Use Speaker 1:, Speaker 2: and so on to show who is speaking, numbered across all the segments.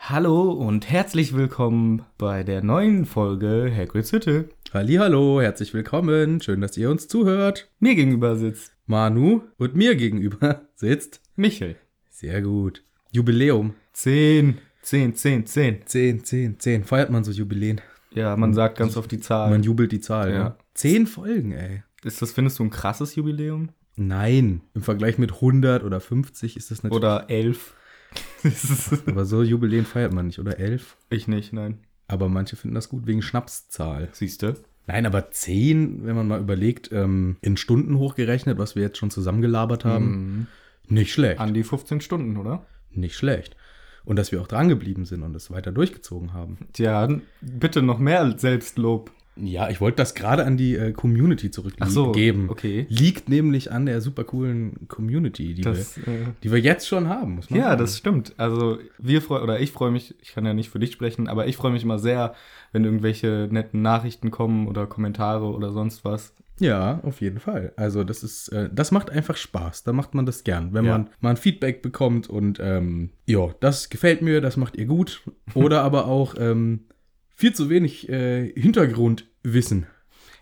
Speaker 1: Hallo und herzlich willkommen bei der neuen Folge Hagrid's Hütte.
Speaker 2: Hallo, herzlich willkommen. Schön, dass ihr uns zuhört.
Speaker 1: Mir gegenüber sitzt
Speaker 2: Manu und mir gegenüber sitzt.
Speaker 1: Michel.
Speaker 2: Sehr gut. Jubiläum.
Speaker 1: Zehn, zehn, zehn, zehn.
Speaker 2: 10, 10, 10. Feiert man so Jubiläen.
Speaker 1: Ja, man sagt ganz oft die
Speaker 2: Man
Speaker 1: Zahl.
Speaker 2: jubelt die Zahl,
Speaker 1: Ja.
Speaker 2: ja. Zehn Folgen, ey.
Speaker 1: Ist das, findest du, ein krasses Jubiläum?
Speaker 2: Nein. Im Vergleich mit 100 oder 50 ist das natürlich.
Speaker 1: Oder elf? Das ist-
Speaker 2: Aber so Jubiläen feiert man nicht, oder 11?
Speaker 1: ich nicht, nein.
Speaker 2: Aber manche finden das gut wegen Schnapszahl.
Speaker 1: Siehst du?
Speaker 2: Nein, aber 10, wenn man mal überlegt, ähm, in Stunden hochgerechnet, was wir jetzt schon zusammengelabert haben,
Speaker 1: Mhm.
Speaker 2: nicht schlecht.
Speaker 1: An die 15 Stunden, oder?
Speaker 2: Nicht schlecht. Und dass wir auch dran geblieben sind und es weiter durchgezogen haben.
Speaker 1: Tja, bitte noch mehr Selbstlob.
Speaker 2: Ja, ich wollte das gerade an die äh, Community zurückgeben.
Speaker 1: okay.
Speaker 2: Liegt nämlich an der super coolen Community, die,
Speaker 1: Das,
Speaker 2: wir,
Speaker 1: äh,
Speaker 2: die wir jetzt schon haben, muss man
Speaker 1: Ja,
Speaker 2: sagen.
Speaker 1: das stimmt. Also wir freuen, oder ich freue mich, ich kann ja nicht für dich sprechen, aber ich freue mich immer sehr, wenn irgendwelche netten Nachrichten kommen oder Kommentare oder sonst was.
Speaker 2: Ja, auf jeden Fall. Also das ist, äh, das macht einfach Spaß. Da macht man das gern, wenn
Speaker 1: Ja.
Speaker 2: man mal ein Feedback bekommt und ähm, ja, das gefällt mir, das macht ihr gut. Oder aber auch ähm, viel zu wenig äh, Hintergrundwissen.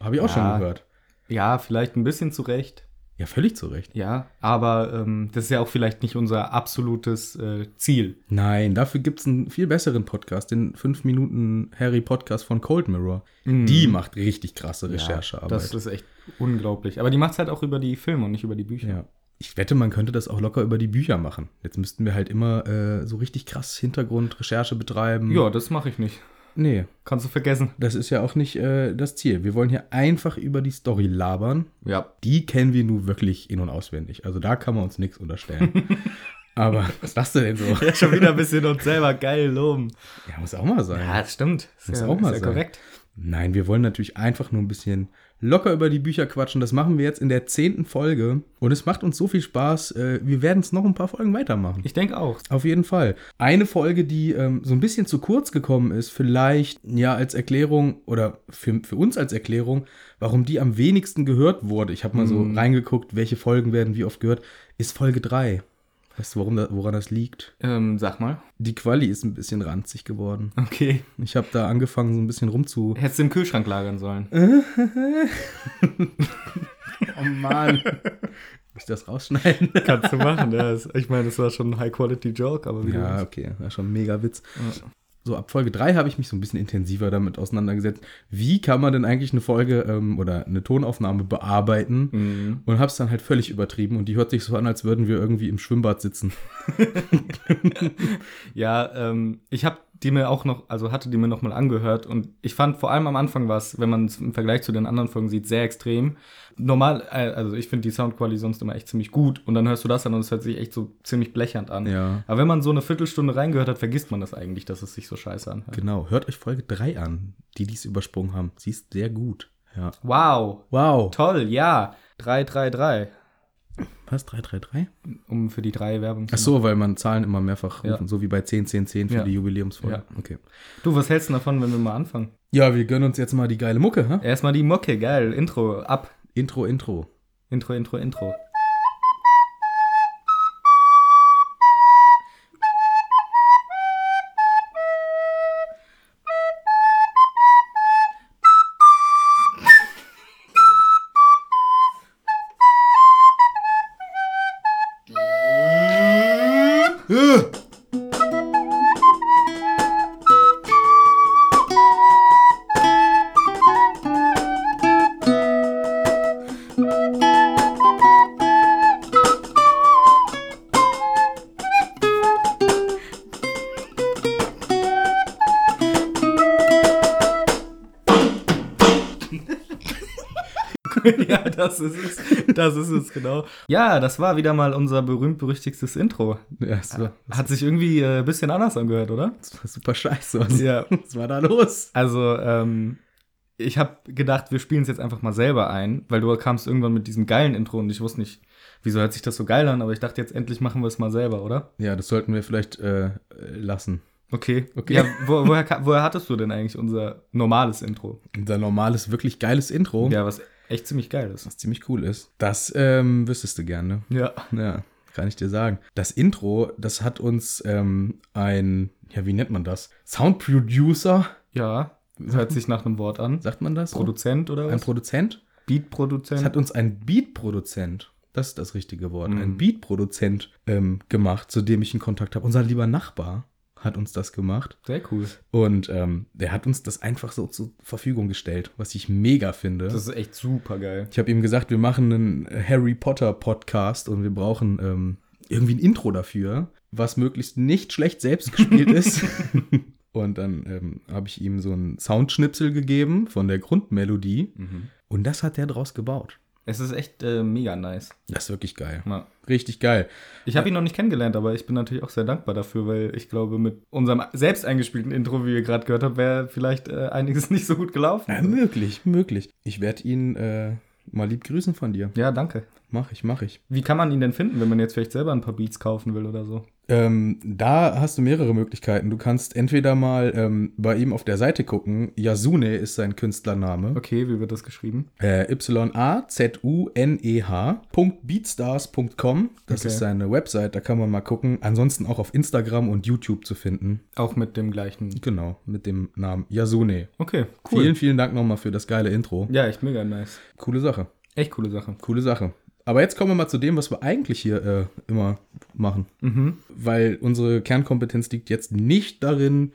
Speaker 2: Habe ich auch
Speaker 1: Ja.
Speaker 2: schon gehört.
Speaker 1: Ja, vielleicht ein bisschen zurecht.
Speaker 2: Ja, völlig zu Recht.
Speaker 1: Ja, aber ähm, das ist ja auch vielleicht nicht unser absolutes äh, Ziel.
Speaker 2: Nein, dafür gibt es einen viel besseren Podcast, den 5 Minuten Harry Podcast von Cold Mirror.
Speaker 1: Mhm.
Speaker 2: Die macht richtig krasse
Speaker 1: ja,
Speaker 2: Recherchearbeit.
Speaker 1: Das ist echt unglaublich. Aber die macht es halt auch über die Filme und nicht über die Bücher.
Speaker 2: ja. Ich wette, man könnte das auch locker über die Bücher machen. Jetzt müssten wir halt immer äh, so richtig krass Hintergrundrecherche betreiben.
Speaker 1: Ja, das mache ich nicht.
Speaker 2: Nee,
Speaker 1: Kannst du vergessen.
Speaker 2: das ist ja auch nicht äh, das Ziel. Wir wollen hier einfach über die Story labern.
Speaker 1: Ja.
Speaker 2: Die kennen wir nun wirklich in- und auswendig. Also da kann man uns nichts unterstellen. Aber was lachst du denn so?
Speaker 1: Ja, schon wieder ein bisschen uns selber geil loben.
Speaker 2: Ja, muss auch mal sein.
Speaker 1: Ja, das stimmt.
Speaker 2: Muss
Speaker 1: ist ja,
Speaker 2: auch mal
Speaker 1: ist ja
Speaker 2: sein.
Speaker 1: korrekt.
Speaker 2: Nein, wir wollen natürlich einfach nur ein bisschen locker über die Bücher quatschen. Das machen wir jetzt in der zehnten Folge. Und es macht uns so viel Spaß. äh, Wir werden es noch ein paar Folgen weitermachen.
Speaker 1: Ich denke auch.
Speaker 2: Auf jeden Fall. Eine Folge, die ähm, so ein bisschen zu kurz gekommen ist, vielleicht ja als Erklärung oder für, für uns als Erklärung, warum die am wenigsten gehört wurde. Ich habe mal so
Speaker 1: Mhm.
Speaker 2: reingeguckt, welche Folgen werden wie oft gehört, ist Folge 3. Weißt du, warum da, woran das liegt?
Speaker 1: Ähm, sag mal.
Speaker 2: Die Quali ist ein bisschen ranzig geworden.
Speaker 1: Okay.
Speaker 2: Ich habe da angefangen, so ein bisschen rumzu.
Speaker 1: Hättest du im Kühlschrank lagern sollen.
Speaker 2: Oh Mann. Muss ich das rausschneiden?
Speaker 1: Kannst du machen, ja. Ist, ich meine, das war schon ein High-Quality-Joke, aber wie du
Speaker 2: Ja,
Speaker 1: sagst.
Speaker 2: okay, war schon ein mega Witz.
Speaker 1: Ja.
Speaker 2: So ab Folge 3 habe ich mich so ein bisschen intensiver damit auseinandergesetzt. Wie kann man denn eigentlich eine Folge ähm, oder eine Tonaufnahme bearbeiten?
Speaker 1: Mhm.
Speaker 2: Und habe es dann halt völlig übertrieben und die hört sich so an, als würden wir irgendwie im Schwimmbad sitzen.
Speaker 1: Ja, ähm, ich habe die mir auch noch, also hatte die mir nochmal angehört und ich fand vor allem am Anfang was, wenn man es im Vergleich zu den anderen Folgen sieht, sehr extrem. Normal, äh, also ich finde die Soundqualität sonst immer echt ziemlich gut und dann hörst du das an und es hört sich echt so ziemlich blechernd an.
Speaker 2: Ja.
Speaker 1: Aber wenn man so eine Viertelstunde reingehört hat, vergisst man das eigentlich, dass es sich so scheiße anhört.
Speaker 2: Genau, hört euch Folge 3 an, die dies übersprungen haben. Sie ist sehr gut. Ja.
Speaker 1: Wow,
Speaker 2: Wow.
Speaker 1: toll, ja. 333,
Speaker 2: Was? 333?
Speaker 1: um für die drei Werbung
Speaker 2: Ach so, weil man Zahlen immer mehrfach
Speaker 1: Ja.
Speaker 2: rufen, so wie bei 10, 10, 10 für
Speaker 1: Ja.
Speaker 2: die Jubiläumsfolge.
Speaker 1: Ja.
Speaker 2: Okay.
Speaker 1: Du, was hältst du davon, wenn wir mal anfangen?
Speaker 2: Ja, wir gönnen uns jetzt mal die geile Mucke, hä?
Speaker 1: Erstmal die Mucke, geil. Intro, ab.
Speaker 2: Intro, Intro.
Speaker 1: Intro, Intro, Intro. ja, das ist es. Das ist es, genau. Ja, das war wieder mal unser berühmt-berüchtigstes Intro.
Speaker 2: Ja, das war,
Speaker 1: Hat sich irgendwie äh, ein bisschen anders angehört, oder?
Speaker 2: das war super scheiße. Was,
Speaker 1: Ja.
Speaker 2: was war da los?
Speaker 1: Also, ähm, ich habe gedacht, wir spielen es jetzt einfach mal selber ein, weil du kamst irgendwann mit diesem geilen Intro und ich wusste nicht, wieso hört sich das so geil an, aber ich dachte, jetzt endlich machen wir es mal selber, oder?
Speaker 2: Ja, das sollten wir vielleicht äh, lassen.
Speaker 1: Okay.
Speaker 2: Okay.
Speaker 1: Ja, wo, woher, ka- woher hattest du denn eigentlich unser normales Intro?
Speaker 2: Unser normales, wirklich geiles Intro,
Speaker 1: Ja, was echt ziemlich geil ist.
Speaker 2: was ziemlich cool ist. Das ähm, wüsstest du gerne.
Speaker 1: Ja.
Speaker 2: Ja, kann ich dir sagen. Das Intro, das hat uns ähm, ein ja, wie nennt man das? Sound Producer?
Speaker 1: Ja, hört sich nach einem Wort an.
Speaker 2: Sagt man das? so?
Speaker 1: Produzent oder
Speaker 2: ein
Speaker 1: was?
Speaker 2: Produzent? Es
Speaker 1: Beat-Produzent?
Speaker 2: hat uns ein Beat-Produzent, das ist das richtige Wort,
Speaker 1: Mhm.
Speaker 2: ein Beat-Produzent ähm, gemacht, zu dem ich einen Kontakt habe. Unser lieber Nachbar hat uns das gemacht
Speaker 1: Sehr cool.
Speaker 2: und ähm, der hat uns das einfach so zur Verfügung gestellt, was ich mega finde.
Speaker 1: Das ist echt super geil.
Speaker 2: ich habe ihm gesagt, wir machen einen Harry Potter Podcast und wir brauchen ähm, irgendwie ein Intro dafür, was möglichst nicht schlecht selbst gespielt ist. Und dann ähm, habe ich ihm so einen Soundschnipsel gegeben von der Grundmelodie
Speaker 1: Mhm.
Speaker 2: und das hat der draus gebaut.
Speaker 1: Es ist echt äh, mega nice.
Speaker 2: Das ist wirklich geil.
Speaker 1: Ja.
Speaker 2: Richtig geil.
Speaker 1: Ich habe ihn noch nicht kennengelernt, aber ich bin natürlich auch sehr dankbar dafür, weil ich glaube, mit unserem selbst eingespielten Intro, wie ihr gerade gehört habt, wäre vielleicht äh, einiges nicht so gut
Speaker 2: Ja,
Speaker 1: gelaufen.
Speaker 2: möglich, möglich. Ich werde ihn äh, mal lieb grüßen von dir.
Speaker 1: Ja, danke.
Speaker 2: Mach ich, mach ich.
Speaker 1: Wie kann man ihn denn finden, wenn man jetzt vielleicht selber ein paar Beats kaufen will oder so?
Speaker 2: Ähm, da hast du mehrere Möglichkeiten. Du kannst entweder mal ähm, bei ihm auf der Seite gucken. Yasune ist sein Künstlername.
Speaker 1: Okay, wie wird das geschrieben?
Speaker 2: Äh, Y-A-Z-U-N-E-H. E Punkt Beatstars.com. Das
Speaker 1: Okay.
Speaker 2: ist seine Website, da kann man mal gucken. Ansonsten auch auf Instagram und YouTube zu finden.
Speaker 1: Auch mit dem gleichen.
Speaker 2: Genau, mit dem Namen Yasune.
Speaker 1: Okay, cool.
Speaker 2: Vielen, vielen Dank nochmal für das geile Intro.
Speaker 1: Ja, echt mega nice.
Speaker 2: Coole Sache.
Speaker 1: Echt coole Sache.
Speaker 2: Coole Sache. Aber jetzt kommen wir mal zu dem, was wir eigentlich hier äh, immer machen.
Speaker 1: Mhm.
Speaker 2: Weil unsere Kernkompetenz liegt jetzt nicht darin,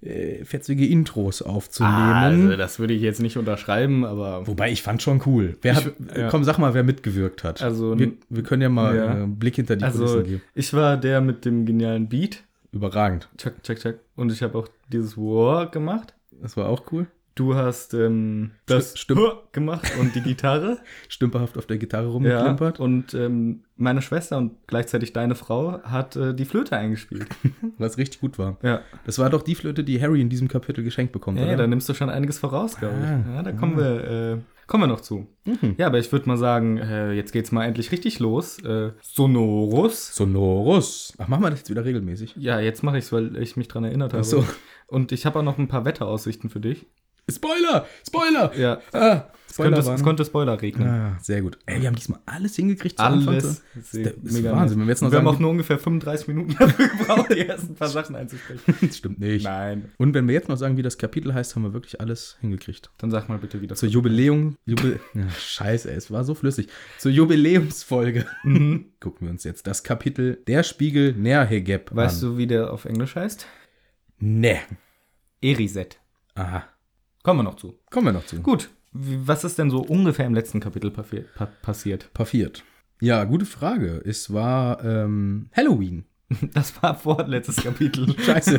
Speaker 2: äh, fetzige Intros aufzunehmen.
Speaker 1: Ah, also das würde ich jetzt nicht unterschreiben, aber.
Speaker 2: Wobei ich fand schon cool. Wer hat, äh,
Speaker 1: Ich- ja.
Speaker 2: Komm, sag mal, wer mitgewirkt hat.
Speaker 1: Also-
Speaker 2: wir, wir können ja mal
Speaker 1: Ja.
Speaker 2: äh, einen Blick hinter die
Speaker 1: Also,
Speaker 2: Kulissen geben.
Speaker 1: ich war der mit dem genialen Beat.
Speaker 2: Überragend.
Speaker 1: Check, check, check. Und ich habe auch dieses War gemacht.
Speaker 2: Das war auch cool.
Speaker 1: Du hast ähm, das
Speaker 2: stimmt.
Speaker 1: Huh gemacht und die Gitarre.
Speaker 2: Stümperhaft auf der Gitarre
Speaker 1: ja.
Speaker 2: rumgeklimpert.
Speaker 1: Und ähm, meine Schwester und gleichzeitig deine Frau hat äh, die Flöte eingespielt.
Speaker 2: Was richtig gut war.
Speaker 1: Ja.
Speaker 2: Das war doch die Flöte, die Harry in diesem Kapitel geschenkt bekommt,
Speaker 1: ja,
Speaker 2: oder?
Speaker 1: da nimmst du schon einiges voraus, glaube ich.
Speaker 2: Ah, Mhm.
Speaker 1: Ja, da kommen wir, äh, kommen wir noch zu. Ja, aber ich würde mal sagen, äh, jetzt geht's mal endlich richtig los. Äh, Sonorus.
Speaker 2: Sonorus. Ach, machen wir das jetzt wieder regelmäßig.
Speaker 1: Ja, jetzt mache ich's, weil ich mich dran erinnert habe.
Speaker 2: Ach so.
Speaker 1: Und ich habe auch noch ein paar Wetteraussichten für dich.
Speaker 2: Spoiler! Spoiler!
Speaker 1: Ja,
Speaker 2: Ah,
Speaker 1: es könnte, es
Speaker 2: Spoilerwarnung.
Speaker 1: könnte Spoiler regnen.
Speaker 2: Ah, sehr gut. Ey, wir haben diesmal alles hingekriegt. zu Anfang.
Speaker 1: Alles.
Speaker 2: der- ist
Speaker 1: mega
Speaker 2: Wahnsinn,
Speaker 1: nice.
Speaker 2: wenn wir jetzt noch
Speaker 1: wir haben
Speaker 2: sagen,
Speaker 1: auch nur ungefähr 35 Minuten dafür gebraucht, die ersten paar Sachen einzusprechen.
Speaker 2: Das stimmt nicht.
Speaker 1: Nein.
Speaker 2: Und wenn wir jetzt noch sagen, wie das Kapitel heißt, haben wir wirklich alles hingekriegt.
Speaker 1: Dann sag mal bitte, wie das
Speaker 2: Zur Jubiläum. Jubil ja, scheiße, ey, es war so flüssig. Zur Jubiläumsfolge
Speaker 1: Mhm.
Speaker 2: gucken wir uns jetzt das Kapitel Der Spiegel Nerhegeb an.
Speaker 1: Weißt du, wie der auf Englisch heißt?
Speaker 2: Nee.
Speaker 1: Eriset.
Speaker 2: Aha.
Speaker 1: Kommen wir noch zu.
Speaker 2: Kommen wir noch zu.
Speaker 1: Gut. Wie- Was ist denn so ungefähr im letzten Kapitel pafi- pa passiert?
Speaker 2: Passiert. Ja, gute Frage. Es war ähm, Halloween.
Speaker 1: Das war vorletztes Kapitel.
Speaker 2: Scheiße.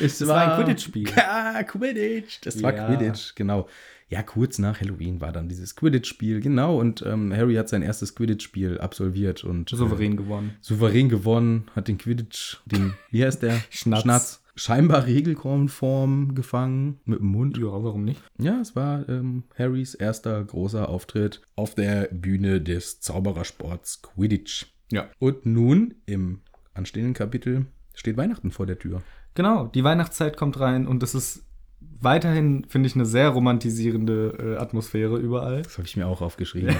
Speaker 2: es
Speaker 1: Das war ein Quidditch-Spiel.
Speaker 2: Ah, Quidditch. Das war
Speaker 1: Ja.
Speaker 2: Quidditch, genau. Ja, kurz nach Halloween war dann dieses Quidditch-Spiel, genau. Und ähm, Harry hat sein erstes Quidditch-Spiel absolviert und äh,
Speaker 1: Souverän gewonnen.
Speaker 2: souverän gewonnen, hat den Quidditch, den, wie heißt der?
Speaker 1: Schnatz.
Speaker 2: Scheinbar regelkonform gefangen mit dem Mund.
Speaker 1: Ja, warum nicht?
Speaker 2: Ja, es war ähm, Harrys erster großer Auftritt auf der Bühne des Zauberersports Quidditch.
Speaker 1: Ja.
Speaker 2: Und nun im anstehenden Kapitel steht Weihnachten vor der Tür.
Speaker 1: Genau, die Weihnachtszeit kommt rein und es ist weiterhin, finde ich, eine sehr romantisierende äh, Atmosphäre überall.
Speaker 2: Das habe ich mir auch aufgeschrieben.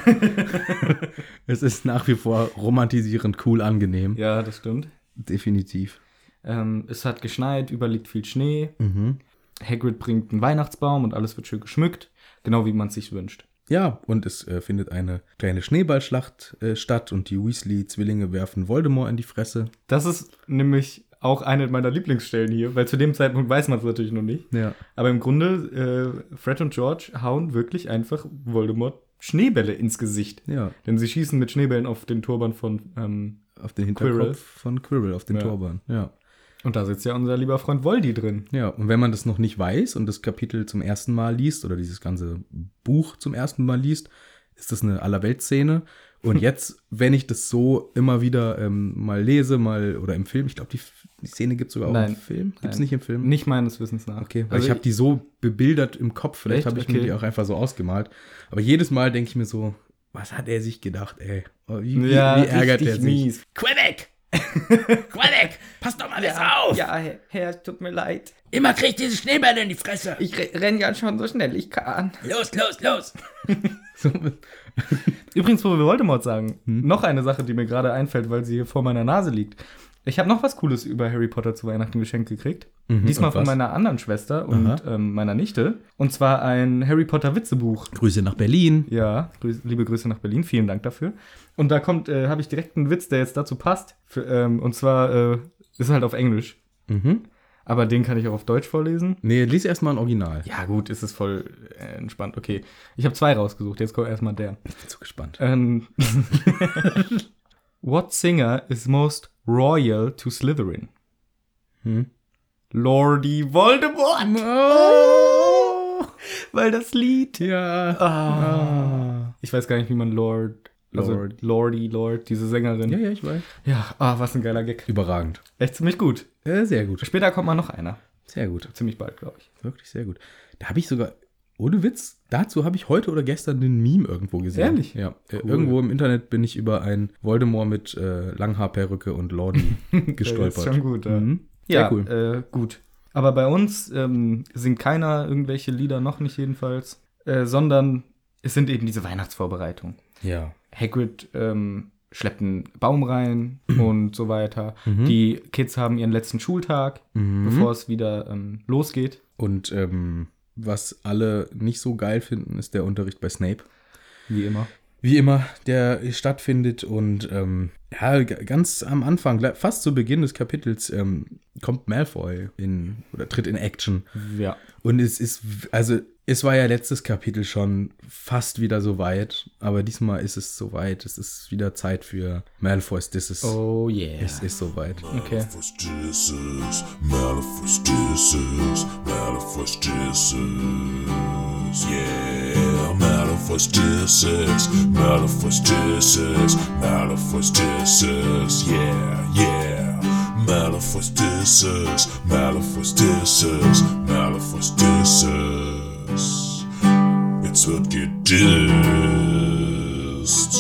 Speaker 2: es ist nach wie vor romantisierend, cool, angenehm.
Speaker 1: Ja, das stimmt.
Speaker 2: Definitiv.
Speaker 1: Ähm, es hat geschneit, überliegt viel Schnee.
Speaker 2: Mhm.
Speaker 1: Hagrid bringt einen Weihnachtsbaum und alles wird schön geschmückt. Genau wie man es sich wünscht.
Speaker 2: Ja, und es äh, findet eine kleine Schneeballschlacht äh, statt und die Weasley-Zwillinge werfen Voldemort in die Fresse.
Speaker 1: Das ist nämlich auch eine meiner Lieblingsstellen hier, weil zu dem Zeitpunkt weiß man es natürlich noch nicht.
Speaker 2: Ja.
Speaker 1: Aber im Grunde, äh, Fred und George hauen wirklich einfach Voldemort Schneebälle ins Gesicht.
Speaker 2: Ja,
Speaker 1: Denn sie schießen mit Schneebällen auf den Turban von. Ähm,
Speaker 2: auf den Hinterkopf
Speaker 1: Quirrell.
Speaker 2: von Quirrell, auf den
Speaker 1: Ja.
Speaker 2: Turban. Ja.
Speaker 1: und da sitzt ja unser lieber Freund Voldy drin.
Speaker 2: Ja, und wenn man das noch nicht weiß und das Kapitel zum ersten Mal liest oder dieses ganze Buch zum ersten Mal liest, ist das eine Allerweltszene. Und jetzt, wenn ich das so immer wieder ähm, mal lese, mal oder im Film, ich glaube, die, F- die Szene gibt es sogar auch
Speaker 1: Nein.
Speaker 2: im Film. Gibt es
Speaker 1: Nein.
Speaker 2: nicht im Film?
Speaker 1: Nicht meines Wissens nach.
Speaker 2: Okay, weil
Speaker 1: Also
Speaker 2: ich habe die so bebildert im Kopf,
Speaker 1: Echt?
Speaker 2: vielleicht habe ich mir
Speaker 1: Okay.
Speaker 2: die auch einfach so ausgemalt. Aber jedes Mal denke ich mir so, was hat er sich gedacht, ey? Oh, Wie, wie,
Speaker 1: ja,
Speaker 2: wie ärgert er sich?
Speaker 1: mies.
Speaker 3: Quebec! Quebec! Passt doch mal besser auf!
Speaker 4: Ja, Herr, Herr, tut mir leid.
Speaker 3: Immer krieg ich diese Schneebälle in die Fresse!
Speaker 4: Ich re renn ja schon so schnell ich kann.
Speaker 3: Los, los, los!
Speaker 2: So,
Speaker 1: Hm? Übrigens, wo wir Voldemort sagen, noch eine Sache, die mir gerade einfällt, weil sie hier vor meiner Nase liegt. Ich habe noch was Cooles über Harry Potter zu Weihnachten geschenkt gekriegt.
Speaker 2: Mhm,
Speaker 1: Diesmal
Speaker 2: und
Speaker 1: von
Speaker 2: was?
Speaker 1: meiner anderen Schwester und ähm, meiner Nichte. Und zwar ein Harry Potter Witzebuch.
Speaker 2: Grüße nach Berlin.
Speaker 1: Ja, grüß, liebe Grüße nach Berlin, vielen Dank dafür. Und da kommt, äh, habe ich direkt einen Witz, der jetzt dazu passt. Für, ähm, und zwar äh, ist halt auf Englisch,
Speaker 2: Mhm.
Speaker 1: aber den kann ich auch auf Deutsch vorlesen.
Speaker 2: Nee, lies erstmal ein Original.
Speaker 1: Ja gut, ist es voll äh, entspannt. Okay, ich habe zwei rausgesucht, jetzt kommt erstmal der.
Speaker 2: Ich bin so gespannt.
Speaker 1: Ähm, What singer is most royal to Slytherin?
Speaker 2: Hm.
Speaker 1: Lordy Voldemort! Weil das Lied.
Speaker 2: Ja.
Speaker 1: Ah. Ich weiß gar nicht, wie man Lord. Also
Speaker 2: Lord.
Speaker 1: Lordy, Lord, diese Sängerin.
Speaker 2: Ja, ja, ich weiß.
Speaker 1: Ja, ah, was ein geiler Gag.
Speaker 2: Überragend.
Speaker 1: Echt ziemlich gut.
Speaker 2: Äh, sehr gut.
Speaker 1: Später kommt mal noch einer.
Speaker 2: Sehr gut.
Speaker 1: Ziemlich bald, glaube ich.
Speaker 2: Wirklich sehr gut. Da habe ich sogar, ohne Witz, dazu habe ich heute oder gestern den Meme irgendwo gesehen.
Speaker 1: Ehrlich?
Speaker 2: Ja. Äh,
Speaker 1: Cool.
Speaker 2: Irgendwo im Internet bin ich über einen Voldemort mit äh, Langhaarperücke und Lordi
Speaker 1: Das ist
Speaker 2: gestolpert.
Speaker 1: schon gut. Ja,
Speaker 2: Mhm. Sehr
Speaker 1: ja
Speaker 2: cool.
Speaker 1: äh, gut. Aber bei uns ähm, singt keiner irgendwelche Lieder, noch nicht jedenfalls, äh, sondern es sind eben diese Weihnachtsvorbereitungen.
Speaker 2: Ja.
Speaker 1: Hagrid ähm, schleppt einen Baum rein und so weiter.
Speaker 2: Mhm.
Speaker 1: Die Kids haben ihren letzten Schultag, bevor es wieder ähm, losgeht.
Speaker 2: Und ähm, was alle nicht so geil finden, ist der Unterricht bei Snape.
Speaker 1: Wie immer.
Speaker 2: wie immer, der stattfindet. Und ähm, ja, g- ganz am Anfang, gleich- fast zu Beginn des Kapitels, ähm, kommt Malfoy in oder tritt in Action.
Speaker 1: Ja.
Speaker 2: Und es ist, w- also es war ja letztes Kapitel schon fast wieder so weit, aber diesmal ist es so weit. Es ist wieder Zeit für Malfoys Disses.
Speaker 1: Oh yeah.
Speaker 2: Es ist soweit.
Speaker 1: Okay.
Speaker 5: Malifus Jesus, Malifus Jesus, Malifus Jesus, yeah. Malifus Jesus, Malifus Jesus, Malifus Jesus, yeah, yeah. Malifus Jesus, Malifus Jesus, Malifus Jesus. Jetzt wird gedisst.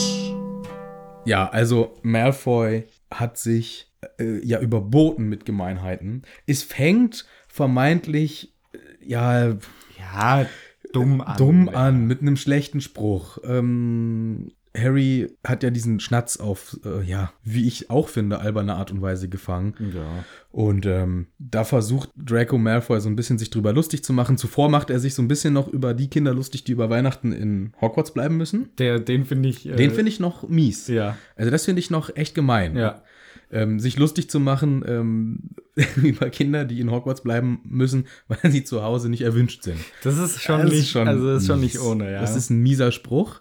Speaker 2: Ja, also Malfoy hat sich äh, ja überboten mit Gemeinheiten. Es fängt vermeintlich äh, ja
Speaker 1: Ja, dumm an.
Speaker 2: dumm an, mit einem schlechten Spruch. Ähm, Harry hat ja diesen Schnatz auf, äh, ja, wie ich auch finde, alberne Art und Weise gefangen.
Speaker 1: Ja.
Speaker 2: Und ähm, da versucht Draco Malfoy so ein bisschen sich drüber lustig zu machen. Zuvor macht er sich so ein bisschen noch über die Kinder lustig, die über Weihnachten in Hogwarts bleiben müssen.
Speaker 1: Der, den finde ich. äh,
Speaker 2: Den finde ich noch mies.
Speaker 1: Ja.
Speaker 2: Also das finde ich noch echt gemein.
Speaker 1: Ja.
Speaker 2: Ähm, sich lustig zu machen ähm, über Kinder, die in Hogwarts bleiben müssen, weil sie zu Hause nicht erwünscht sind.
Speaker 1: Das ist schon
Speaker 2: Das
Speaker 1: nicht. also, das ist schon
Speaker 2: mies.
Speaker 1: nicht ohne, ja.
Speaker 2: Das ist ein mieser Spruch.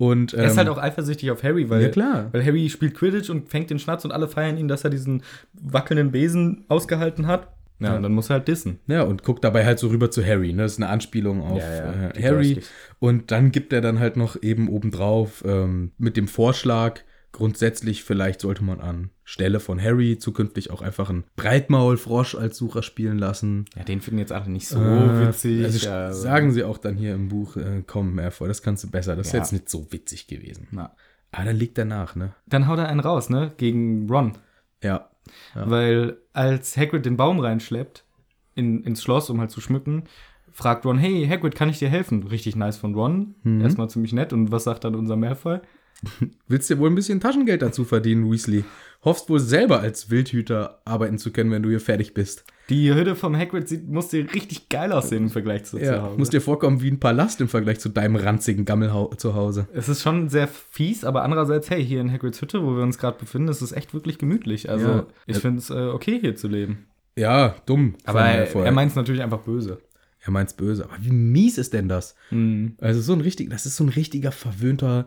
Speaker 2: Und,
Speaker 1: er ist
Speaker 2: ähm,
Speaker 1: halt auch eifersüchtig auf Harry, weil,
Speaker 2: Ja, klar.
Speaker 1: weil Harry spielt Quidditch und fängt den Schnatz und alle feiern ihn, dass er diesen wackelnden Besen ausgehalten hat. Ja, und dann muss er halt dissen.
Speaker 2: Ja, und guckt dabei halt so rüber zu Harry. Ne? Das ist eine Anspielung auf
Speaker 1: Ja, ja,
Speaker 2: äh, Harry.
Speaker 1: deutlich.
Speaker 2: Und dann gibt er dann halt noch eben obendrauf ähm, mit dem Vorschlag, grundsätzlich vielleicht sollte man an Stelle von Harry zukünftig auch einfach einen Breitmaulfrosch als Sucher spielen lassen.
Speaker 1: Ja, den finden jetzt alle nicht so
Speaker 2: Äh,
Speaker 1: witzig.
Speaker 2: Also sch-
Speaker 1: ja,
Speaker 2: sagen sie auch dann hier im Buch, äh, komm, Malfoy, das kannst du besser. Das
Speaker 1: Ja.
Speaker 2: ist jetzt nicht so witzig gewesen.
Speaker 1: Na.
Speaker 2: Aber dann liegt er nach, ne?
Speaker 1: Dann haut er einen raus, ne? Gegen Ron.
Speaker 2: Ja. Ja.
Speaker 1: Weil als Hagrid den Baum reinschleppt, in, ins Schloss, um halt zu schmücken, fragt Ron, hey, Hagrid, kann ich dir helfen? Richtig nice von Ron. Erstmal ziemlich nett. Und was sagt dann unser Malfoy?
Speaker 2: Willst dir wohl ein bisschen Taschengeld dazu verdienen, Weasley. Hoffst wohl selber als Wildhüter arbeiten zu können, wenn du hier fertig bist.
Speaker 1: Die Hütte vom Hagrid sieht, muss dir richtig geil aussehen im Vergleich zu zu
Speaker 2: Ja,
Speaker 1: Hause.
Speaker 2: muss dir vorkommen wie ein Palast im Vergleich zu deinem ranzigen Gammelhau zu Hause.
Speaker 1: es ist schon sehr fies, aber andererseits, hey, hier in Hagrids Hütte, wo wir uns gerade befinden, ist es echt wirklich gemütlich. Also,
Speaker 2: Ja.
Speaker 1: ich finde es äh, okay, hier zu leben.
Speaker 2: Ja, dumm. von
Speaker 1: Aber er,
Speaker 2: Malfoy.
Speaker 1: er meint es natürlich einfach böse.
Speaker 2: er meint's böse. Aber wie mies ist denn das?
Speaker 1: Mhm.
Speaker 2: Also so ein richtig, das ist so ein richtiger verwöhnter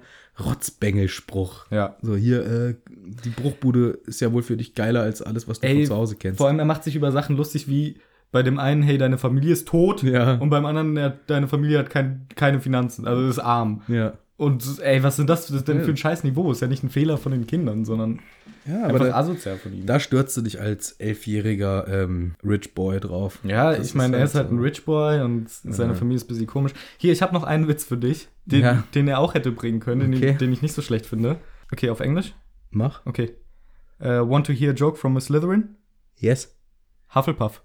Speaker 2: Rotzbengelspruch.
Speaker 1: Ja.
Speaker 2: So hier, äh, die Bruchbude ist ja wohl für dich geiler als alles, was du
Speaker 1: Ey,
Speaker 2: von zu Hause kennst.
Speaker 1: Vor allem, er macht sich über Sachen lustig wie bei dem einen, hey, deine Familie ist tot.
Speaker 2: Ja.
Speaker 1: Und beim anderen, ja, deine Familie hat kein, keine Finanzen, also ist arm.
Speaker 2: ja.
Speaker 1: Und ey, was sind das denn für ein scheiß Niveau? Ist ja nicht ein Fehler von den Kindern, sondern
Speaker 2: Ja, aber
Speaker 1: einfach
Speaker 2: da,
Speaker 1: asozial von ihm.
Speaker 2: da stürzt du dich als elfjähriger ähm, Rich Boy drauf.
Speaker 1: Ja,
Speaker 2: Das
Speaker 1: ich meine, er ist halt
Speaker 2: so.
Speaker 1: ein Rich Boy und seine Familie ist ein bisschen komisch. Hier, ich habe noch einen Witz für dich, den,
Speaker 2: Ja.
Speaker 1: den er auch hätte bringen können, den-
Speaker 2: Okay.
Speaker 1: den ich nicht so schlecht finde. Okay, auf Englisch?
Speaker 2: Mach.
Speaker 1: Okay. Äh, want to hear a joke from a Slytherin?
Speaker 2: Yes.
Speaker 1: Hufflepuff.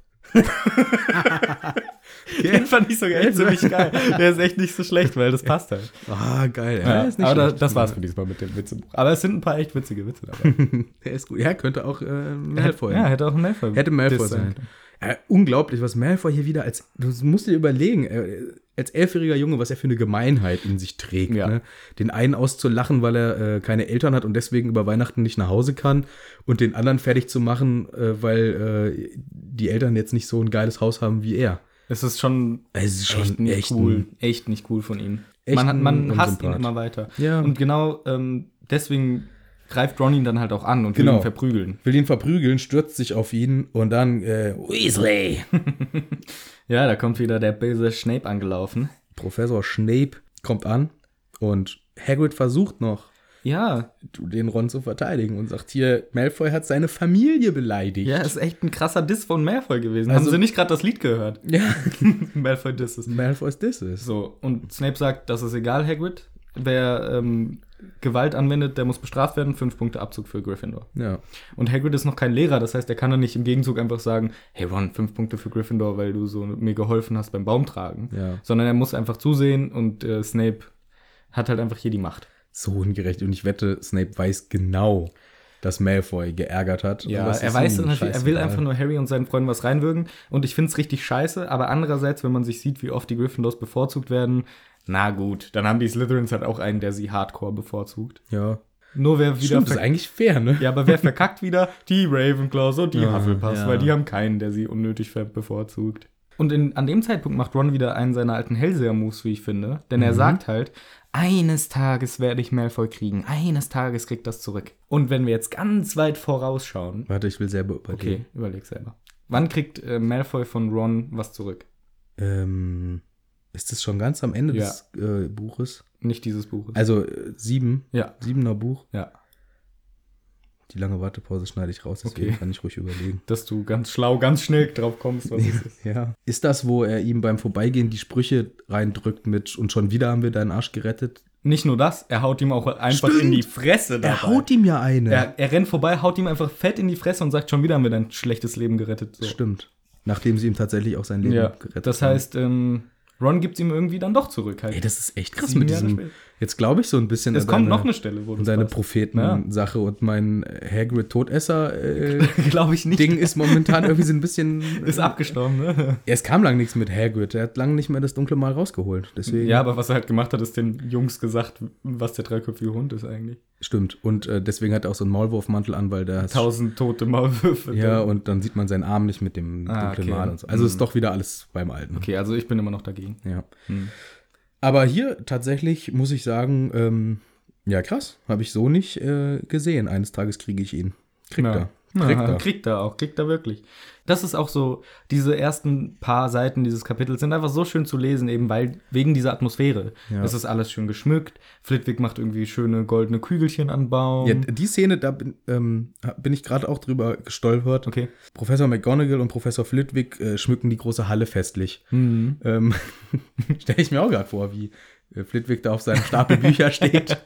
Speaker 1: Den fand ich sogar echt ziemlich geil. Der ist echt nicht so schlecht, weil das passt halt.
Speaker 2: Ah, geil.
Speaker 1: Ja,
Speaker 2: ist
Speaker 1: aber da,
Speaker 2: schlecht.
Speaker 1: das war's für dieses Mal mit dem Witzebuch. Aber es sind ein paar echt witzige Witze dabei.
Speaker 2: Der ist gut. Ja, könnte auch äh, Malfoy.
Speaker 1: Ja, hätte auch ein Malfoy.
Speaker 2: Hätte Malfoy
Speaker 1: das
Speaker 2: sein. Äh, unglaublich, was Malfoy hier wieder als, du musst dir überlegen, äh, als elfjähriger Junge, was er für eine Gemeinheit in sich trägt.
Speaker 1: Ja.
Speaker 2: Ne? Den einen auszulachen, weil er äh, keine Eltern hat und deswegen über Weihnachten nicht nach Hause kann und den anderen fertig zu machen, äh, weil äh, die Eltern jetzt nicht so ein geiles Haus haben wie er.
Speaker 1: Es ist schon
Speaker 2: Es ist
Speaker 1: echt nicht
Speaker 2: echt
Speaker 1: cool.
Speaker 2: ein-
Speaker 1: echt nicht cool von ihm.
Speaker 2: Echt
Speaker 1: Man, hat, man
Speaker 2: ein
Speaker 1: hasst ihn
Speaker 2: Unsympath.
Speaker 1: immer weiter.
Speaker 2: Ja.
Speaker 1: Und genau ähm, deswegen greift Ron ihn dann halt auch an und will
Speaker 2: Genau.
Speaker 1: ihn verprügeln.
Speaker 2: Will ihn verprügeln, stürzt sich auf ihn und dann, äh, Weasley!
Speaker 1: Ja, da kommt wieder der böse Snape angelaufen.
Speaker 2: Professor Snape kommt an und Hagrid versucht noch,
Speaker 1: Ja,
Speaker 2: den Ron zu verteidigen und sagt hier, Malfoy hat seine Familie beleidigt.
Speaker 1: ja, ist echt ein krasser Diss von Malfoy gewesen.
Speaker 2: Also-
Speaker 1: Haben sie nicht gerade das Lied gehört?
Speaker 2: Ja.
Speaker 1: Malfoy Diss ist.
Speaker 2: Malfoys Diss ist.
Speaker 1: So, und Snape sagt, das ist egal, Hagrid. Wer ähm, Gewalt anwendet, der muss bestraft werden. Fünf Punkte Abzug für Gryffindor.
Speaker 2: Ja.
Speaker 1: Und Hagrid ist noch kein Lehrer, das heißt, er kann dann nicht im Gegenzug einfach sagen, hey Ron, fünf Punkte für Gryffindor, weil du so mir geholfen hast beim Baumtragen.
Speaker 2: Ja.
Speaker 1: Sondern er muss einfach zusehen und äh, Snape hat halt einfach hier die Macht.
Speaker 2: So ungerecht. Und ich wette, Snape weiß genau, dass Malfoy geärgert hat.
Speaker 1: Ja,
Speaker 2: Aber es
Speaker 1: er
Speaker 2: ist
Speaker 1: weiß
Speaker 2: ihm
Speaker 1: natürlich, er will
Speaker 2: scheißegal.
Speaker 1: einfach nur Harry und seinen Freunden was reinwürgen und ich find's richtig scheiße, aber andererseits, wenn man sich sieht, wie oft die Gryffindors bevorzugt werden, na gut, dann haben die Slytherins halt auch einen, der sie hardcore bevorzugt.
Speaker 2: Ja.
Speaker 1: Nur wer wieder
Speaker 2: Stimmt, das ist
Speaker 1: verk-
Speaker 2: eigentlich fair, ne?
Speaker 1: Ja, aber wer verkackt wieder? Die Ravenclaws und die
Speaker 2: Ja,
Speaker 1: Hufflepuffs,
Speaker 2: ja.
Speaker 1: weil die haben keinen, der sie unnötig ver- bevorzugt. Und in, an dem Zeitpunkt macht Ron wieder einen seiner alten Hellseher-Moves, wie ich finde. Denn
Speaker 2: Mhm.
Speaker 1: er sagt halt, eines Tages werde ich Malfoy kriegen. Eines Tages kriegt das zurück. Und wenn wir jetzt ganz weit vorausschauen.
Speaker 2: Warte, ich will selber überlegen.
Speaker 1: Okay, überleg selber. Wann kriegt äh, Malfoy von Ron was zurück?
Speaker 2: Ähm, ist das schon ganz am Ende
Speaker 1: Ja.
Speaker 2: des äh, Buches?
Speaker 1: Nicht dieses Buches.
Speaker 2: Also äh, sieben.
Speaker 1: ja,
Speaker 2: Siebener Buch.
Speaker 1: ja.
Speaker 2: Die lange Wartepause schneide ich raus, deswegen
Speaker 1: Okay.
Speaker 2: kann ich ruhig überlegen.
Speaker 1: Dass du ganz schlau, ganz schnell drauf kommst, was es ist.
Speaker 2: Ja. Ist das, wo er ihm beim Vorbeigehen die Sprüche reindrückt mit und schon wieder haben wir deinen Arsch gerettet?
Speaker 1: Nicht nur das, er haut ihm auch einfach in
Speaker 2: Stimmt.
Speaker 1: die Fresse dabei.
Speaker 2: Er haut ihm ja eine.
Speaker 1: Er, er rennt vorbei, haut ihm einfach fett in die Fresse und sagt, schon wieder haben wir dein schlechtes Leben gerettet. So.
Speaker 2: Stimmt. Nachdem sie ihm tatsächlich auch sein Leben
Speaker 1: Ja,
Speaker 2: gerettet
Speaker 1: das heißt, ähm, Ron gibt ihm irgendwie dann doch zurück. Halt.
Speaker 2: Ey, das ist echt krass
Speaker 1: Sieben
Speaker 2: mit
Speaker 1: Jahre
Speaker 2: diesem.
Speaker 1: später.
Speaker 2: Jetzt glaube ich so ein bisschen
Speaker 1: es
Speaker 2: an
Speaker 1: kommt
Speaker 2: seine,
Speaker 1: noch eine Stelle, wo
Speaker 2: an
Speaker 1: das
Speaker 2: seine
Speaker 1: passt.
Speaker 2: Prophetensache und mein Hagrid Todesser äh,
Speaker 1: Glaube ich nicht.
Speaker 2: Ding ist momentan irgendwie so ein bisschen äh,
Speaker 1: ist abgestorben, ne?
Speaker 2: Ja, es kam lang nichts mit Hagrid. Er hat lange nicht mehr das dunkle Mal rausgeholt. Deswegen
Speaker 1: Ja, aber was er halt gemacht hat, ist den Jungs gesagt, was der dreiköpfige Hund ist eigentlich.
Speaker 2: stimmt und äh, deswegen hat er auch so einen Maulwurfmantel an, weil der
Speaker 1: Tausend tote Maulwürfe.
Speaker 2: Ja, und dann sieht man seinen Arm nicht mit dem
Speaker 1: Ah,
Speaker 2: dunklen
Speaker 1: okay.
Speaker 2: Mal und so. Also ist doch wieder alles beim alten.
Speaker 1: Okay, also ich bin immer noch dagegen.
Speaker 2: Ja. Aber hier tatsächlich muss ich sagen, ähm, ja krass, habe ich so nicht äh, gesehen. Eines Tages kriege ich ihn. Kriegt
Speaker 1: Ja.
Speaker 2: er.
Speaker 1: Kriegt
Speaker 2: Kriegt
Speaker 1: er.
Speaker 2: er.
Speaker 1: Kriegt er auch, kriegt er wirklich. Das ist auch so, diese ersten paar Seiten dieses Kapitels sind einfach so schön zu lesen, eben weil, wegen dieser Atmosphäre.
Speaker 2: Ja.
Speaker 1: Es ist alles schön geschmückt, Flitwick macht irgendwie schöne goldene Kügelchen an Baum.
Speaker 2: Ja, die Szene, da bin, ähm, bin ich gerade auch drüber gestolpert.
Speaker 1: okay.
Speaker 2: Professor McGonagall und Professor Flitwick äh, schmücken die große Halle festlich.
Speaker 1: Hm.
Speaker 2: Ähm, Stelle ich mir auch gerade vor, wie äh, Flitwick da auf seinem Stapel Bücher steht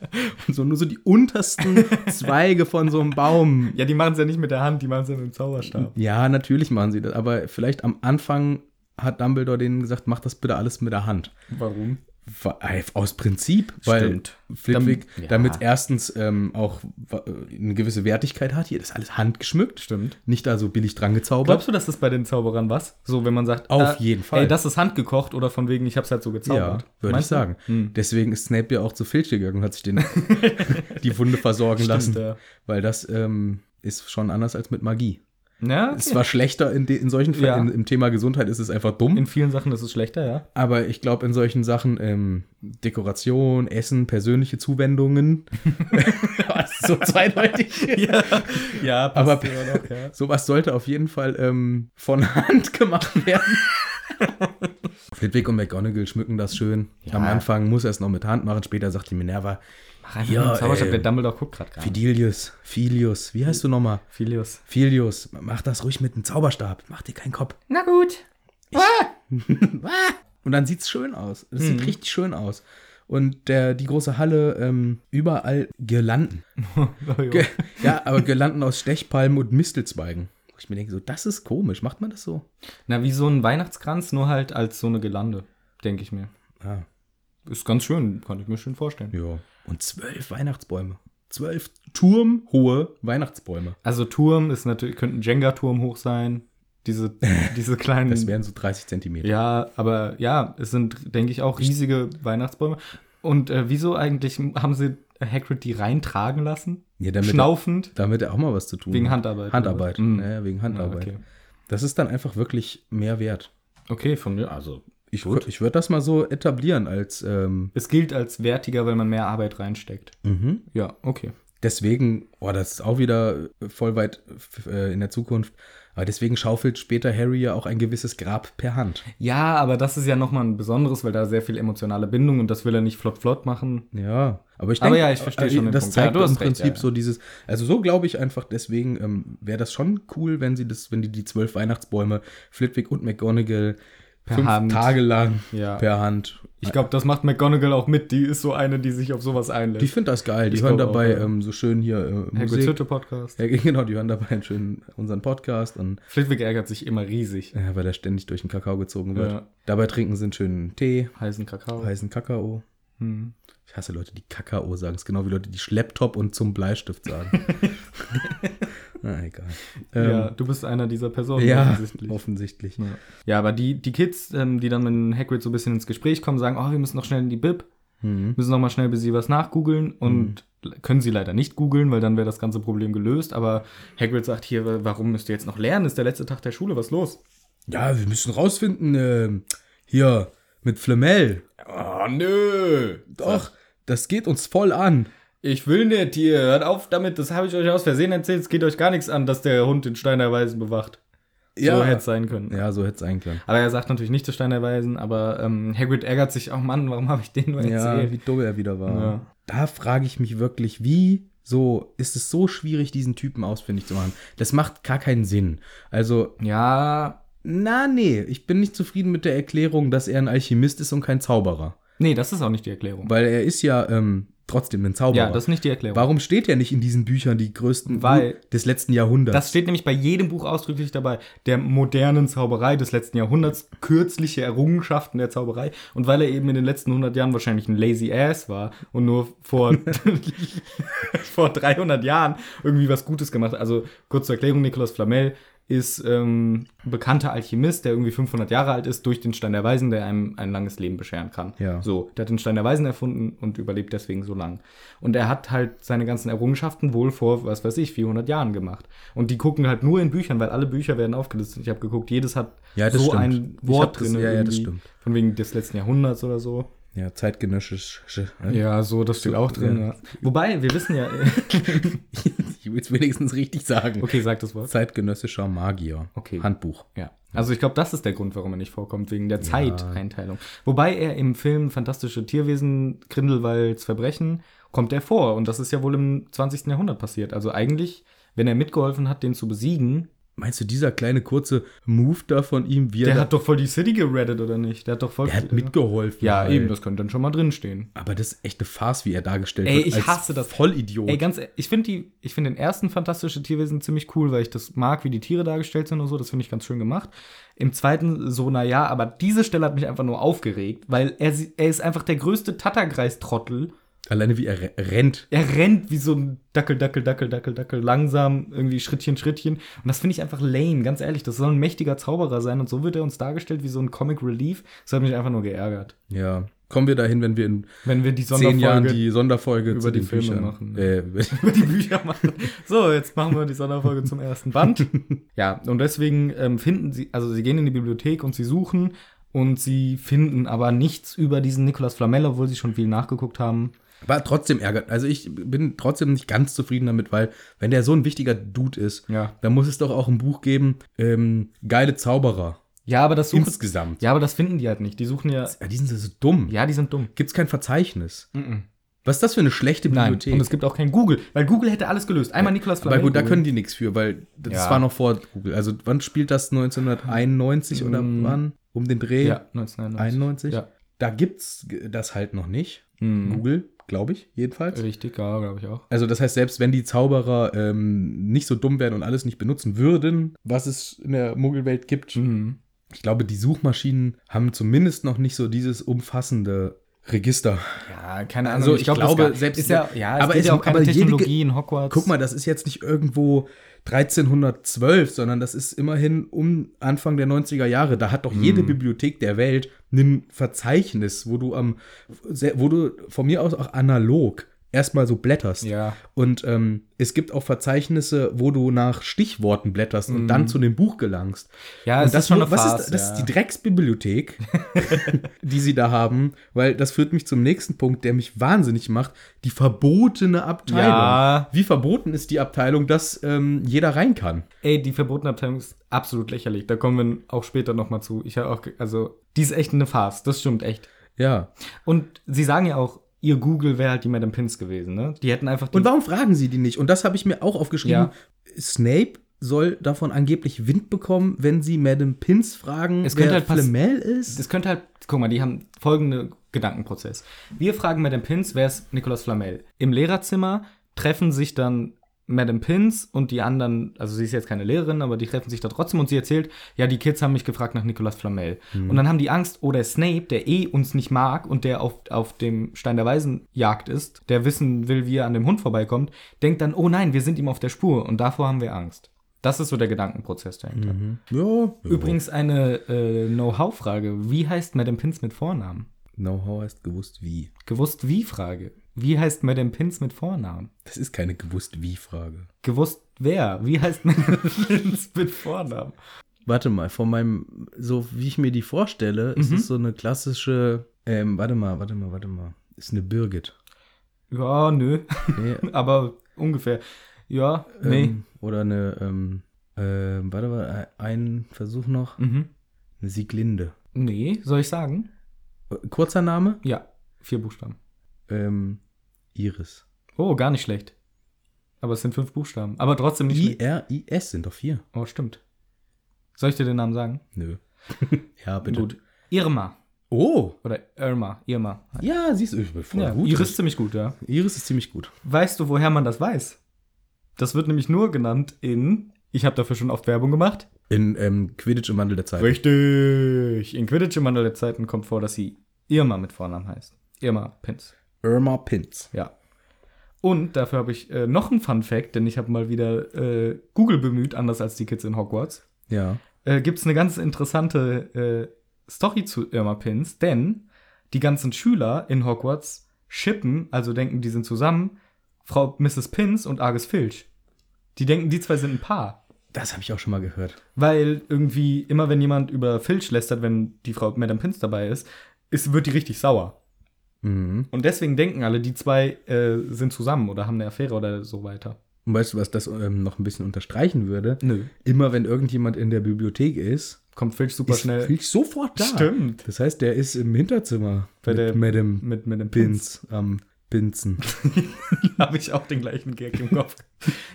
Speaker 2: und so nur so die untersten Zweige von so einem Baum
Speaker 1: Ja, die machen es ja nicht mit der Hand, die machen es ja mit dem Zauberstab.
Speaker 2: Ja, natürlich machen sie das, aber vielleicht am Anfang hat Dumbledore denen gesagt, mach das bitte alles mit der Hand.
Speaker 1: Warum?
Speaker 2: Wa- äh, Aus Prinzip, weil
Speaker 1: Stimmt.
Speaker 2: Flitwick,
Speaker 1: Dam- ja.
Speaker 2: damit erstens ähm, auch wa- äh, eine gewisse Wertigkeit hat, hier ist alles handgeschmückt,
Speaker 1: Stimmt.
Speaker 2: nicht da so billig dran gezaubert.
Speaker 1: Glaubst du, dass das bei den Zauberern was? So, wenn man sagt, ah,
Speaker 2: Auf jeden Fall.
Speaker 1: Ey, das ist handgekocht oder von wegen, ich hab's halt so
Speaker 2: ja,
Speaker 1: gezaubert.
Speaker 2: würde
Speaker 1: Meinst
Speaker 2: ich
Speaker 1: du? Hm.
Speaker 2: sagen. Deswegen ist Snape ja auch zu Filch gegangen und hat sich den, die Wunde versorgen lassen,
Speaker 1: ja.
Speaker 2: weil das ähm, ist schon anders als mit Magie.
Speaker 1: Ja,
Speaker 2: Es
Speaker 1: okay.
Speaker 2: war schlechter in, de, in solchen
Speaker 1: Ja.
Speaker 2: Fällen, im Thema Gesundheit ist es einfach dumm.
Speaker 1: in vielen Sachen ist es schlechter, ja.
Speaker 2: Aber ich glaube, in solchen Sachen, ähm, Dekoration, Essen, persönliche Zuwendungen, das ist so zweideutig.
Speaker 1: Ja,
Speaker 2: Aber-
Speaker 1: immer noch, ja.
Speaker 2: Sowas sollte auf jeden Fall ähm, von Hand gemacht werden. Flitwick und McGonagall schmücken das schön. Am Anfang muss er es noch mit Hand machen. Später sagt die Minerva,
Speaker 1: Einfach
Speaker 2: Ja,
Speaker 1: ja, Zauberstab,
Speaker 2: ey.
Speaker 1: der Dumbledore guckt gerade gar nicht.
Speaker 2: Fidelius, Filius, wie heißt du nochmal?
Speaker 1: Filius.
Speaker 2: Filius, mach das ruhig mit einem Zauberstab. Mach dir keinen Kopf.
Speaker 4: Na gut.
Speaker 2: Und dann sieht's schön aus. Das sieht richtig schön aus. Und der, die große Halle, ähm, überall Girlanden.
Speaker 1: Oh, jo.
Speaker 2: Ge- ja, aber Girlanden aus Stechpalmen und Mistelzweigen. ich mir denke, so, das ist komisch. Macht man das so?
Speaker 1: Na, wie so ein Weihnachtskranz, nur halt als so eine Gelande, denke ich mir.
Speaker 2: Ah,
Speaker 1: Ist ganz schön, kann ich mir schön vorstellen.
Speaker 2: ja. Und zwölf Weihnachtsbäume. Zwölf turmhohe Weihnachtsbäume.
Speaker 1: Also Turm ist natürlich, könnte ein Jenga-Turm hoch sein. Diese, diese kleinen.
Speaker 2: Das wären so 30 Zentimeter.
Speaker 1: Ja, aber ja, es sind, denke ich, auch riesige Weihnachtsbäume. Und äh, wieso eigentlich haben sie Hagrid die reintragen lassen?
Speaker 2: Ja,
Speaker 1: Schnaufend?
Speaker 2: damit er auch mal was zu tun
Speaker 1: Wegen
Speaker 2: hat.
Speaker 1: Handarbeit.
Speaker 2: Handarbeit.
Speaker 1: Mhm.
Speaker 2: Ja, ja, wegen Handarbeit.
Speaker 1: Ja, okay.
Speaker 2: Das ist dann einfach wirklich mehr wert.
Speaker 1: Okay, von mir, also.
Speaker 2: Ich, wür- ich würde das mal so etablieren als. Ähm, mhm.
Speaker 1: Es gilt als wertiger, weil man mehr Arbeit reinsteckt. Ja, okay.
Speaker 2: Deswegen, oh, das ist auch wieder äh, voll weit f- äh, in der Zukunft. Aber deswegen schaufelt später Harry ja auch ein gewisses Grab per Hand.
Speaker 1: Ja, aber das ist ja nochmal ein besonderes, weil da sehr viel emotionale Bindung und das will er nicht flott flott machen.
Speaker 2: Ja, aber ich
Speaker 1: Aber
Speaker 2: denke,
Speaker 1: ja, ich verstehe schon den
Speaker 2: das
Speaker 1: Punkt. Ja,
Speaker 2: zeigt
Speaker 1: du hast
Speaker 2: im
Speaker 1: recht,
Speaker 2: Prinzip
Speaker 1: ja, ja.
Speaker 2: so dieses, also so glaube ich einfach, deswegen ähm, wäre das schon cool, wenn sie das, wenn die die zwölf Weihnachtsbäume, Flitwick und McGonagall
Speaker 1: Per
Speaker 2: fünf
Speaker 1: Hand.
Speaker 2: Tage lang
Speaker 1: Ja.
Speaker 2: per Hand.
Speaker 1: Ich glaube, das macht McGonagall auch mit. Die ist so eine, die sich auf sowas einlässt.
Speaker 2: die finde das geil, die
Speaker 1: Ich
Speaker 2: hören
Speaker 1: glaub auch,
Speaker 2: dabei
Speaker 1: ja.
Speaker 2: ähm, so schön hier äh,
Speaker 1: Hagrid's
Speaker 2: Musik.
Speaker 1: Hütte Podcast.
Speaker 2: Ja, genau, die hören dabei einen schönen unseren Podcast und
Speaker 1: Flitwick ärgert sich immer riesig.
Speaker 2: ja, weil er ständig durch den Kakao gezogen wird.
Speaker 1: Ja.
Speaker 2: Dabei trinken sie einen schönen Tee,
Speaker 1: Heißen Kakao.
Speaker 2: heißen Kakao.
Speaker 1: Hm.
Speaker 2: Ich hasse Leute, die Kakao sagen. Es ist genau wie Leute, die Schlepptop und zum Bleistift sagen. Na, egal.
Speaker 1: ja,
Speaker 2: Ähm,
Speaker 1: du bist einer dieser Personen.
Speaker 2: ja,
Speaker 1: offensichtlich.
Speaker 2: offensichtlich.
Speaker 1: Ja. ja, aber die, die Kids, ähm, die dann mit Hagrid so ein bisschen ins Gespräch kommen, sagen, oh, wir müssen noch schnell in die Bib,
Speaker 2: Mhm.
Speaker 1: müssen noch mal schnell ein bisschen was nachgoogeln und können sie leider nicht googeln, weil dann wäre das ganze Problem gelöst. Aber Hagrid sagt hier, warum müsst ihr jetzt noch lernen? Ist der letzte Tag der Schule, was ist los?
Speaker 2: Ja, wir müssen rausfinden, ähm, hier, mit Flamel.
Speaker 1: Oh, nö.
Speaker 2: Doch, das geht uns voll an.
Speaker 1: Ich will nicht hier. Hört auf damit, das habe ich euch aus Versehen erzählt. Es geht euch gar nichts an, dass der Hund den Stein der Weisen bewacht. So hätte es sein können.
Speaker 2: ja, so hätte es sein können.
Speaker 1: Aber er sagt natürlich nicht zu Stein der Weisen, aber ähm, Hagrid ärgert sich, oh Mann, warum habe ich den nur
Speaker 2: Ja,
Speaker 1: erzählt?
Speaker 2: wie dumm er wieder war.
Speaker 1: eh. Ja.
Speaker 2: Da frage ich mich wirklich, wie so ist es so schwierig, diesen Typen ausfindig zu machen? Das macht gar keinen Sinn. Also,
Speaker 1: Ja,
Speaker 2: na, nee, ich bin nicht zufrieden mit der Erklärung, dass er ein Alchemist ist und kein Zauberer.
Speaker 1: nee, das ist auch nicht die Erklärung.
Speaker 2: Weil er ist ja ähm, trotzdem ein Zauberer.
Speaker 1: Ja, das ist nicht die Erklärung.
Speaker 2: Warum steht er nicht in diesen Büchern die größten
Speaker 1: Weil-
Speaker 2: Lu- des letzten Jahrhunderts?
Speaker 1: Das steht nämlich bei jedem Buch ausdrücklich dabei. Der modernen Zauberei des letzten Jahrhunderts, kürzliche Errungenschaften der Zauberei. Und weil er eben in den letzten 100 Jahren wahrscheinlich ein lazy ass war und nur vor, vor 300 Jahren irgendwie was Gutes gemacht hat. Also, kurz zur Erklärung, Nicolas Flamel ist ähm, bekannter Alchemist, der irgendwie 500 Jahre alt ist, durch den Stein der Weisen, der einem ein langes Leben bescheren kann.
Speaker 2: Ja.
Speaker 1: So, der hat den Stein der Weisen erfunden und überlebt deswegen so lang. Und er hat halt seine ganzen Errungenschaften wohl vor, was weiß ich, 400 Jahren gemacht. Und die gucken halt nur in Büchern, weil alle Bücher werden aufgelistet. Ich habe geguckt, jedes hat
Speaker 2: Ja, das
Speaker 1: so
Speaker 2: stimmt.
Speaker 1: ein
Speaker 2: Ich hab
Speaker 1: Wort
Speaker 2: das-
Speaker 1: drin.
Speaker 2: ja, ja, das
Speaker 1: irgendwie.
Speaker 2: stimmt.
Speaker 1: Von wegen des letzten Jahrhunderts oder so.
Speaker 2: ja, äh, zeitgenössisch.
Speaker 1: Ja, so, das steht auch
Speaker 2: drin, ja.
Speaker 1: Wobei, wir wissen ja.
Speaker 2: Ich will es wenigstens richtig sagen.
Speaker 1: okay, sag das Wort.
Speaker 2: Zeitgenössischer Magier.
Speaker 1: Okay.
Speaker 2: Handbuch.
Speaker 1: Ja. Also ich glaube, das ist der Grund, warum er nicht vorkommt, wegen der Zeiteinteilung. Wobei er im Film Fantastische Tierwesen, Grindelwalds Verbrechen, kommt er vor. Und das ist ja wohl im 20. Jahrhundert passiert. Also eigentlich, wenn er mitgeholfen hat, den zu besiegen,
Speaker 2: Meinst du, dieser kleine kurze Move da von ihm, wie er
Speaker 1: der
Speaker 2: da,
Speaker 1: hat doch voll die City gereddet, oder nicht? Der hat doch voll. ne?
Speaker 2: der hat mitgeholfen?
Speaker 1: ja,
Speaker 2: halt.
Speaker 1: eben, das könnte dann schon mal drinstehen.
Speaker 2: Aber das ist echt eine Farce, wie er dargestellt
Speaker 1: Ey,
Speaker 2: wird.
Speaker 1: ich hasse das.
Speaker 2: Vollidiot.
Speaker 1: Ey, ganz, ehrlich, ich finde die, ich finde den ersten Fantastische Tierwesen ziemlich cool, weil ich das mag, wie die Tiere dargestellt sind und so. Das finde ich ganz schön gemacht. Im zweiten so, na ja, aber diese Stelle hat mich einfach nur aufgeregt, weil er, sie- er ist einfach der größte Tatterkreis-Trottel.
Speaker 2: Alleine wie er re- rennt.
Speaker 1: Er rennt wie so ein Dackel, Dackel, Dackel, Dackel, Dackel, langsam, irgendwie Schrittchen, Schrittchen. Und das finde ich einfach lame, ganz ehrlich. Das soll ein mächtiger Zauberer sein und so wird er uns dargestellt wie so ein Comic Relief. Das hat mich einfach nur geärgert.
Speaker 2: Ja. Kommen wir dahin, wenn wir in
Speaker 1: Wenn wir die
Speaker 2: zehn Jahren
Speaker 1: Sonderfolge
Speaker 2: die Sonderfolge
Speaker 1: über die Filme machen.
Speaker 2: Äh,
Speaker 1: über die Bücher machen. So, jetzt machen wir die Sonderfolge zum ersten Band. Ja, und deswegen ähm, finden sie, also sie gehen in die Bibliothek und sie suchen und sie finden aber nichts über diesen Nicolas Flamel, obwohl sie schon viel nachgeguckt haben.
Speaker 2: war trotzdem ärgert. Also ich bin trotzdem nicht ganz zufrieden damit, weil wenn der so ein wichtiger Dude ist,
Speaker 1: Ja.
Speaker 2: dann muss es doch auch ein Buch geben, ähm, geile Zauberer
Speaker 1: Ja, aber das suchen,
Speaker 2: insgesamt.
Speaker 1: ja, aber das finden die halt nicht. Die suchen ja,
Speaker 2: Ja, die sind so dumm.
Speaker 1: ja, die sind dumm.
Speaker 2: Gibt's kein Verzeichnis? Was ist das für eine schlechte
Speaker 1: Nein,
Speaker 2: Bibliothek?
Speaker 1: und es gibt auch kein Google, weil Google hätte alles gelöst. Einmal Nicolas
Speaker 2: aber
Speaker 1: Flamel.
Speaker 2: gut, da
Speaker 1: googeln.
Speaker 2: können die nichts für, weil das
Speaker 1: Ja.
Speaker 2: war noch vor Google. Also wann spielt das? 1991 oder
Speaker 1: Mm.
Speaker 2: wann? Um den Dreh?
Speaker 1: ja, 1991.
Speaker 2: 91?
Speaker 1: Ja.
Speaker 2: Da gibt's g- das halt noch nicht.
Speaker 1: Mhm.
Speaker 2: Google glaube ich, jedenfalls.
Speaker 1: Richtig, ja, glaube ich auch.
Speaker 2: Also das heißt, selbst wenn die Zauberer ähm, nicht so dumm wären und alles nicht benutzen würden, was es in der Muggelwelt gibt,
Speaker 1: Mhm.
Speaker 2: ich glaube, die Suchmaschinen haben zumindest noch nicht so dieses umfassende Register.
Speaker 1: Ja, keine
Speaker 2: Also, ich glaube,
Speaker 1: das gar-
Speaker 2: selbst-
Speaker 1: ist ja, ja es
Speaker 2: aber
Speaker 1: aber geht
Speaker 2: es-
Speaker 1: ja auch
Speaker 2: aber
Speaker 1: keine
Speaker 2: jede Ge-
Speaker 1: Technologie in Hogwarts.
Speaker 2: Guck mal, das ist jetzt nicht irgendwo 1312, sondern das ist immerhin um Anfang der 90er Jahre. Da hat doch
Speaker 1: Mhm.
Speaker 2: jede Bibliothek der Welt ein Verzeichnis, wo du am, se- wo du von mir aus auch analog erstmal so blätterst.
Speaker 1: Ja.
Speaker 2: Und ähm, es gibt auch Verzeichnisse, wo du nach Stichworten blätterst und dann zu dem Buch gelangst.
Speaker 1: Mhm. Ja,
Speaker 2: Und
Speaker 1: es ist schon eine
Speaker 2: was
Speaker 1: Farce,
Speaker 2: ist, das
Speaker 1: ja.
Speaker 2: ist die Drecksbibliothek, die sie da haben, weil das führt mich zum nächsten Punkt, der mich wahnsinnig macht. Die verbotene Abteilung.
Speaker 1: Ja.
Speaker 2: Wie verboten ist die Abteilung, dass ähm, jeder rein kann?
Speaker 1: Ey, die verbotene Abteilung ist absolut lächerlich. Da kommen wir auch später nochmal zu. Ich habe auch, ge- also, die ist echt eine Farce. Das stimmt echt.
Speaker 2: Ja.
Speaker 1: Und sie sagen ja auch, ihr Google wäre halt die Madame Pins gewesen, ne? Die hätten einfach die.
Speaker 2: Und warum fragen sie die nicht? Und das habe ich mir auch aufgeschrieben.
Speaker 1: Ja.
Speaker 2: Snape soll davon angeblich Wind bekommen, wenn sie Madame Pins fragen,
Speaker 1: Es könnte halt pass-
Speaker 2: Flamel ist.
Speaker 1: das könnte halt, guck mal, die haben folgenden Gedankenprozess. Wir fragen Madame Pins, wer ist Nicolas Flamel? Im Lehrerzimmer treffen sich dann Madame Pins und die anderen, also sie ist jetzt keine Lehrerin, aber die treffen sich da trotzdem und sie erzählt, ja, die Kids haben mich gefragt nach Nicolas Flamel. Und dann haben die Angst, oh, der Snape, der eh uns nicht mag und der auf, auf dem Stein der Weisen jagt ist, der wissen will, wie er an dem Hund vorbeikommt, denkt dann, oh nein, wir sind ihm auf der Spur und davor haben wir Angst. Das ist so der Gedankenprozess dahinter.
Speaker 2: Ja.
Speaker 1: Übrigens eine äh, Know-how-Frage. Wie heißt Madame Pins mit Vornamen?
Speaker 2: Know-how heißt gewusst wie.
Speaker 1: Gewusst wie Frage. Wie heißt Madame Pins mit Vornamen?
Speaker 2: Das ist keine gewusst wie Frage.
Speaker 1: Gewusst wer? Wie heißt Madame Pins mit Vornamen?
Speaker 2: Warte mal, von meinem, so wie ich mir die vorstelle, ist es so eine klassische, ähm, warte mal, warte mal, warte mal. Ist eine Birgit.
Speaker 1: Ja, nö.
Speaker 2: Nee,
Speaker 1: Aber ungefähr. Ja, nee.
Speaker 2: ähm, oder eine, ähm, ähm, warte mal, e- einen Versuch noch.
Speaker 1: Mhm.
Speaker 2: Eine Sieglinde.
Speaker 1: Nee, soll ich sagen?
Speaker 2: Äh, Kurzer Name?
Speaker 1: Ja, vier Buchstaben.
Speaker 2: Ähm, Iris.
Speaker 1: Oh, gar nicht schlecht. Aber es sind fünf Buchstaben. Aber trotzdem nicht schlecht.
Speaker 2: I-R-I-S sind doch vier.
Speaker 1: Oh, stimmt. Soll ich dir den Namen sagen?
Speaker 2: Nö. ja, bitte.
Speaker 1: Gut. Irma.
Speaker 2: Oh!
Speaker 1: Oder Irma. Irma.
Speaker 2: Ja, siehst du, ich bin voll
Speaker 1: Ja,
Speaker 2: gut.
Speaker 1: Iris ziemlich gut, ja.
Speaker 2: Iris ist ziemlich gut.
Speaker 1: Weißt du, woher man das weiß? Das wird nämlich nur genannt in, ich habe dafür schon oft Werbung gemacht.
Speaker 2: In ähm, Quidditch im Wandel der Zeit.
Speaker 1: Richtig. In Quidditch im Wandel der Zeiten kommt vor, dass sie Irma mit Vornamen heißt. Irma Pins.
Speaker 2: Irma Pins.
Speaker 1: Ja. Und dafür habe ich äh, noch einen Fun Fact, denn ich habe mal wieder äh, Google bemüht, anders als die Kids in Hogwarts.
Speaker 2: Ja.
Speaker 1: Äh, Gibt es eine ganz interessante äh, Story zu Irma Pins, denn die ganzen Schüler in Hogwarts schippen, also denken, die sind zusammen, Frau Mrs. Pins und Argus Filch. Die denken, die zwei sind ein Paar.
Speaker 2: Das habe ich auch schon mal gehört.
Speaker 1: Weil irgendwie immer, wenn jemand über Filch lästert, wenn die Frau Madame Pins dabei ist, ist wird die richtig sauer.
Speaker 2: Mhm.
Speaker 1: Und deswegen denken alle, die zwei äh, sind zusammen oder haben eine Affäre oder so weiter.
Speaker 2: Und weißt du, was das ähm, noch ein bisschen unterstreichen würde?
Speaker 1: Nö.
Speaker 2: Immer wenn irgendjemand in der Bibliothek ist,
Speaker 1: Kommt Filch super schnell
Speaker 2: Filch sofort da.
Speaker 1: Stimmt.
Speaker 2: Das heißt, der ist im Hinterzimmer
Speaker 1: Bei der-
Speaker 2: Madame ähm,
Speaker 1: mit Madame Pins.
Speaker 2: Pins am Pinsen.
Speaker 1: Habe ich auch den gleichen Gag im Kopf.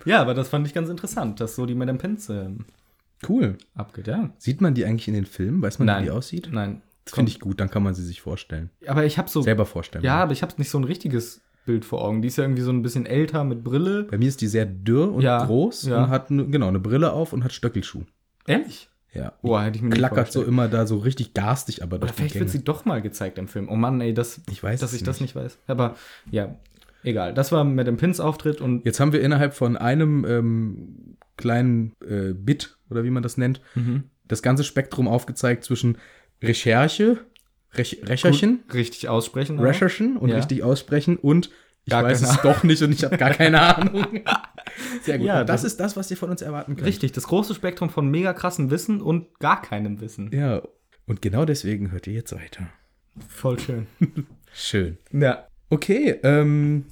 Speaker 1: ja, aber das fand ich ganz interessant, dass so die Madame Pins ähm,
Speaker 2: Cool.
Speaker 1: abgeht, ja.
Speaker 2: Sieht man die eigentlich in den Filmen? Weiß man, wie die aussieht?
Speaker 1: Nein.
Speaker 2: Das finde ich gut, dann kann man sie sich vorstellen.
Speaker 1: Aber ich habe so.
Speaker 2: Selber vorstellen.
Speaker 1: Ja, aber ich habe nicht so ein richtiges Bild vor Augen. Die ist ja irgendwie so ein bisschen älter mit Brille.
Speaker 2: Bei mir ist die sehr dürr und
Speaker 1: Ja,
Speaker 2: groß
Speaker 1: ja.
Speaker 2: und hat ne, genau eine Brille auf und hat Stöckelschuh.
Speaker 1: Ehrlich?
Speaker 2: Ja.
Speaker 1: Boah, hätte ich mir nicht
Speaker 2: Klackert so
Speaker 1: vorgestellt.
Speaker 2: immer da so richtig garstig, aber
Speaker 1: Oder
Speaker 2: durch die
Speaker 1: vielleicht wird
Speaker 2: Gänge.
Speaker 1: sie doch mal gezeigt im Film. Oh Mann, ey, das,
Speaker 2: Ich weiß
Speaker 1: dass
Speaker 2: es
Speaker 1: ich das nicht weiß. Aber ja, egal. Das war Madame Pins Auftritt und
Speaker 2: Jetzt haben wir innerhalb von einem ähm, kleinen äh, Bit, oder wie man das nennt,
Speaker 1: mhm.
Speaker 2: das ganze Spektrum aufgezeigt zwischen Recherche, Rech Recherchen,
Speaker 1: richtig
Speaker 2: Mhm.
Speaker 1: aussprechen. aber.
Speaker 2: Recherchen und
Speaker 1: Ja.
Speaker 2: richtig aussprechen und ich
Speaker 1: Gar
Speaker 2: weiß
Speaker 1: keine
Speaker 2: es doch nicht und ich habe gar keine Ahnung. Sehr gut.
Speaker 1: Ja,
Speaker 2: Und das,
Speaker 1: das-
Speaker 2: ist das, was ihr von uns erwarten könnt.
Speaker 1: Richtig, das große Spektrum von mega krassem Wissen und gar keinem Wissen.
Speaker 2: Ja. Und genau deswegen hört ihr jetzt weiter.
Speaker 1: Voll schön.
Speaker 2: Schön.
Speaker 1: Ja,
Speaker 2: Okay, ähm,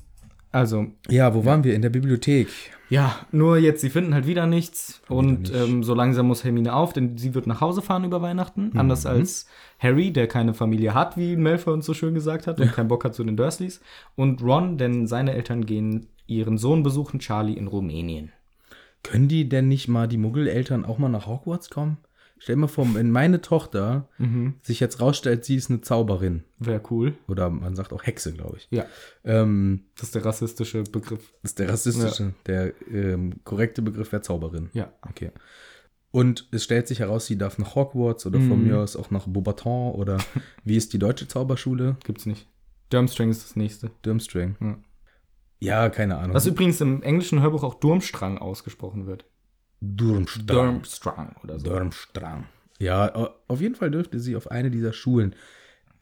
Speaker 1: also,
Speaker 2: ja, wo waren wir? In der Bibliothek.
Speaker 1: ja, nur jetzt, sie finden halt wieder nichts und
Speaker 2: nicht.
Speaker 1: Ähm, so langsam muss Hermine auf, denn sie wird nach Hause fahren über Weihnachten. Anders als Harry, der keine Familie hat, wie Malfoy uns so schön gesagt hat und keinen Bock hat zu den Dursleys. Und Ron, denn seine Eltern gehen ihren Sohn besuchen, Charlie, in Rumänien.
Speaker 2: Können die denn nicht mal die Muggeleltern auch mal nach Hogwarts kommen? Stell dir mal vor, wenn meine Tochter
Speaker 1: Mhm.
Speaker 2: sich jetzt rausstellt, sie ist eine Zauberin.
Speaker 1: Wäre cool.
Speaker 2: Oder man sagt auch Hexe, glaube ich.
Speaker 1: Ja.
Speaker 2: Ähm,
Speaker 1: Das ist der rassistische Begriff.
Speaker 2: das ist der rassistische, der ähm, korrekte Begriff wäre Zauberin.
Speaker 1: Ja.
Speaker 2: Okay. Und es stellt sich heraus, sie darf nach Hogwarts oder von
Speaker 1: Mhm.
Speaker 2: mir aus auch nach Beaubaton oder wie ist die deutsche Zauberschule?
Speaker 1: Gibt's nicht. Durmstrang ist das nächste.
Speaker 2: Durmstrang.
Speaker 1: Ja. Also,
Speaker 2: Ja, keine Ahnung.
Speaker 1: Was übrigens im englischen Hörbuch auch Durmstrang ausgesprochen wird.
Speaker 2: Durmstrang.
Speaker 1: Durmstrang oder so.
Speaker 2: Durmstrang. Ja, au- auf jeden Fall dürfte sie auf eine dieser Schulen.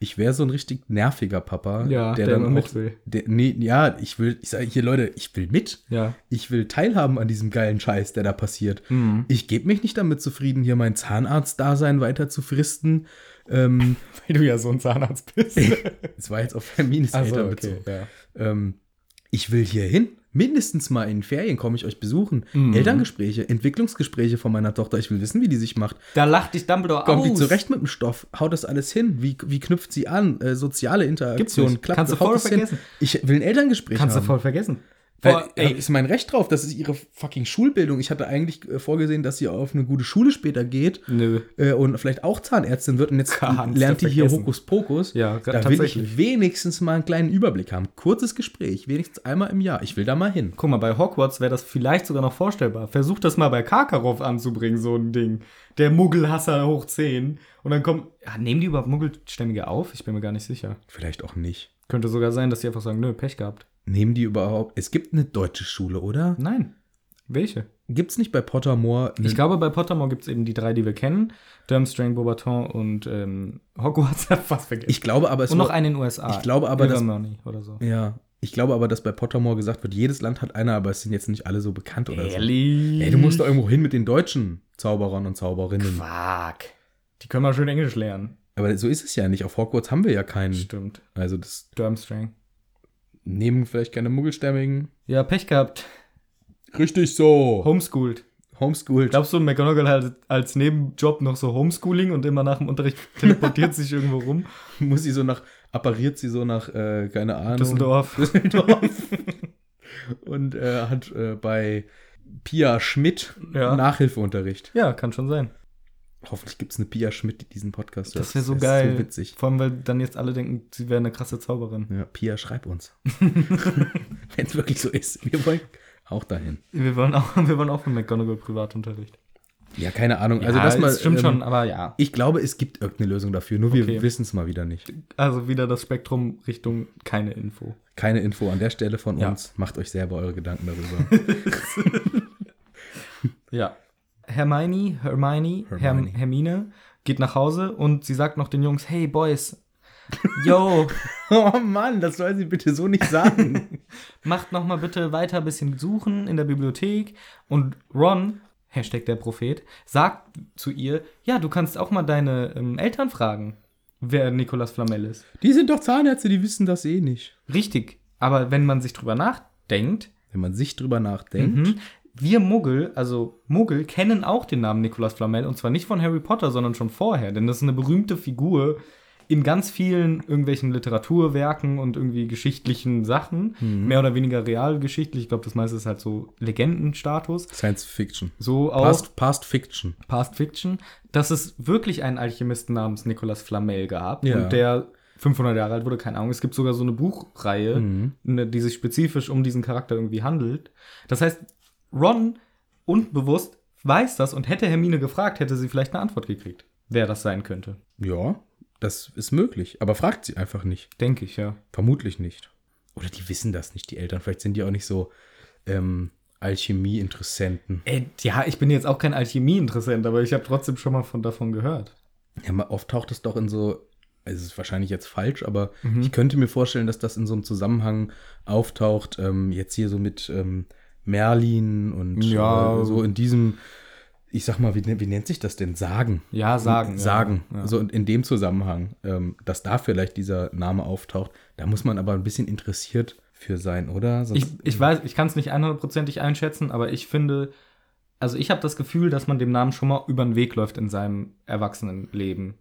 Speaker 2: Ich wäre so ein richtig nerviger Papa,
Speaker 1: Ja, der immer mit will.
Speaker 2: Der, nee, ja, ich will, ich sage hier, Leute, ich will mit.
Speaker 1: Ja.
Speaker 2: Ich will teilhaben an diesem geilen Scheiß, der da passiert.
Speaker 1: Mhm.
Speaker 2: Ich gebe mich nicht damit zufrieden, hier mein Zahnarzt-Dasein weiter zu fristen. Ähm,
Speaker 1: Weil du ja so ein Zahnarzt bist.
Speaker 2: das war jetzt auf Hermines
Speaker 1: Also,
Speaker 2: Eltern
Speaker 1: okay.
Speaker 2: bezogen.
Speaker 1: Ja.
Speaker 2: Ähm, ich will hier hin. Mindestens mal in Ferien komme ich euch besuchen.
Speaker 1: Mhm.
Speaker 2: Elterngespräche, Entwicklungsgespräche von meiner Tochter. Ich will wissen, wie die sich macht.
Speaker 1: Da lacht dich Dumbledore
Speaker 2: Kommt
Speaker 1: aus.
Speaker 2: die zurecht mit dem Stoff? Haut das alles hin? Wie, wie knüpft sie an? Äh, soziale
Speaker 1: Gibt's
Speaker 2: Interaktion.
Speaker 1: nicht.
Speaker 2: Klappt,
Speaker 1: Kannst du
Speaker 2: haut
Speaker 1: voll
Speaker 2: das hin?
Speaker 1: vergessen.
Speaker 2: Ich will ein Elterngespräch
Speaker 1: Kannst du
Speaker 2: haben.
Speaker 1: voll vergessen.
Speaker 2: Weil, äh,
Speaker 1: Boah, ey,
Speaker 2: ist mein Recht drauf. Das ist ihre fucking Schulbildung. Ich hatte eigentlich äh, vorgesehen, dass sie auf eine gute Schule später geht
Speaker 1: nö.
Speaker 2: äh, und vielleicht auch Zahnärztin wird und jetzt
Speaker 1: Kannst
Speaker 2: lernt
Speaker 1: du
Speaker 2: die hier
Speaker 1: vergessen.
Speaker 2: Hokuspokus.
Speaker 1: Ja, gra-
Speaker 2: da will
Speaker 1: tatsächlich.
Speaker 2: ich wenigstens mal einen kleinen Überblick haben. Kurzes Gespräch, wenigstens einmal im Jahr. Ich will da mal hin.
Speaker 1: Guck mal, bei Hogwarts wäre das vielleicht sogar noch vorstellbar. Versuch das mal bei Karkaroff anzubringen, so ein Ding. Der Muggelhasser hoch 10. Und dann kommen. Ja, nehmen die überhaupt Muggelstämmige auf? Ich bin mir gar nicht sicher.
Speaker 2: Vielleicht auch nicht.
Speaker 1: Könnte sogar sein, dass die einfach sagen, nö, Pech gehabt.
Speaker 2: Nehmen die überhaupt. Es gibt eine deutsche Schule, oder?
Speaker 1: Nein. Welche?
Speaker 2: Gibt es nicht bei Pottermore eine
Speaker 1: Ich glaube, bei Pottermore gibt es eben die drei, die wir kennen. Durmstrang, Beaubaton und ähm, Hogwarts. Hab fast vergessen.
Speaker 2: Ich glaube aber, es
Speaker 1: und noch
Speaker 2: war-
Speaker 1: einen in den USA.
Speaker 2: Ich glaube aber, dass-
Speaker 1: Livermore oder so.
Speaker 2: Ja. Ich glaube aber, dass bei Pottermore gesagt wird, jedes Land hat einer, aber es sind jetzt nicht alle so bekannt oder
Speaker 1: Ehrlich?
Speaker 2: so. Ey, du musst doch
Speaker 1: Mhm.
Speaker 2: irgendwo hin mit den deutschen Zauberern und Zauberinnen.
Speaker 1: Fuck. Die können mal schön Englisch lernen.
Speaker 2: Aber so ist es ja nicht. Auf Hogwarts haben wir ja keinen.
Speaker 1: Stimmt.
Speaker 2: Also das
Speaker 1: Durmstrang.
Speaker 2: nehmen vielleicht keine Muggelstämmigen.
Speaker 1: Ja, Pech gehabt.
Speaker 2: Richtig so.
Speaker 1: Homeschooled.
Speaker 2: Homeschooled.
Speaker 1: Glaubst du, McGonagall hat als Nebenjob noch so Homeschooling und immer nach dem Unterricht teleportiert sich irgendwo rum?
Speaker 2: muss sie so nach, appariert sie so nach, äh, keine Ahnung.
Speaker 1: Düsseldorf.
Speaker 2: Düsseldorf. und äh, hat äh, bei Pia Schmidt
Speaker 1: Ja.
Speaker 2: Nachhilfeunterricht.
Speaker 1: Ja, kann schon sein.
Speaker 2: Hoffentlich gibt es eine Pia Schmidt, die diesen Podcast
Speaker 1: Das
Speaker 2: hört.
Speaker 1: wäre so
Speaker 2: ist
Speaker 1: geil.
Speaker 2: So witzig.
Speaker 1: Vor allem, weil dann jetzt alle denken, sie wäre eine krasse Zauberin.
Speaker 2: Ja, Pia, schreib uns. Wenn es wirklich so ist. Wir wollen auch dahin.
Speaker 1: Wir wollen auch, wir wollen auch von McGonagall Privatunterricht.
Speaker 2: Ja, keine Ahnung. Also
Speaker 1: ja,
Speaker 2: das mal.
Speaker 1: es stimmt
Speaker 2: ähm,
Speaker 1: schon, aber ja.
Speaker 2: Ich glaube, es gibt irgendeine Lösung dafür, nur wir
Speaker 1: Okay.
Speaker 2: wissen es mal wieder nicht.
Speaker 1: Also wieder das Spektrum Richtung keine Info.
Speaker 2: Keine Info an der Stelle von
Speaker 1: Ja.
Speaker 2: uns. Macht euch selber eure Gedanken darüber.
Speaker 1: Ja. Hermione, Hermione, Herm
Speaker 2: Hermione.
Speaker 1: Hermine geht nach Hause und sie sagt noch den Jungs, hey Boys, yo,
Speaker 2: oh Mann, das soll sie bitte so nicht sagen.
Speaker 1: macht noch mal bitte weiter ein bisschen suchen in der Bibliothek. Und Ron, Hashtag der Prophet, sagt zu ihr, ja, du kannst auch mal deine ähm, Eltern fragen, wer Nicolas Flamel ist.
Speaker 2: die sind doch Zahnärzte, die wissen das eh nicht.
Speaker 1: Richtig, aber wenn man sich drüber nachdenkt,
Speaker 2: Wenn man sich drüber nachdenkt.
Speaker 1: Mhm. Wir Muggel, also Muggel, kennen auch den Namen Nicolas Flamel und zwar nicht von Harry Potter, sondern schon vorher, denn das ist eine berühmte Figur in ganz vielen irgendwelchen Literaturwerken und irgendwie geschichtlichen Sachen, mehr oder weniger realgeschichtlich. Ich glaube, das meiste ist halt so Legendenstatus.
Speaker 2: Science Fiction.
Speaker 1: So auch Past,
Speaker 2: Past, Past Fiction.
Speaker 1: Fiction, dass es wirklich einen Alchemisten namens Nicolas Flamel gab
Speaker 2: Ja.
Speaker 1: und der 500 Jahre alt wurde, keine Ahnung. Es gibt sogar so eine Buchreihe, ne, die sich spezifisch um diesen Charakter irgendwie handelt. Das heißt, Ron unbewusst weiß das und hätte Hermine gefragt, hätte sie vielleicht eine Antwort gekriegt, wer das sein könnte.
Speaker 2: Ja, das ist möglich. Aber fragt sie einfach nicht.
Speaker 1: Denke ich, ja.
Speaker 2: Vermutlich nicht. Oder die wissen das nicht, die Eltern. Vielleicht sind die auch nicht so ähm, Alchemie-Interessenten.
Speaker 1: Ey, ja, ich bin jetzt auch kein Alchemie-Interessent, aber ich habe trotzdem schon mal von, davon gehört.
Speaker 2: Ja, ma- oft taucht es doch in so, also es ist wahrscheinlich jetzt falsch, aber
Speaker 1: Mhm.
Speaker 2: ich könnte mir vorstellen, dass das in so einem Zusammenhang auftaucht, ähm, jetzt hier so mit ähm, Merlin und
Speaker 1: Ja.
Speaker 2: äh, so in diesem, ich sag mal, wie, nen- wie nennt sich das denn? Sagen.
Speaker 1: Ja, sagen.
Speaker 2: Sagen.
Speaker 1: Ja.
Speaker 2: So in, in dem Zusammenhang, ähm, dass da vielleicht dieser Name auftaucht. Da muss man aber ein bisschen interessiert für sein, oder?
Speaker 1: Ich,
Speaker 2: Sonst-
Speaker 1: ich weiß, ich kann es nicht 100%ig einschätzen, aber ich finde, also ich habe das Gefühl, dass man dem Namen schon mal über den Weg läuft in seinem Erwachsenenleben.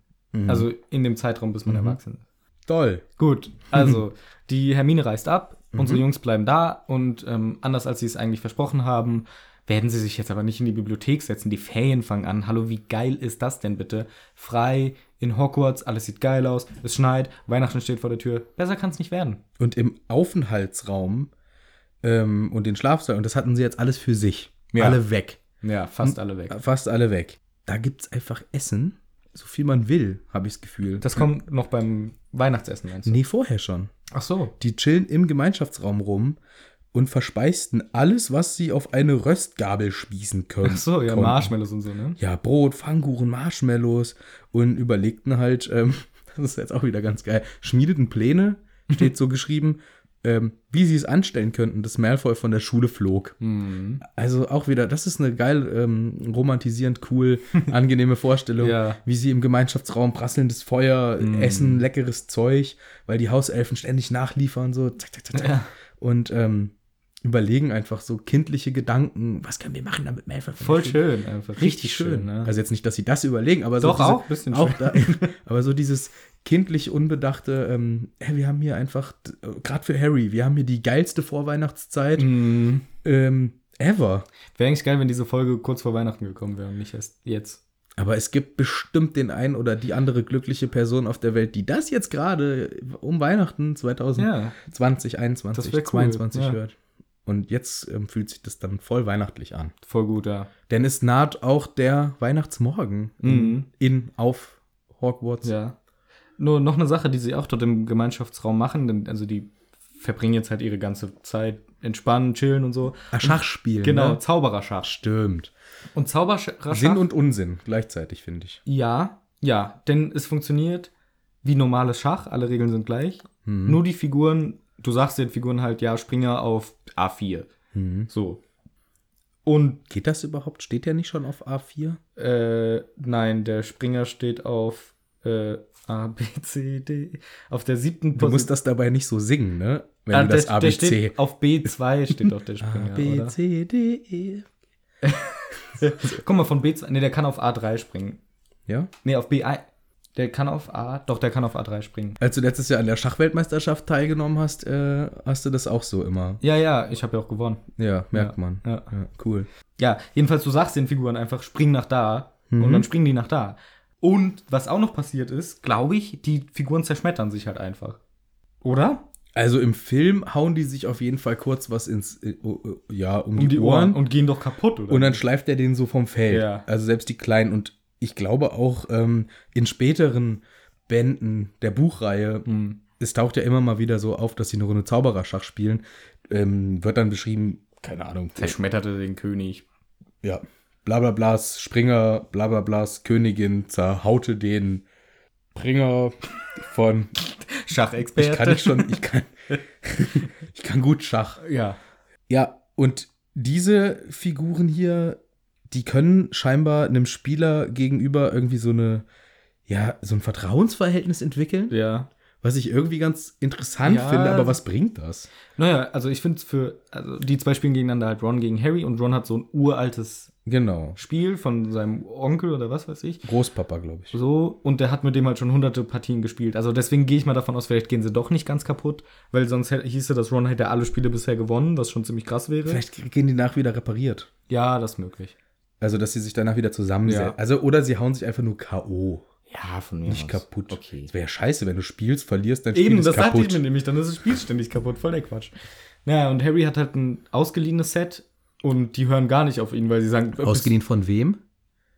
Speaker 1: Also in dem Zeitraum, bis man erwachsen ist.
Speaker 2: Toll.
Speaker 1: Gut, also Mhm. die Hermine reist ab, unsere Jungs bleiben da und ähm, anders als sie es eigentlich versprochen haben, werden sie sich jetzt aber nicht in die Bibliothek setzen. Die Ferien fangen an. Hallo, wie geil ist das denn bitte? Frei in Hogwarts, alles sieht geil aus, es schneit, Weihnachten steht vor der Tür. Besser kann es nicht werden.
Speaker 2: Und im Aufenthaltsraum ähm, und den Schlafsaal, und das hatten sie jetzt alles für sich.
Speaker 1: Ja.
Speaker 2: Alle weg.
Speaker 1: Ja, fast alle weg.
Speaker 2: Fast alle weg. Da gibt es einfach Essen, so viel man will, habe ich das Gefühl.
Speaker 1: Das kommt noch beim Weihnachtsessen, meinst du?
Speaker 2: nee, vorher schon.
Speaker 1: Ach so.
Speaker 2: Die chillen im Gemeinschaftsraum rum und verspeisten alles, was sie auf eine Röstgabel spießen können.
Speaker 1: Ach so, ja,
Speaker 2: konnten.
Speaker 1: Marshmallows und so, ne?
Speaker 2: Ja, Brot, Pfannkuchen, Marshmallows und überlegten halt, ähm, das ist jetzt auch wieder ganz geil, schmiedeten Pläne, steht so geschrieben, ähm, wie sie es anstellen könnten, dass Malfoy von der Schule flog.
Speaker 1: Hm.
Speaker 2: Also auch wieder, das ist eine geil, ähm, romantisierend, cool, angenehme Vorstellung,
Speaker 1: Ja.
Speaker 2: wie sie im Gemeinschaftsraum prasselndes Feuer,
Speaker 1: Mm.
Speaker 2: essen leckeres Zeug, weil die Hauselfen ständig nachliefern, so zack, zack, zack, zack. Und ähm, überlegen einfach so kindliche Gedanken, was können wir machen, damit Malfoy von der
Speaker 1: Voll
Speaker 2: Schule-
Speaker 1: schön, einfach.
Speaker 2: Richtig schön.
Speaker 1: ne?
Speaker 2: Also jetzt nicht, dass sie das überlegen, aber
Speaker 1: Doch,
Speaker 2: so diese,
Speaker 1: auch, bisschen
Speaker 2: auch
Speaker 1: schön.
Speaker 2: da, aber so dieses kindlich unbedachte, ähm, hey, wir haben hier einfach äh, gerade für Harry, wir haben hier die geilste Vorweihnachtszeit
Speaker 1: Hm.
Speaker 2: ähm, ever.
Speaker 1: Wäre eigentlich geil, wenn diese Folge kurz vor Weihnachten gekommen wäre und nicht erst jetzt.
Speaker 2: Aber es gibt bestimmt den einen oder die andere glückliche Person auf der Welt, die das jetzt gerade um Weihnachten 2020,
Speaker 1: Ja.
Speaker 2: 21,
Speaker 1: Das wär cool,
Speaker 2: 22
Speaker 1: ja.
Speaker 2: hört. Und jetzt ähm, fühlt sich das dann voll weihnachtlich an.
Speaker 1: Voll gut, ja.
Speaker 2: Denn es naht auch der Weihnachtsmorgen
Speaker 1: Mhm.
Speaker 2: in auf Hogwarts.
Speaker 1: Ja. Nur noch eine Sache, die sie auch dort im Gemeinschaftsraum machen, denn also die verbringen jetzt halt ihre ganze Zeit entspannen, chillen und so.
Speaker 2: Ach, Ah, Schachspielen.
Speaker 1: Genau,
Speaker 2: Ne?
Speaker 1: Zaubererschach.
Speaker 2: Stimmt.
Speaker 1: Und Zaubererschach.
Speaker 2: Sinn und Unsinn gleichzeitig, finde ich.
Speaker 1: ja, ja, denn es funktioniert wie normales Schach, alle Regeln sind gleich.
Speaker 2: Hm.
Speaker 1: Nur die Figuren, du sagst den Figuren halt, ja, Springer auf A4. So. Und
Speaker 2: Hm. Geht das überhaupt? Steht der nicht schon auf A4?
Speaker 1: Äh, nein, der Springer steht auf äh, A, B, C, D. Auf der siebten
Speaker 2: Du
Speaker 1: Posi-
Speaker 2: musst das dabei nicht so singen, ne? Wenn
Speaker 1: Ah,
Speaker 2: du das
Speaker 1: der, der
Speaker 2: ABC.
Speaker 1: steht auf B2 steht doch der Springer, oder?
Speaker 2: Ah, C, D, E.
Speaker 1: Guck mal, von B2. Nee, der kann auf A3 springen.
Speaker 2: Ja?
Speaker 1: Nee, auf B1. Der kann auf A. Doch, der kann auf A3 springen.
Speaker 2: Als du letztes Jahr an der Schachweltmeisterschaft teilgenommen hast, äh, hast du das auch so immer.
Speaker 1: Ja, ja, ich habe ja auch gewonnen.
Speaker 2: Ja, merkt
Speaker 1: Ja,
Speaker 2: man.
Speaker 1: ja.
Speaker 2: cool.
Speaker 1: Ja, jedenfalls, du sagst den Figuren einfach, spring nach da. Und
Speaker 2: Mhm.
Speaker 1: dann springen die nach da. Und was auch noch passiert ist, glaube ich, die Figuren zerschmettern sich halt einfach. Oder?
Speaker 2: Also im Film hauen die sich auf jeden Fall kurz was ins, äh, oh, oh, ja, um,
Speaker 1: Um
Speaker 2: die, Ohren.
Speaker 1: und gehen doch kaputt, oder?
Speaker 2: Und dann schleift er den so vom Feld.
Speaker 1: Ja.
Speaker 2: Also selbst die Kleinen. Und ich glaube auch ähm, in späteren Bänden der Buchreihe,
Speaker 1: Hm.
Speaker 2: es taucht ja immer mal wieder so auf, dass sie eine Runde Zaubererschach spielen, ähm, wird dann beschrieben, keine Ahnung,
Speaker 1: Zerschmetterte den König.
Speaker 2: ja, blablablas, Springer, blablablas, Königin, zerhaute den Bringer von, ich
Speaker 1: Schachexperte.
Speaker 2: kann nicht schon, ich kann, ich kann gut Schach.
Speaker 1: Ja.
Speaker 2: Ja, und diese Figuren hier, die können scheinbar einem Spieler gegenüber irgendwie so eine, ja, so ein Vertrauensverhältnis entwickeln,
Speaker 1: Ja.
Speaker 2: was ich irgendwie ganz interessant
Speaker 1: Ja.
Speaker 2: finde, aber was bringt das?
Speaker 1: Naja, also ich finde es für, also die zwei spielen gegeneinander halt Ron gegen Harry und Ron hat so ein uraltes
Speaker 2: Genau.
Speaker 1: Spiel von seinem Onkel oder was weiß ich.
Speaker 2: Großpapa, glaube ich.
Speaker 1: So, und der hat mit dem halt schon hunderte Partien gespielt. Also deswegen gehe ich mal davon aus, vielleicht gehen sie doch nicht ganz kaputt, weil sonst hä- hieße das, Ron hätte alle Spiele bisher gewonnen, was schon ziemlich krass wäre.
Speaker 2: Vielleicht gehen die nach wieder repariert.
Speaker 1: Ja, das ist möglich.
Speaker 2: Also, dass sie sich danach wieder zusammensetzen.
Speaker 1: Ja.
Speaker 2: Also, oder sie hauen sich einfach nur K.O.
Speaker 1: Ja, von mir
Speaker 2: Nicht kaputt.
Speaker 1: Okay.
Speaker 2: Das wäre ja scheiße, wenn du spielst, verlierst, dein Spiel
Speaker 1: Eben,
Speaker 2: ist
Speaker 1: das sagte
Speaker 2: kaputt.
Speaker 1: ich mir nämlich, dann ist das Spiel ständig kaputt, voll der Quatsch. Naja, und Harry hat halt ein ausgeliehenes Set und die hören gar nicht auf ihn, weil sie sagen, äh,
Speaker 2: Ausgeliehen von wem?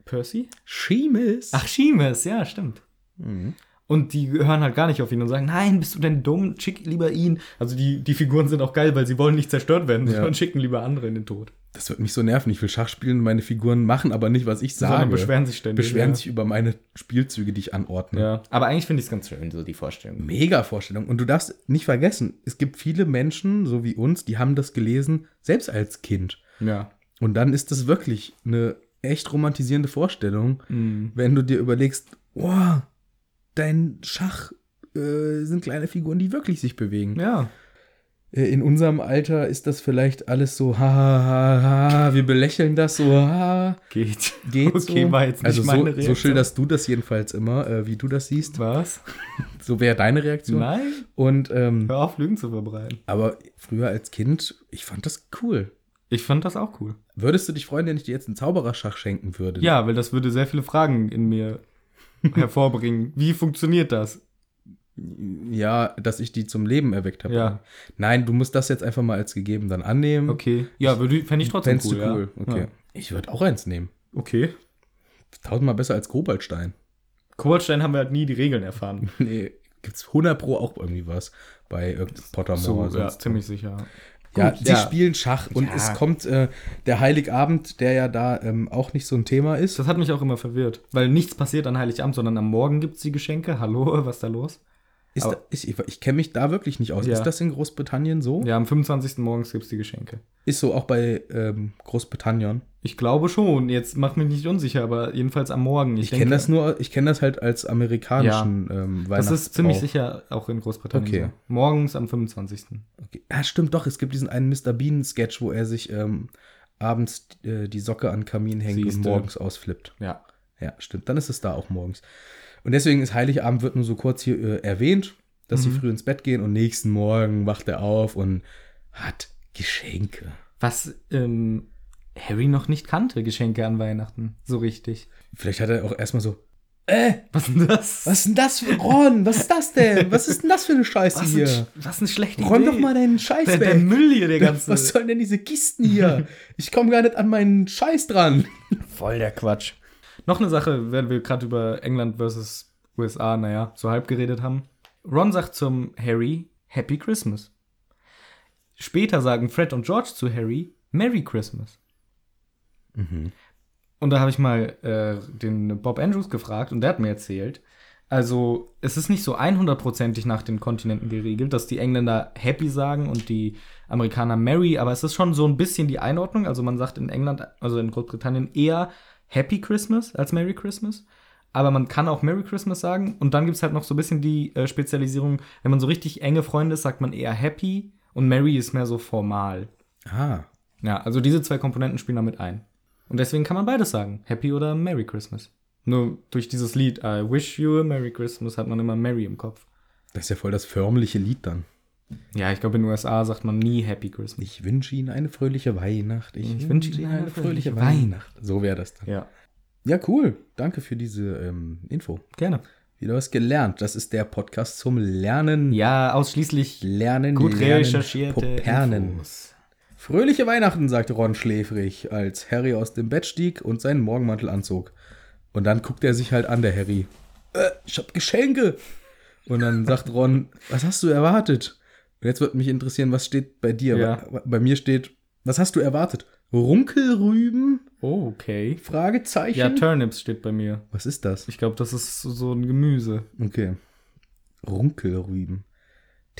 Speaker 1: Percy?
Speaker 2: Schemes.
Speaker 1: Ach, Schiemes, ja, stimmt.
Speaker 2: Mhm.
Speaker 1: Und die hören halt gar nicht auf ihn und sagen, nein, bist du denn dumm, schick lieber ihn. Also die, die Figuren sind auch geil, weil sie wollen nicht zerstört werden,
Speaker 2: Ja.
Speaker 1: sondern schicken lieber andere in den Tod.
Speaker 2: Das wird mich so nerven. Ich will Schach spielen, meine Figuren machen aber nicht, was ich sage.
Speaker 1: Sondern beschweren sich ständig.
Speaker 2: beschweren
Speaker 1: ja.
Speaker 2: sich über meine Spielzüge, die ich anordne.
Speaker 1: Ja. Aber eigentlich finde ich es ganz schön, so die Vorstellung.
Speaker 2: Mega Vorstellung. Und du darfst nicht vergessen, es gibt viele Menschen, so wie uns, die haben das gelesen, selbst als Kind.
Speaker 1: Ja.
Speaker 2: Und dann ist das wirklich eine echt romantisierende Vorstellung,
Speaker 1: Mhm.
Speaker 2: wenn du dir überlegst, oh, dein Schach äh, sind kleine Figuren, die wirklich sich bewegen.
Speaker 1: Ja.
Speaker 2: Äh, In unserem Alter ist das vielleicht alles so, ha, ha, ha, ha, wir belächeln das so, ha,
Speaker 1: Geht.
Speaker 2: geht
Speaker 1: Okay,
Speaker 2: so.
Speaker 1: war jetzt nicht
Speaker 2: also
Speaker 1: meine
Speaker 2: so, so
Speaker 1: Reaktion.
Speaker 2: schilderst du das jedenfalls immer, äh, wie du das siehst.
Speaker 1: Was?
Speaker 2: So wäre deine Reaktion.
Speaker 1: Nein?
Speaker 2: Und ähm,
Speaker 1: Hör auf, Lügen zu verbreiten.
Speaker 2: aber früher als Kind, ich fand das cool.
Speaker 1: Ich fand das auch cool.
Speaker 2: Würdest du dich freuen, wenn ich dir jetzt einen Zaubererschach schenken würde?
Speaker 1: Ja, weil das würde sehr viele Fragen in mir hervorbringen. Wie funktioniert das?
Speaker 2: Ja, dass ich die zum Leben erweckt habe.
Speaker 1: Ja.
Speaker 2: Nein, du musst das jetzt einfach mal als gegeben dann annehmen.
Speaker 1: Okay. Ja, würde fände ich trotzdem
Speaker 2: Fändst
Speaker 1: cool.
Speaker 2: du cool.
Speaker 1: Ja.
Speaker 2: Okay.
Speaker 1: Ja.
Speaker 2: Ich würde auch eins nehmen.
Speaker 1: Okay.
Speaker 2: Tausendmal besser als Kobaltstein.
Speaker 1: Kobaltstein haben wir halt nie die Regeln erfahren.
Speaker 2: nee, gibt's 100 Pro auch irgendwie was bei irgendeinem Pottermore
Speaker 1: So,
Speaker 2: oder
Speaker 1: ja,
Speaker 2: sonst
Speaker 1: ziemlich sicher.
Speaker 2: Ja,
Speaker 1: Gut,
Speaker 2: sie
Speaker 1: ja.
Speaker 2: spielen Schach und
Speaker 1: Ja.
Speaker 2: es kommt äh, der Heiligabend, der ja da ähm, auch nicht so ein Thema ist.
Speaker 1: Das hat mich auch immer verwirrt, weil nichts passiert an Heiligabend, sondern am Morgen gibt es die Geschenke. Hallo, was ist da los?
Speaker 2: ist
Speaker 1: aber-
Speaker 2: da, ich ich, ich kenne mich da wirklich nicht aus.
Speaker 1: Ja.
Speaker 2: Ist das in Großbritannien so?
Speaker 1: Ja, am 25. morgens gibt es die Geschenke.
Speaker 2: Ist so auch bei ähm, Großbritannien.
Speaker 1: Ich glaube schon. Jetzt mach mich nicht unsicher, aber jedenfalls am Morgen.
Speaker 2: Ich,
Speaker 1: denke-
Speaker 2: kenne das nur, ich kenne das halt als amerikanischen ähm,
Speaker 1: Das
Speaker 2: Weihnachtsbrauch.
Speaker 1: ist ziemlich sicher auch in Großbritannien.
Speaker 2: Okay.
Speaker 1: So. Morgens am 25.
Speaker 2: Okay. Ah, stimmt doch, es gibt diesen einen Mr. Bean-Sketch, wo er sich ähm, abends äh, die Socke an den Kamin hängt und
Speaker 1: Siehste.
Speaker 2: morgens ausflippt.
Speaker 1: Ja.
Speaker 2: Ja, stimmt. Dann ist es da auch morgens. Und deswegen ist Heiligabend wird nur so kurz hier äh, erwähnt, dass sie
Speaker 1: Mhm.
Speaker 2: früh ins Bett gehen und nächsten Morgen wacht er auf und hat Geschenke.
Speaker 1: Was ähm, Harry noch nicht kannte, Geschenke an Weihnachten. So richtig.
Speaker 2: Vielleicht hat er auch erstmal so, äh,
Speaker 1: Was ist denn das?
Speaker 2: was ist denn das für Ron? Was ist das denn? Was ist denn das für eine Scheiße
Speaker 1: Was ein,
Speaker 2: hier?
Speaker 1: Sch- was eine schlechte
Speaker 2: Räum
Speaker 1: Idee.
Speaker 2: doch mal deinen Scheiß
Speaker 1: der, der
Speaker 2: weg.
Speaker 1: Müll hier, der ganze.
Speaker 2: Was sollen denn diese Kisten hier? Ich komme gar nicht an meinen Scheiß dran.
Speaker 1: Voll der Quatsch. Noch eine Sache, wenn wir gerade über England versus USA, naja, so halb geredet haben. Ron sagt zum Harry Happy Christmas. Später sagen Fred und George zu Harry Merry Christmas. Mhm. Und da habe ich mal äh, den Bob Andrews gefragt und der hat mir erzählt, also es ist nicht so 100%ig nach den Kontinenten geregelt, dass die Engländer Happy sagen und die Amerikaner Merry, aber es ist schon so ein bisschen die Einordnung. Also man sagt in England, also in Großbritannien eher Happy Christmas als Merry Christmas. Aber man kann auch Merry Christmas sagen. Und dann gibt es halt noch so ein bisschen die äh, Spezialisierung, wenn man so richtig enge Freunde ist, sagt man eher Happy und Merry ist mehr so formal.
Speaker 2: Ah,
Speaker 1: Ja, also diese zwei Komponenten spielen damit ein. Und deswegen kann man beides sagen, Happy oder Merry Christmas. Nur durch dieses Lied I wish you a Merry Christmas hat man immer Merry im Kopf.
Speaker 2: das ist ja voll das förmliche Lied dann.
Speaker 1: Ja, ich glaube in den USA sagt man nie Happy Christmas.
Speaker 2: Ich wünsche Ihnen eine fröhliche Weihnacht. Ich,
Speaker 1: wünsche Ihnen eine fröhliche
Speaker 2: So wäre das dann.
Speaker 1: Ja,
Speaker 2: Ja, cool. Danke für diese ähm, Info.
Speaker 1: gerne.
Speaker 2: Wieder was gelernt. Das ist der Podcast zum Lernen.
Speaker 1: Ja, ausschließlich
Speaker 2: Lernen,
Speaker 1: gut
Speaker 2: lernen,
Speaker 1: recherchierte
Speaker 2: Popernen.
Speaker 1: Infos.
Speaker 2: Fröhliche Weihnachten, sagte Ron schläfrig, als Harry aus dem Bett stieg und seinen Morgenmantel anzog. Und dann guckte er sich halt an, der Harry. Äh, ich hab Geschenke. Und dann sagt Ron, was hast du erwartet? Und jetzt würde mich interessieren, was steht bei dir?
Speaker 1: Ja.
Speaker 2: Bei, bei mir steht, was hast du erwartet? Runkelrüben?
Speaker 1: Oh, okay.
Speaker 2: Fragezeichen?
Speaker 1: Ja, Turnips steht bei mir.
Speaker 2: was ist das?
Speaker 1: Ich glaube, das ist so ein Gemüse.
Speaker 2: Okay. Runkelrüben.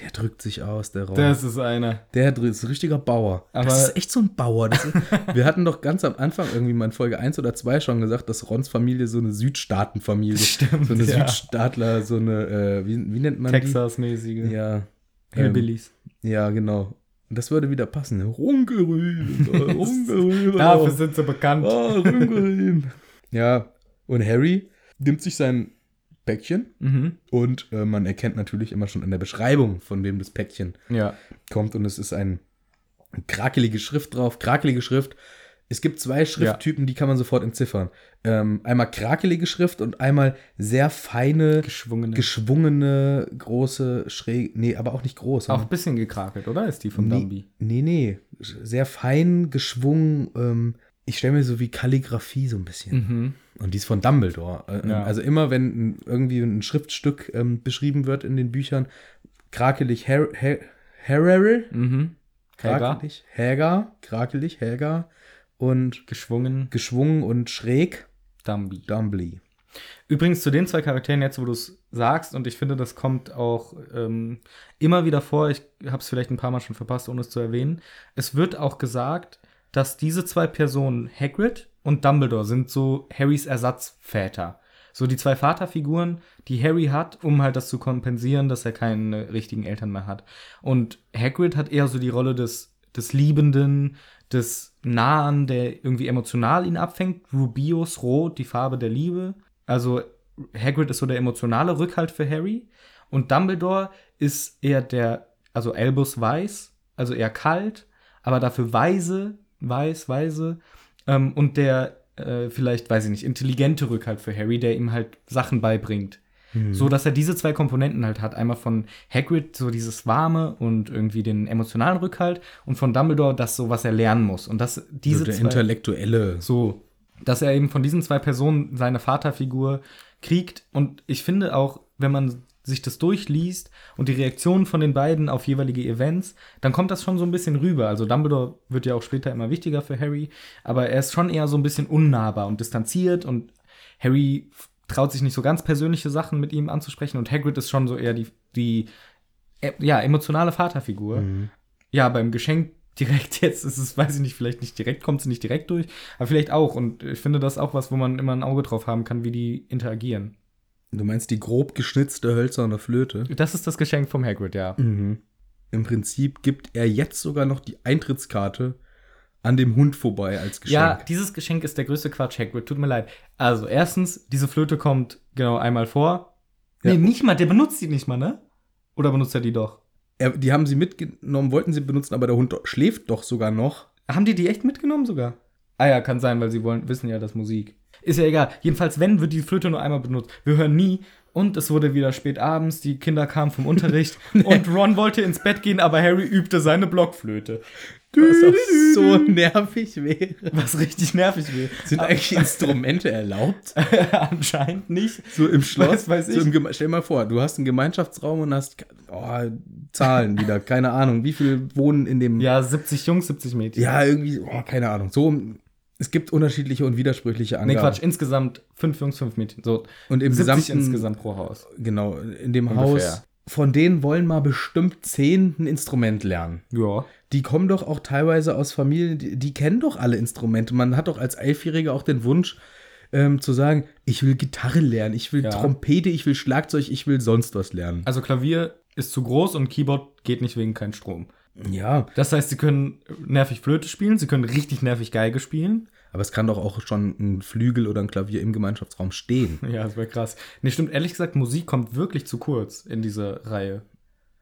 Speaker 2: Der drückt sich aus, der Ron.
Speaker 1: Das ist einer.
Speaker 2: Der dr- ist ein richtiger Bauer.
Speaker 1: Aber-
Speaker 2: das ist echt so ein Bauer. Das ist, wir hatten doch ganz am Anfang irgendwie mal in Folge 1 oder 2 schon gesagt, dass Rons Familie so eine Südstaatenfamilie ist.
Speaker 1: Stimmt,
Speaker 2: So eine
Speaker 1: ja.
Speaker 2: Südstaatler, so eine, äh, wie, wie nennt man die?
Speaker 1: Texas-mäßige.
Speaker 2: Ja. Ähm,
Speaker 1: Hillbillies.
Speaker 2: ja, genau. Und Das würde wieder passen. Runkelrüben. äh, Runkelrüben.
Speaker 1: Dafür sind sie bekannt.
Speaker 2: Ah, Runkelrüben. ja. Und Harry nimmt sich sein Päckchen
Speaker 1: Mhm.
Speaker 2: und äh, man erkennt natürlich immer schon an der Beschreibung, von wem das Päckchen
Speaker 1: Ja.
Speaker 2: kommt und es ist ein krakelige Schrift drauf, krakelige Schrift. Es gibt zwei Schrifttypen, die kann man sofort entziffern. Ähm, einmal krakelige Schrift und einmal sehr feine,
Speaker 1: Geschwungene.
Speaker 2: geschwungene, große, schräg, nee, aber auch nicht groß.
Speaker 1: Auch ein
Speaker 2: sondern-
Speaker 1: bisschen gekrakelt, oder? Ist die vom
Speaker 2: nee,
Speaker 1: Dumbi.
Speaker 2: nee, nee, sehr fein, geschwungen, ähm, ich stelle mir so wie Kalligrafie so ein bisschen.
Speaker 1: Mhm.
Speaker 2: Und die ist von Dumbledore. Äh,
Speaker 1: Ja.
Speaker 2: Also immer, wenn ein- irgendwie ein Schriftstück ähm, beschrieben wird in den Büchern, krakelig Her Her Herrerl,
Speaker 1: Mhm. Helga.
Speaker 2: Krakelig, Häger, krakelig, Häger und
Speaker 1: Geschwungen.
Speaker 2: geschwungen und schräg
Speaker 1: Dumbi.
Speaker 2: Dumbly.
Speaker 1: Übrigens zu den zwei Charakteren jetzt, wo du es sagst, und ich finde, das kommt auch ähm, immer wieder vor. Ich habe es vielleicht ein paar Mal schon verpasst, ohne es zu erwähnen. Es wird auch gesagt, dass diese zwei Personen, Hagrid und Dumbledore, sind so Harrys Ersatzväter. So die zwei Vaterfiguren, die Harry hat, um halt das zu kompensieren, dass er keine richtigen Eltern mehr hat. Und Hagrid hat eher so die Rolle des, des Liebenden, des Nahen, der irgendwie emotional ihn abfängt. Rubius, Rot, die Farbe der Liebe. Also Hagrid ist so der emotionale Rückhalt für Harry. Und Dumbledore ist eher der, also Albus weiß, also eher kalt, aber dafür weise, weiß, weise. Ähm, und der äh, vielleicht, weiß ich nicht, intelligentere halt für Harry, der ihm halt Sachen beibringt.
Speaker 2: Hm.
Speaker 1: So, dass er diese zwei Komponenten halt hat. Einmal von Hagrid so dieses Warme und irgendwie den emotionalen Rückhalt und von Dumbledore das so, was er lernen muss. Und dass diese
Speaker 2: so der
Speaker 1: zwei,
Speaker 2: Intellektuelle.
Speaker 1: so, dass er eben von diesen zwei Personen seine Vaterfigur kriegt. Und ich finde auch, wenn man sich das durchliest und die Reaktionen von den beiden auf jeweilige Events, dann kommt das schon so ein bisschen rüber. Also Dumbledore wird ja auch später immer wichtiger für Harry, aber er ist schon eher so ein bisschen unnahbar und distanziert und Harry f- traut sich nicht so ganz persönliche Sachen mit ihm anzusprechen und Hagrid ist schon so eher die, die äh, ja, emotionale
Speaker 2: Mhm.
Speaker 1: Vaterfigur ja, beim Geschenk direkt jetzt ist es, weiß ich nicht, vielleicht nicht direkt, kommt sie nicht direkt durch, aber vielleicht auch. Und ich finde das auch was, wo man immer ein Auge drauf haben kann, wie die interagieren.
Speaker 2: Du meinst die grob geschnitzte hölzerne Flöte?
Speaker 1: Das ist das Geschenk vom Hagrid, ja.
Speaker 2: Mhm. Im Prinzip gibt er jetzt sogar noch die Eintrittskarte an dem Hund vorbei als Geschenk.
Speaker 1: Ja, dieses Geschenk ist der größte Quatsch, Hagrid, tut mir leid. Also, erstens, diese Flöte kommt genau einmal vor.
Speaker 2: Ja.
Speaker 1: Nee, nicht mal, der benutzt die nicht mal, ne? Oder benutzt er die doch?
Speaker 2: er, die haben sie mitgenommen, wollten sie benutzen, aber der Hund do- schläft doch sogar noch.
Speaker 1: Haben die die echt mitgenommen sogar? Ah ja, kann sein, weil sie wollen, wissen ja, dass Musik. Ist ja egal. Jedenfalls, wenn, wird die Flöte nur einmal benutzt. Wir hören nie. Und es wurde wieder spät abends, die Kinder kamen vom Unterricht und Ron wollte ins Bett gehen, aber Harry übte seine Blockflöte.
Speaker 2: Was auch so nervig wäre.
Speaker 1: Was richtig nervig wäre.
Speaker 2: Sind eigentlich Instrumente erlaubt?
Speaker 1: Anscheinend nicht.
Speaker 2: So im Schloss?
Speaker 1: Was weiß
Speaker 2: So
Speaker 1: ich.
Speaker 2: im Geme- stell dir mal vor, du hast einen Gemeinschaftsraum und hast ke- oh, Zahlen wieder, keine Ahnung, wie viel wohnen in dem.
Speaker 1: Ja, 70 Jungs, 70 Mädchen.
Speaker 2: ja irgendwie, oh, keine Ahnung. So, es gibt unterschiedliche und widersprüchliche
Speaker 1: Nee,
Speaker 2: Angaben.
Speaker 1: Quatsch, insgesamt 5 Jungs, 5 Mädchen. So,
Speaker 2: Und im
Speaker 1: 70
Speaker 2: gesamten,
Speaker 1: insgesamt pro Haus.
Speaker 2: genau, in dem
Speaker 1: Ungefähr.
Speaker 2: Haus, von denen wollen mal bestimmt zehn ein Instrument lernen.
Speaker 1: Ja.
Speaker 2: Die kommen doch auch teilweise aus Familien, die, die kennen doch alle Instrumente. Man hat doch als Elfjähriger auch den Wunsch, ähm, zu sagen, ich will Gitarre lernen, ich will
Speaker 1: Ja.
Speaker 2: Trompete, ich will Schlagzeug, ich will sonst was lernen.
Speaker 1: Also Klavier ist zu groß und Keyboard geht nicht wegen kein Strom.
Speaker 2: Ja,
Speaker 1: Das heißt, sie können nervig Flöte spielen, sie können richtig nervig Geige spielen.
Speaker 2: aber es kann doch auch schon ein Flügel oder ein Klavier im Gemeinschaftsraum stehen.
Speaker 1: Ja, das wäre krass. Nee, stimmt, ehrlich gesagt, Musik kommt wirklich zu kurz in diese Reihe.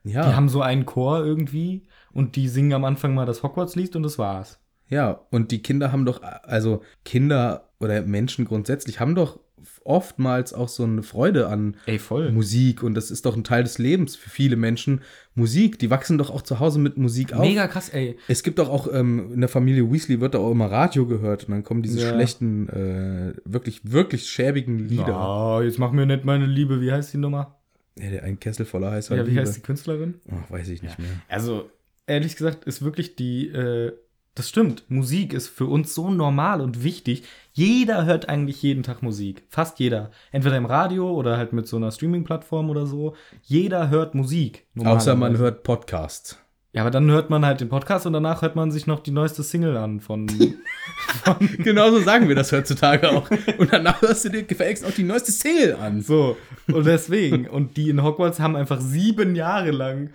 Speaker 2: Ja,
Speaker 1: Die haben so einen Chor irgendwie und die singen am Anfang mal das Hogwarts-Lied und das war's.
Speaker 2: ja, und die Kinder haben doch, also Kinder oder Menschen grundsätzlich haben doch oftmals auch so eine Freude an
Speaker 1: Ey, voll.
Speaker 2: Musik und das ist doch ein Teil des Lebens für viele Menschen. Musik, die wachsen doch auch zu Hause mit Musik auf.
Speaker 1: Mega krass, ey.
Speaker 2: Es gibt doch auch ähm, in der Familie Weasley wird da auch immer Radio gehört und dann kommen diese
Speaker 1: Ja.
Speaker 2: schlechten, äh, wirklich, wirklich schäbigen Lieder.
Speaker 1: Oh, jetzt mach mir nicht meine Liebe. Wie heißt die Nummer?
Speaker 2: Ja, der ein Kessel voller heißer
Speaker 1: Ja, wie
Speaker 2: Liebe.
Speaker 1: heißt die Künstlerin?
Speaker 2: Ach, weiß ich nicht mehr.
Speaker 1: Also, ehrlich gesagt, ist wirklich die, äh, das stimmt, Musik ist für uns so normal und wichtig. Jeder hört eigentlich jeden Tag Musik. Fast jeder. Entweder im Radio oder halt mit so einer Streaming-Plattform oder so. Jeder hört Musik.
Speaker 2: Außer man
Speaker 1: normalerweise.
Speaker 2: hört Podcasts.
Speaker 1: Ja, aber dann hört man halt den Podcast und danach hört man sich noch die neueste Single an von.
Speaker 2: Genauso sagen wir das heutzutage auch. Und danach hörst du dir gefälligst auch die neueste Single an.
Speaker 1: so. Und deswegen. Und die in Hogwarts haben einfach sieben Jahre lang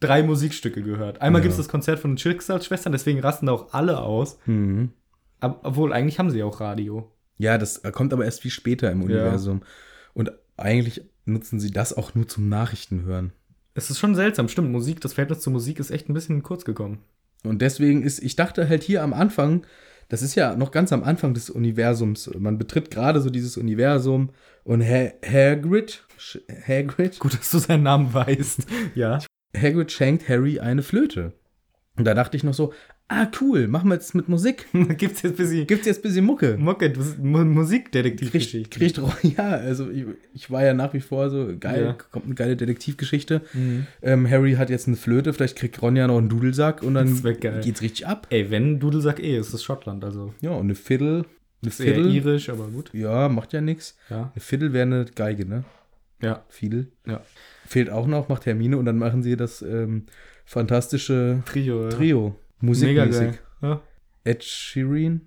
Speaker 1: drei Musikstücke gehört. Einmal
Speaker 2: Ja.
Speaker 1: gibt's das Konzert von den Schicksalsschwestern, deswegen rasten da auch alle aus. Ob- Obwohl, eigentlich haben sie ja auch Radio.
Speaker 2: Ja, das kommt aber erst viel später im
Speaker 1: Ja.
Speaker 2: Universum. Und eigentlich nutzen sie das auch nur zum Nachrichten hören.
Speaker 1: Es ist schon seltsam, stimmt. Musik, das Verhältnis zur Musik ist echt ein bisschen kurz gekommen.
Speaker 2: Und deswegen ist, ich dachte halt hier am Anfang, das ist ja noch ganz am Anfang des Universums. Man betritt gerade so dieses Universum und ha Hagrid, Sch- Hagrid,
Speaker 1: Gut, dass du seinen Namen weißt. ja.
Speaker 2: Hagrid schenkt Harry eine Flöte. Und da dachte ich noch so, ah cool, machen wir jetzt mit Musik.
Speaker 1: Gibt's jetzt ein bisschen.
Speaker 2: Gibt's jetzt ein bisschen Mucke?
Speaker 1: Mucke, du bist Mu-
Speaker 2: kriegt,
Speaker 1: Musikdetektivgeschichte.
Speaker 2: kriegt ja, also ich, ich war ja nach wie vor so geil,
Speaker 1: Ja.
Speaker 2: kommt eine geile Detektivgeschichte. Ähm, Harry hat jetzt eine Flöte, vielleicht kriegt Ron ja noch einen Dudelsack und dann
Speaker 1: Das wär geil.
Speaker 2: geht's richtig ab.
Speaker 1: Ey, wenn Dudelsack eh, ist es Schottland, also.
Speaker 2: Ja, und eine Fiddle, eine
Speaker 1: Ist eher
Speaker 2: Fiddle,
Speaker 1: irisch, aber gut.
Speaker 2: ja, macht ja nichts.
Speaker 1: Ja.
Speaker 2: Eine Fiddle wäre eine Geige, ne?
Speaker 1: Ja.
Speaker 2: Fiddle.
Speaker 1: Ja.
Speaker 2: Fehlt auch noch, macht Hermine und dann machen sie das ähm, fantastische
Speaker 1: Trio. Trio.
Speaker 2: Trio.
Speaker 1: Mega
Speaker 2: Musikmäßig.
Speaker 1: geil. Ja.
Speaker 2: Ed Sheeran,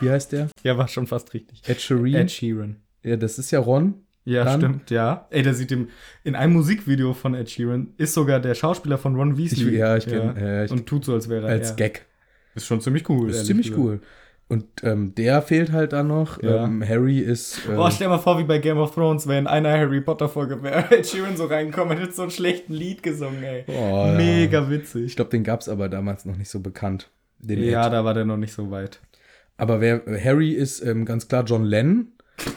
Speaker 2: wie heißt der?
Speaker 1: ja, war schon fast richtig.
Speaker 2: Ed Sheeran.
Speaker 1: Ed Sheeran.
Speaker 2: ja, das ist ja Ron.
Speaker 1: Ja,
Speaker 2: Dann-
Speaker 1: stimmt, ja. Ey, der sieht im, in einem Musikvideo von Ed Sheeran ist sogar der Schauspieler von Ron
Speaker 2: Ich,
Speaker 1: Weasley.
Speaker 2: ja, ich kenne. Ja. ich-
Speaker 1: Und tut so, als wäre er.
Speaker 2: als
Speaker 1: er.
Speaker 2: Gag.
Speaker 1: Ist schon ziemlich cool.
Speaker 2: Das ist
Speaker 1: ehrlich
Speaker 2: ziemlich
Speaker 1: gesagt.
Speaker 2: cool. Und ähm, der fehlt halt dann noch.
Speaker 1: Ja.
Speaker 2: Ähm, Harry ist. Äh,
Speaker 1: Oh, stell mal vor, wie bei Game of Thrones, wenn einer Harry Potter Folge wäre, Ed Sheeran so reinkommen und hätte so ein schlechtes Lied gesungen, ey.
Speaker 2: oh, ja.
Speaker 1: Mega
Speaker 2: Ich
Speaker 1: witzig.
Speaker 2: glaube, den gab es aber damals noch nicht so bekannt. Den
Speaker 1: ja,
Speaker 2: Ed.
Speaker 1: da war der noch nicht so weit.
Speaker 2: Aber wer, Harry ist ähm, ganz klar John Lennon.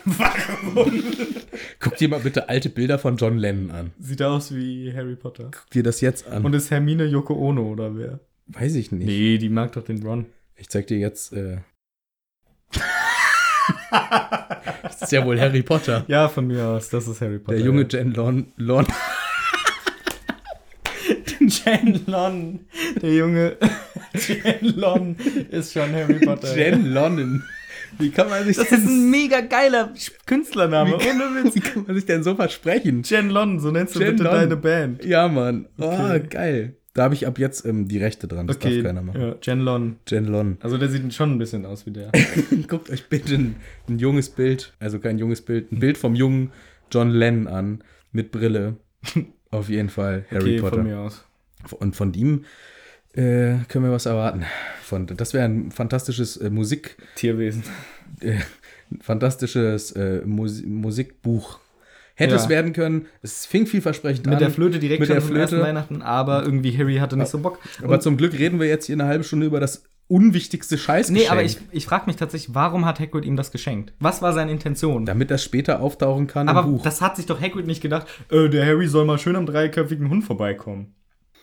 Speaker 2: Warum? Guck dir mal bitte alte Bilder von John Lennon an.
Speaker 1: Sieht aus wie Harry Potter.
Speaker 2: Guck dir das jetzt an.
Speaker 1: Und ist Hermine Yoko Ono oder wer?
Speaker 2: Weiß Hm. ich nicht.
Speaker 1: Nee, die mag doch den Ron.
Speaker 2: Ich zeig dir jetzt. Äh das ist ja wohl Harry Potter.
Speaker 1: Ja, von mir aus, das ist Harry Potter.
Speaker 2: Der junge Jen Lon. Lon
Speaker 1: Jen Lon. Der junge Jen Lon ist schon Harry Potter.
Speaker 2: Jen Lonnen. Wie kann man sich
Speaker 1: Das
Speaker 2: denn,
Speaker 1: ist ein mega geiler Künstlername. Ohne Witz.
Speaker 2: wie kann man sich denn so versprechen?
Speaker 1: Jen Lon, so nennst du
Speaker 2: Jen
Speaker 1: bitte
Speaker 2: Lon.
Speaker 1: deine Band.
Speaker 2: Ja, Mann. Oh,
Speaker 1: Okay.
Speaker 2: geil. Da habe ich ab jetzt ähm, die Rechte dran. Das
Speaker 1: Okay,
Speaker 2: darf keiner machen.
Speaker 1: ja, Jen Lon.
Speaker 2: Jen Lon.
Speaker 1: Also der sieht schon ein bisschen aus wie der.
Speaker 2: Guckt euch bitte ein, ein junges Bild, also kein junges Bild, ein Bild vom jungen John Lennon an, mit Brille. Auf jeden Fall Harry
Speaker 1: okay,
Speaker 2: Potter.
Speaker 1: von mir aus.
Speaker 2: Und von ihm äh, können wir was erwarten. Von, das wäre ein fantastisches äh, Musik,
Speaker 1: Tierwesen.
Speaker 2: äh, ein fantastisches äh, Musi- Musikbuch. Hätte
Speaker 1: Ja.
Speaker 2: es werden können. Es fing vielversprechend an.
Speaker 1: Mit der Flöte direkt
Speaker 2: mit
Speaker 1: schon
Speaker 2: der
Speaker 1: am ersten
Speaker 2: Flöte.
Speaker 1: Weihnachten, aber irgendwie Harry hatte nicht so Bock.
Speaker 2: Aber zum Glück reden wir jetzt hier eine halbe Stunde über das unwichtigste Scheißgeschenk.
Speaker 1: Nee, aber ich, ich frage mich tatsächlich, warum hat Hagrid ihm das geschenkt? Was war seine Intention?
Speaker 2: Damit das später auftauchen kann
Speaker 1: aber das hat sich doch Hagrid nicht gedacht, äh, der Harry soll mal schön am dreiköpfigen Hund vorbeikommen.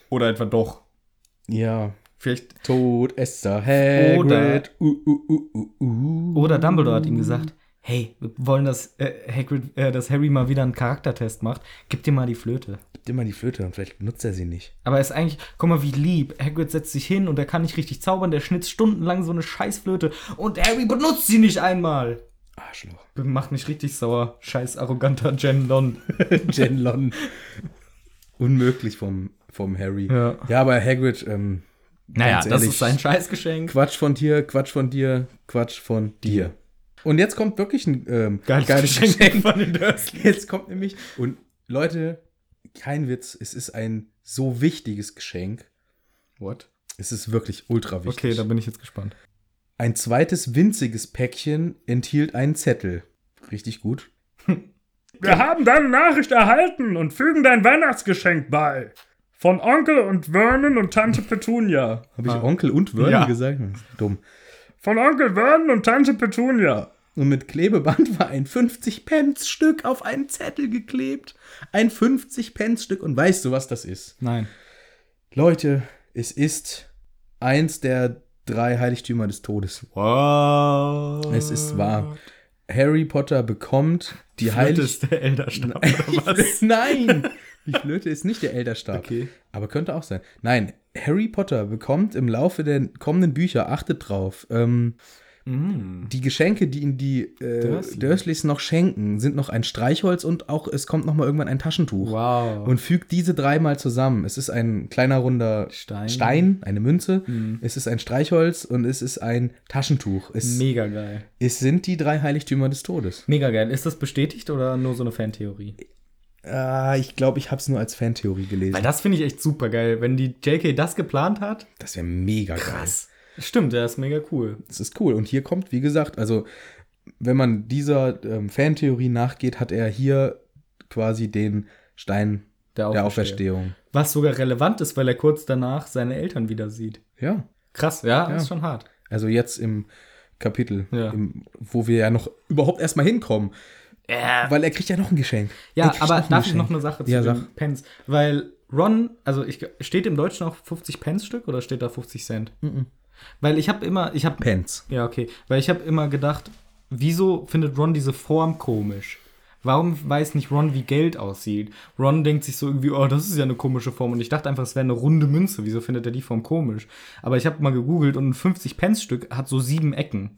Speaker 1: Oder etwa doch.
Speaker 2: ja.
Speaker 1: Vielleicht.
Speaker 2: Tod, Esther, Hagrid.
Speaker 1: Oder-
Speaker 2: uh, uh, uh, uh, uh.
Speaker 1: Oder Dumbledore hat ihm gesagt, hey, wir wollen, dass, äh, Hagrid, äh, dass Harry mal wieder einen Charaktertest macht. Gib dir mal die Flöte.
Speaker 2: Gib dir mal die Flöte und vielleicht benutzt er sie nicht.
Speaker 1: Aber er ist eigentlich, guck mal, wie lieb. Hagrid setzt sich hin und er kann nicht richtig zaubern. Der schnitzt stundenlang so eine Scheißflöte. Und Harry benutzt sie nicht einmal.
Speaker 2: Arschloch.
Speaker 1: Macht mich richtig sauer. Scheiß arroganter Jen Lon.
Speaker 2: Jen Lon. Unmöglich vom, vom Harry.
Speaker 1: Ja.
Speaker 2: aber Hagrid, ähm,
Speaker 1: Naja,
Speaker 2: Ganz
Speaker 1: das
Speaker 2: ehrlich.
Speaker 1: ist sein Scheißgeschenk.
Speaker 2: Quatsch von dir, Quatsch von dir, Quatsch von dir. Und jetzt kommt wirklich ein ähm,
Speaker 1: Geiles Geschenk
Speaker 2: von den Dursleys. Jetzt kommt nämlich, und Leute, kein Witz, es ist ein so wichtiges Geschenk.
Speaker 1: What?
Speaker 2: Es ist wirklich ultra wichtig.
Speaker 1: Okay, da bin ich jetzt gespannt.
Speaker 2: Ein zweites winziges Päckchen enthielt einen Zettel. Richtig gut.
Speaker 6: Wir haben deine Nachricht erhalten und fügen dein Weihnachtsgeschenk bei. Von Onkel und Vernon und Tante Petunia.
Speaker 2: Habe ich Onkel und Vernon
Speaker 1: Ja.
Speaker 2: gesagt? Hm, Dumm.
Speaker 6: Von Onkel Vernon und Tante Petunia.
Speaker 2: Und mit Klebeband war ein 50-Pence-Stück auf einen Zettel geklebt. Ein 50-Pence-Stück. Und weißt du, was das ist?
Speaker 1: Nein.
Speaker 2: Leute, es ist eins der drei Heiligtümer des Todes.
Speaker 1: Wow.
Speaker 2: Es ist wahr. Harry Potter bekommt die
Speaker 1: Flöte
Speaker 2: Heilig...
Speaker 1: ist der Elderstab oder was?
Speaker 2: Nein! Die Flöte ist nicht der Elderstab.
Speaker 1: Okay.
Speaker 2: Aber könnte auch sein. Nein, Harry Potter bekommt im Laufe der kommenden Bücher, achtet drauf, ähm,
Speaker 1: Mm.
Speaker 2: die Geschenke, die ihm die äh,
Speaker 1: Dursley.
Speaker 2: Dursleys noch schenken, sind noch ein Streichholz und auch es kommt noch mal irgendwann ein Taschentuch.
Speaker 1: Wow.
Speaker 2: Und fügt diese dreimal zusammen. Es ist ein kleiner runder
Speaker 1: Stein.
Speaker 2: Stein Mhm. eine Münze. Es ist ein Streichholz und es ist ein Taschentuch. Es,
Speaker 1: Mega geil.
Speaker 2: es sind die drei Heiligtümer des Todes.
Speaker 1: Mega geil. Ist das bestätigt oder nur so eine Fantheorie?
Speaker 2: Ah, ich glaube, ich habe es nur als Fantheorie gelesen.
Speaker 1: Weil das finde ich echt super geil. Wenn die JK das geplant hat.
Speaker 2: Das wäre mega krass.
Speaker 1: Stimmt, der ist mega cool.
Speaker 2: Das ist cool. Und hier kommt, wie gesagt, also wenn man dieser ähm, Fantheorie nachgeht, hat er hier quasi den Stein
Speaker 1: Der
Speaker 2: der
Speaker 1: Auferstehung.
Speaker 2: Auferstehung.
Speaker 1: Was sogar relevant ist, weil er kurz danach seine Eltern wieder sieht.
Speaker 2: Ja.
Speaker 1: Krass, ja,
Speaker 2: Ja.
Speaker 1: ist schon hart.
Speaker 2: Also jetzt im Kapitel,
Speaker 1: Ja.
Speaker 2: im, wo wir ja noch überhaupt erstmal hinkommen. Weil er kriegt ja noch ein Geschenk. Er
Speaker 1: Ja,
Speaker 2: kriegt
Speaker 1: aber
Speaker 2: ein
Speaker 1: darf ich
Speaker 2: Geschenk.
Speaker 1: noch eine Sache zu
Speaker 2: Ja,
Speaker 1: den
Speaker 2: sag.
Speaker 1: Pence? Weil Ron, also ich, steht im Deutschen auch 50 Pence Stück oder steht da 50 Cent?
Speaker 2: Mhm.
Speaker 1: Weil ich habe immer, ich habe
Speaker 2: Pence.
Speaker 1: Ja, okay. Weil ich habe immer gedacht, wieso findet Ron diese Form komisch? Warum weiß nicht Ron, wie Geld aussieht? Ron denkt sich so irgendwie, oh, das ist ja eine komische Form. Und ich dachte einfach, es wäre eine runde Münze. Wieso findet er die Form komisch? Aber ich habe mal gegoogelt und ein 50-Pence-Stück hat so sieben Ecken.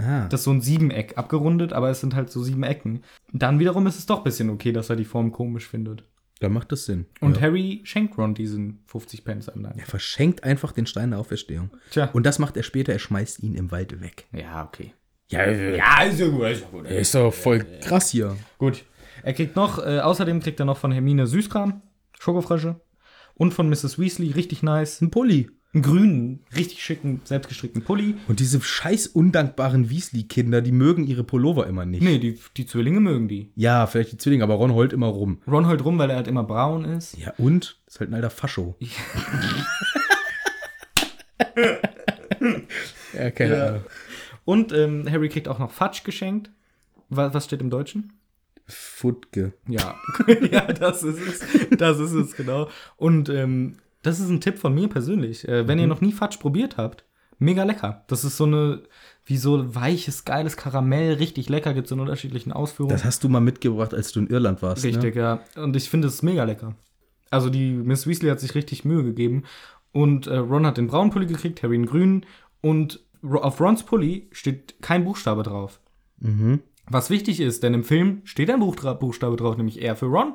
Speaker 2: Ah.
Speaker 1: Das ist so ein Siebeneck abgerundet, aber es sind halt so sieben Ecken. Dann wiederum ist es doch ein bisschen okay, dass er die Form komisch findet.
Speaker 2: Da macht das Sinn.
Speaker 1: Und
Speaker 2: ja.
Speaker 1: Harry schenkt Ron diesen 50 Pence am Tag.
Speaker 2: er verschenkt einfach den Stein der Auferstehung.
Speaker 1: Tja.
Speaker 2: Und das macht er später, er schmeißt ihn im Wald weg.
Speaker 1: Ja, okay.
Speaker 2: Ja, ja ist ja gut. Ist doch voll
Speaker 1: Äh.
Speaker 2: krass hier.
Speaker 1: Gut. Er kriegt noch, äh, außerdem kriegt er noch von Hermine Süßkram, Schokofrösche. Und von Mrs. Weasley, richtig nice,
Speaker 2: Ein Pulli.
Speaker 1: einen grünen, richtig schicken, selbstgestrickten Pulli.
Speaker 2: Und diese scheiß undankbaren Weasley-Kinder, die mögen ihre Pullover immer nicht.
Speaker 1: Nee, die, die Zwillinge mögen die.
Speaker 2: Ja, vielleicht die Zwillinge, aber Ron heult immer rum.
Speaker 1: Ron heult rum, weil er halt immer braun ist.
Speaker 2: Ja, und? Ist halt ein alter Fascho. Ja, keine
Speaker 1: Ja.
Speaker 2: Ahnung.
Speaker 1: Und ähm, Harry kriegt auch noch Fatsch geschenkt. Was, was steht im Deutschen?
Speaker 2: Futke.
Speaker 1: Ja. ja, das ist es. Das ist es, genau. Und ähm, das ist ein Tipp von mir persönlich. Äh, wenn ihr noch nie Fatsch probiert habt, mega lecker. Das ist so eine, wie so weiches, geiles Karamell, richtig lecker, gibt es in unterschiedlichen Ausführungen.
Speaker 2: Das hast du mal mitgebracht, als du in Irland warst. ne?
Speaker 1: Richtig, ja. Und ich finde es ist mega lecker. Also die Miss Weasley hat sich richtig Mühe gegeben. Und äh, Ron hat den braunen Pulli gekriegt, Harry den grünen. Und Ro auf Rons Pulli steht kein Buchstabe drauf. Mhm. Was wichtig ist, denn im Film steht ein Buchdra Buchstabe drauf, nämlich R für Ron.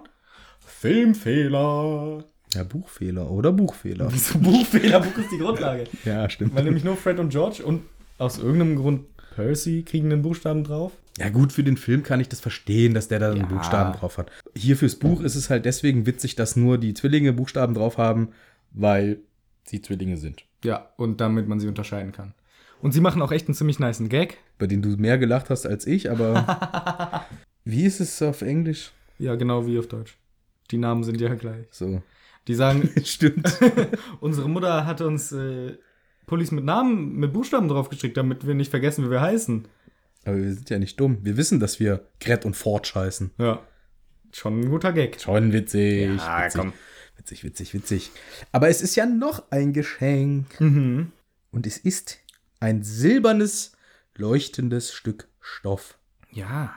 Speaker 1: Filmfehler.
Speaker 2: Ne? Ja, Buchfehler oder Buchfehler.
Speaker 1: Wieso Buchfehler? Buch ist die Grundlage.
Speaker 2: ja, stimmt.
Speaker 1: Weil nämlich nur Fred und George und aus irgendeinem Grund Percy kriegen den Buchstaben drauf.
Speaker 2: Ja, gut, für den Film kann ich das verstehen, dass der da einen Buchstaben drauf hat. Hier fürs Buch ist es halt deswegen witzig, dass nur die Zwillinge Buchstaben drauf haben, weil sie Zwillinge sind.
Speaker 1: Ja, und damit man sie unterscheiden kann. Und sie machen auch echt einen ziemlich niceen Gag.
Speaker 2: Bei denen du mehr gelacht hast als ich, aber. wie ist es auf Englisch?
Speaker 1: Ja, genau wie auf Deutsch. Die Namen sind ja gleich.
Speaker 2: So.
Speaker 1: Die sagen,
Speaker 2: Stimmt.
Speaker 1: unsere Mutter hat uns äh, Pullis mit Namen, mit Buchstaben draufgeschickt, damit wir nicht vergessen, wie wir heißen.
Speaker 2: Aber wir sind ja nicht dumm. Wir wissen, dass wir Gret und Forge heißen.
Speaker 1: Ja. Schon ein guter Gag.
Speaker 2: Schon witzig. Ja, witzig. komm. Witzig, witzig, witzig. Aber es ist ja noch ein Geschenk.
Speaker 1: Mhm.
Speaker 2: Und es ist ein silbernes, leuchtendes Stück Stoff.
Speaker 1: Ja.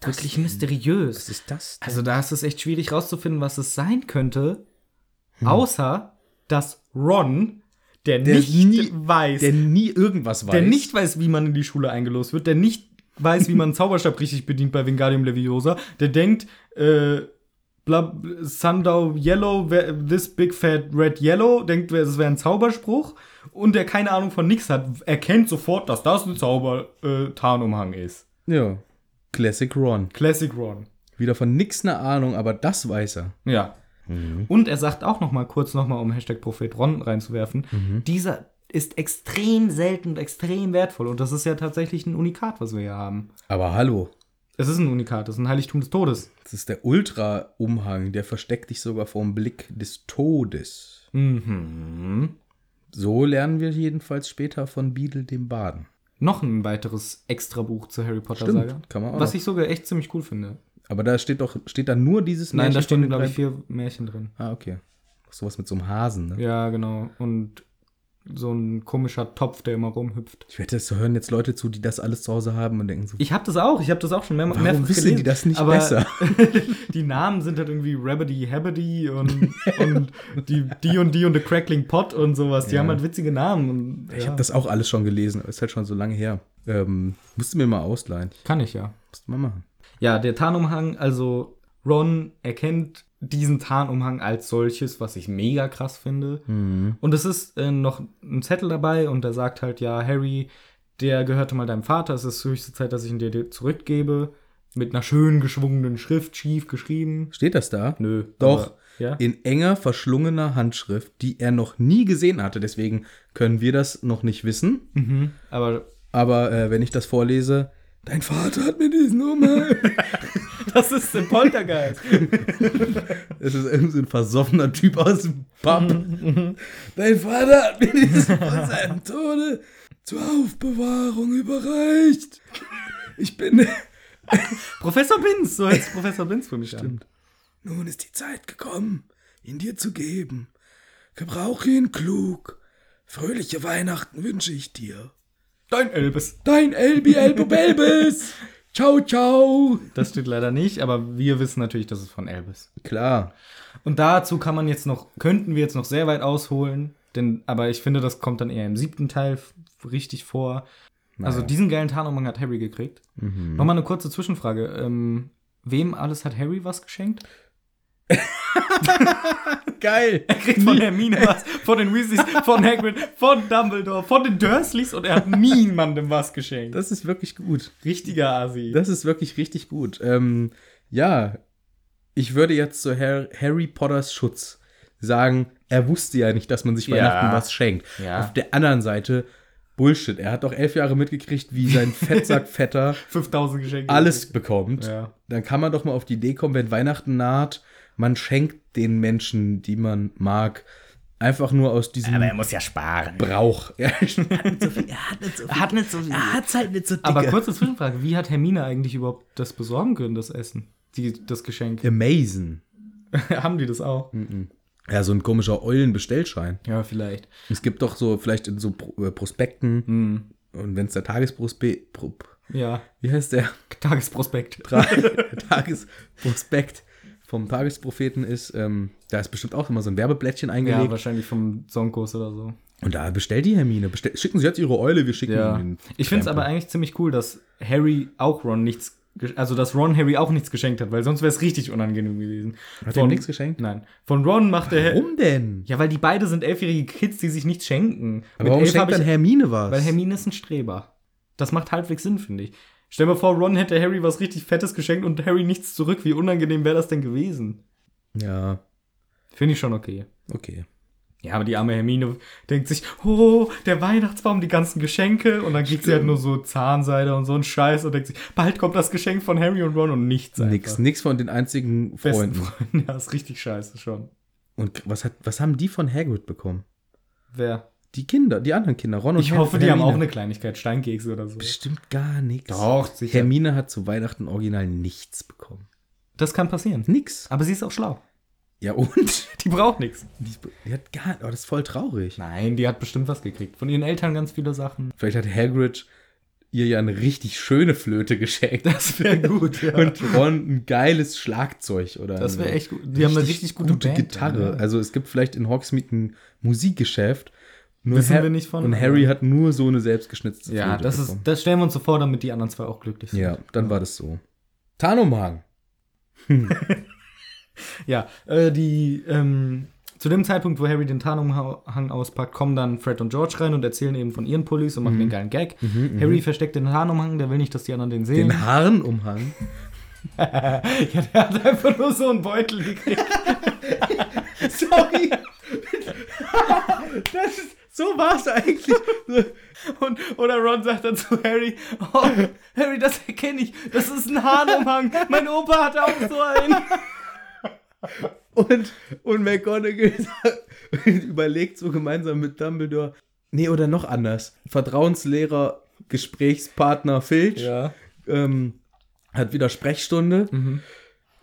Speaker 1: Wirklich mysteriös.
Speaker 2: Was ist das? denn?
Speaker 1: Also da ist es echt schwierig rauszufinden, was es sein könnte, außer dass Ron, der,
Speaker 2: Hm. Der
Speaker 1: nicht
Speaker 2: nie-
Speaker 1: weiß,
Speaker 2: der nie irgendwas weiß.
Speaker 1: der nicht weiß, wie man in die Schule eingelost wird, der nicht weiß, wie man einen Zauberstab richtig bedient bei Wingardium Leviosa, der denkt, äh, bla, Sundow Yellow, we- this big fat red yellow, denkt, es wäre ein Zauberspruch und der keine Ahnung von nix hat, erkennt sofort, dass das ein Zauber-Tarnumhang ist.
Speaker 2: Ja. Classic Ron.
Speaker 1: Classic Ron.
Speaker 2: Wieder von nix ne Ahnung, aber das weiß er.
Speaker 1: Ja. Und er sagt auch noch mal kurz noch mal, um Hashtag Prophet Ron reinzuwerfen, dieser ist extrem selten und extrem wertvoll. Und das ist ja tatsächlich ein Unikat, was wir hier haben.
Speaker 2: Aber hallo,
Speaker 1: Es ist ein Unikat, es ist ein Heiligtum des Todes.
Speaker 2: das ist der Ultra-Umhang, der versteckt dich sogar vorm Blick des Todes.
Speaker 1: Mhm.
Speaker 2: So lernen wir jedenfalls später von Beadle dem Baden.
Speaker 1: Noch ein weiteres Extrabuch zur Harry Potter-Saga.
Speaker 2: kann man auch
Speaker 1: Was
Speaker 2: noch.
Speaker 1: ich sogar echt ziemlich cool finde.
Speaker 2: Aber da steht doch, steht da nur dieses
Speaker 1: Nein, da
Speaker 2: Märchen von
Speaker 1: stehen,
Speaker 2: den
Speaker 1: glaube
Speaker 2: drei-
Speaker 1: ich, vier Märchen drin.
Speaker 2: Ah, okay. Sowas mit so einem Hasen, ne?
Speaker 1: Ja, genau. Und so ein komischer Topf, der immer rumhüpft.
Speaker 2: Ich wette, es hören jetzt Leute zu, die das alles zu Hause haben und denken so,
Speaker 1: Ich habe das auch, ich habe das auch schon mehr,
Speaker 2: Warum
Speaker 1: mehrfach
Speaker 2: wissen
Speaker 1: gelesen,
Speaker 2: die das nicht
Speaker 1: aber
Speaker 2: besser?
Speaker 1: die Namen sind halt irgendwie Rabbity Habbity und, und die die und die und The Crackling Pot und sowas. Die haben halt witzige Namen. Und,
Speaker 2: ich
Speaker 1: ja.
Speaker 2: habe das auch alles schon gelesen, aber ist halt schon so lange her. Ähm, musst du mir mal ausleihen.
Speaker 1: Kann ich ja.
Speaker 2: Musst du mal machen.
Speaker 1: Ja, der Tarnumhang, also Ron erkennt diesen Tarnumhang als solches, was ich mega krass finde. Und es ist äh, noch ein Zettel dabei und der sagt halt, ja, Harry, der gehörte mal deinem Vater, es ist höchste Zeit, dass ich ihn dir- dir zurückgebe. Mit einer schön geschwungenen Schrift, schief geschrieben.
Speaker 2: Steht das da?
Speaker 1: Nö.
Speaker 2: Doch.
Speaker 1: aber- Ja?
Speaker 2: In enger, verschlungener Handschrift, die er noch nie gesehen hatte. Deswegen können wir das noch nicht wissen.
Speaker 1: Mhm. Aber
Speaker 2: Aber äh, wenn ich das vorlese, dein Vater hat mir diesen Nummer.
Speaker 1: das ist ein Poltergeist.
Speaker 2: Es ist irgendwie so ein versoffener Typ aus dem Pub. Dein Vater hat mir diesen von seinem Tode zur Aufbewahrung überreicht. Ich bin.
Speaker 1: Professor Binz, so heißt Professor Binz für mich Stimmt.
Speaker 2: Nun ist die Zeit gekommen, ihn dir zu geben. Gebrauche ihn klug. Fröhliche Weihnachten wünsche ich dir.
Speaker 1: Dein Elbes.
Speaker 2: Dein Elbi Elbo Belbes. Ciao, ciao.
Speaker 1: Das steht leider nicht, aber wir wissen natürlich, dass es von Elbes.
Speaker 2: Klar.
Speaker 1: Und dazu kann man jetzt noch, könnten wir jetzt noch sehr weit ausholen, denn, aber ich finde, das kommt dann eher im siebten Teil f- richtig vor. Also diesen geilen Tarnumhang hat Harry gekriegt.
Speaker 2: Mhm.
Speaker 1: Nochmal eine kurze Zwischenfrage. Ähm, wem alles hat Harry was geschenkt?
Speaker 2: Geil.
Speaker 1: Er kriegt von Hermine was, von den Weasleys, von Hagrid, von Dumbledore, von den Dursleys und er hat niemandem was geschenkt.
Speaker 2: Das ist wirklich gut.
Speaker 1: Richtiger Asi.
Speaker 2: Das ist wirklich richtig gut. Ähm, ja, ich würde jetzt zu Har Harry Potters Schutz sagen, er wusste ja nicht, dass man sich
Speaker 1: Ja.
Speaker 2: Weihnachten was schenkt.
Speaker 1: Ja.
Speaker 2: Auf der anderen Seite, Bullshit. Er hat auch elf Jahre mitgekriegt, wie sein Fettsackvetter
Speaker 1: 5000 Geschenke.
Speaker 2: alles bekommt.
Speaker 1: Ja.
Speaker 2: Dann kann man doch mal auf die Idee kommen, wenn Weihnachten naht, man schenkt den Menschen, die man mag, Einfach nur aus diesem
Speaker 3: Aber er muss ja sparen.
Speaker 2: Brauch. Ja,
Speaker 3: Hat nicht so viel. Er hat's halt nicht so dicke.
Speaker 1: Aber kurze Zwischenfrage, wie hat Hermine eigentlich überhaupt das besorgen können, das Essen? Die, das Geschenk.
Speaker 2: Amazing.
Speaker 1: Haben die das auch?
Speaker 2: Hm. Ja, so ein komischer Eulenbestellschein.
Speaker 1: Ja, vielleicht.
Speaker 2: Es gibt doch so, vielleicht in so Pro äh, Prospekten,
Speaker 1: Hm.
Speaker 2: und wenn es der Tagesprospekt, Pro
Speaker 1: Ja,
Speaker 2: wie heißt der?
Speaker 1: Tagesprospekt.
Speaker 2: Tra Tagesprospekt vom Tagespropheten ist, ähm, da ist bestimmt auch immer so ein Werbeblättchen
Speaker 1: Ja,
Speaker 2: eingelegt.
Speaker 1: wahrscheinlich vom Sonkos oder so.
Speaker 2: und da bestellt die Hermine. Bestell schicken sie jetzt ihre Eule, wir schicken
Speaker 1: Ja.
Speaker 2: ihnen den
Speaker 1: Ich finde es
Speaker 2: Hm, Krempel.
Speaker 1: aber eigentlich ziemlich cool, dass Harry auch Ron nichts, gesch- also dass Ron Harry auch nichts geschenkt hat, weil sonst wäre es richtig unangenehm gewesen.
Speaker 2: Hat er ihm nichts geschenkt?
Speaker 1: Nein. Von Ron macht er.
Speaker 2: Warum denn?
Speaker 1: Ja, weil die beide sind elfjährige Kids, die sich nichts schenken.
Speaker 2: aber warum
Speaker 1: elf hab
Speaker 2: schenkt dann
Speaker 1: ich-
Speaker 2: Hermine was?
Speaker 1: Weil Hermine ist ein Streber. Das macht halbwegs Sinn, finde ich. Stell mir vor, Ron hätte Harry was richtig Fettes geschenkt und Harry nichts zurück. Wie unangenehm wäre das denn gewesen?
Speaker 2: ja,
Speaker 1: Finde ich schon okay.
Speaker 2: okay.
Speaker 1: Ja, aber die arme Hermine denkt sich, oh, der Weihnachtsbaum, die ganzen Geschenke. Und dann kriegt sie halt nur so Zahnseide und so einen Scheiß und denkt sich, bald kommt das Geschenk von Harry und Ron und nichts einfach.
Speaker 2: Nix, nix von den einzigen
Speaker 1: Besten
Speaker 2: Freunden.
Speaker 1: Freunden. Ja, ist richtig scheiße schon.
Speaker 2: Und was, hat, was haben die von Hagrid bekommen?
Speaker 1: Wer?
Speaker 2: Die Kinder, die anderen Kinder, Ron und
Speaker 1: Ich
Speaker 2: Her-
Speaker 1: hoffe, die haben
Speaker 2: Hermine.
Speaker 1: auch eine Kleinigkeit, Steinkekse oder so.
Speaker 2: Bestimmt gar nichts.
Speaker 1: sicher.
Speaker 2: Hermine hat zu Weihnachten original nichts bekommen.
Speaker 1: Das kann passieren.
Speaker 2: Nix.
Speaker 1: Aber sie ist auch schlau.
Speaker 2: Ja und?
Speaker 1: Die braucht nichts.
Speaker 2: Die, die hat gar, oh, das ist voll traurig.
Speaker 1: Nein, die hat bestimmt was gekriegt. Von ihren Eltern ganz viele Sachen.
Speaker 2: Vielleicht hat Hagrid ihr ja eine richtig schöne Flöte geschenkt.
Speaker 1: Das wäre gut, ja.
Speaker 2: Und Ron ein geiles Schlagzeug oder
Speaker 1: Das wär
Speaker 2: eine
Speaker 1: echt gut. Die haben eine richtig gute Band, ne?
Speaker 2: Gitarre.
Speaker 1: ja.
Speaker 2: Also es gibt vielleicht in Hogsmeade ein Musikgeschäft. Nur
Speaker 1: Wissen
Speaker 2: Har-
Speaker 1: wir nicht von,
Speaker 2: Und
Speaker 1: aber-
Speaker 2: Harry hat nur so eine selbstgeschnitzte
Speaker 1: ja, das ist, das stellen wir uns so vor, damit die anderen zwei auch glücklich sind.
Speaker 2: ja, dann war das so. Tarnumhang.
Speaker 1: Ja, äh, die, ähm, zu dem Zeitpunkt, wo Harry den Tarnumhang auspackt, kommen dann Fred und George rein und erzählen eben von ihren Pullis und machen den geilen Gag. Harry versteckt den Tarnumhang, der will nicht, dass die anderen den sehen.
Speaker 2: Den Harnumhang.
Speaker 1: ja, der hat einfach nur so einen Beutel gekriegt.
Speaker 2: Sorry. Das ist, so war es eigentlich.
Speaker 1: Und, oder Ron sagt dann zu Harry, oh, Harry, das erkenne ich, das ist ein Haarumhang. Mein Opa hatte auch so einen.
Speaker 2: Und, und McGonagall sagt- überlegt so gemeinsam mit Dumbledore. Nee, oder noch anders. Vertrauenslehrer, Gesprächspartner Filch ähm, hat wieder Sprechstunde.
Speaker 3: Mhm.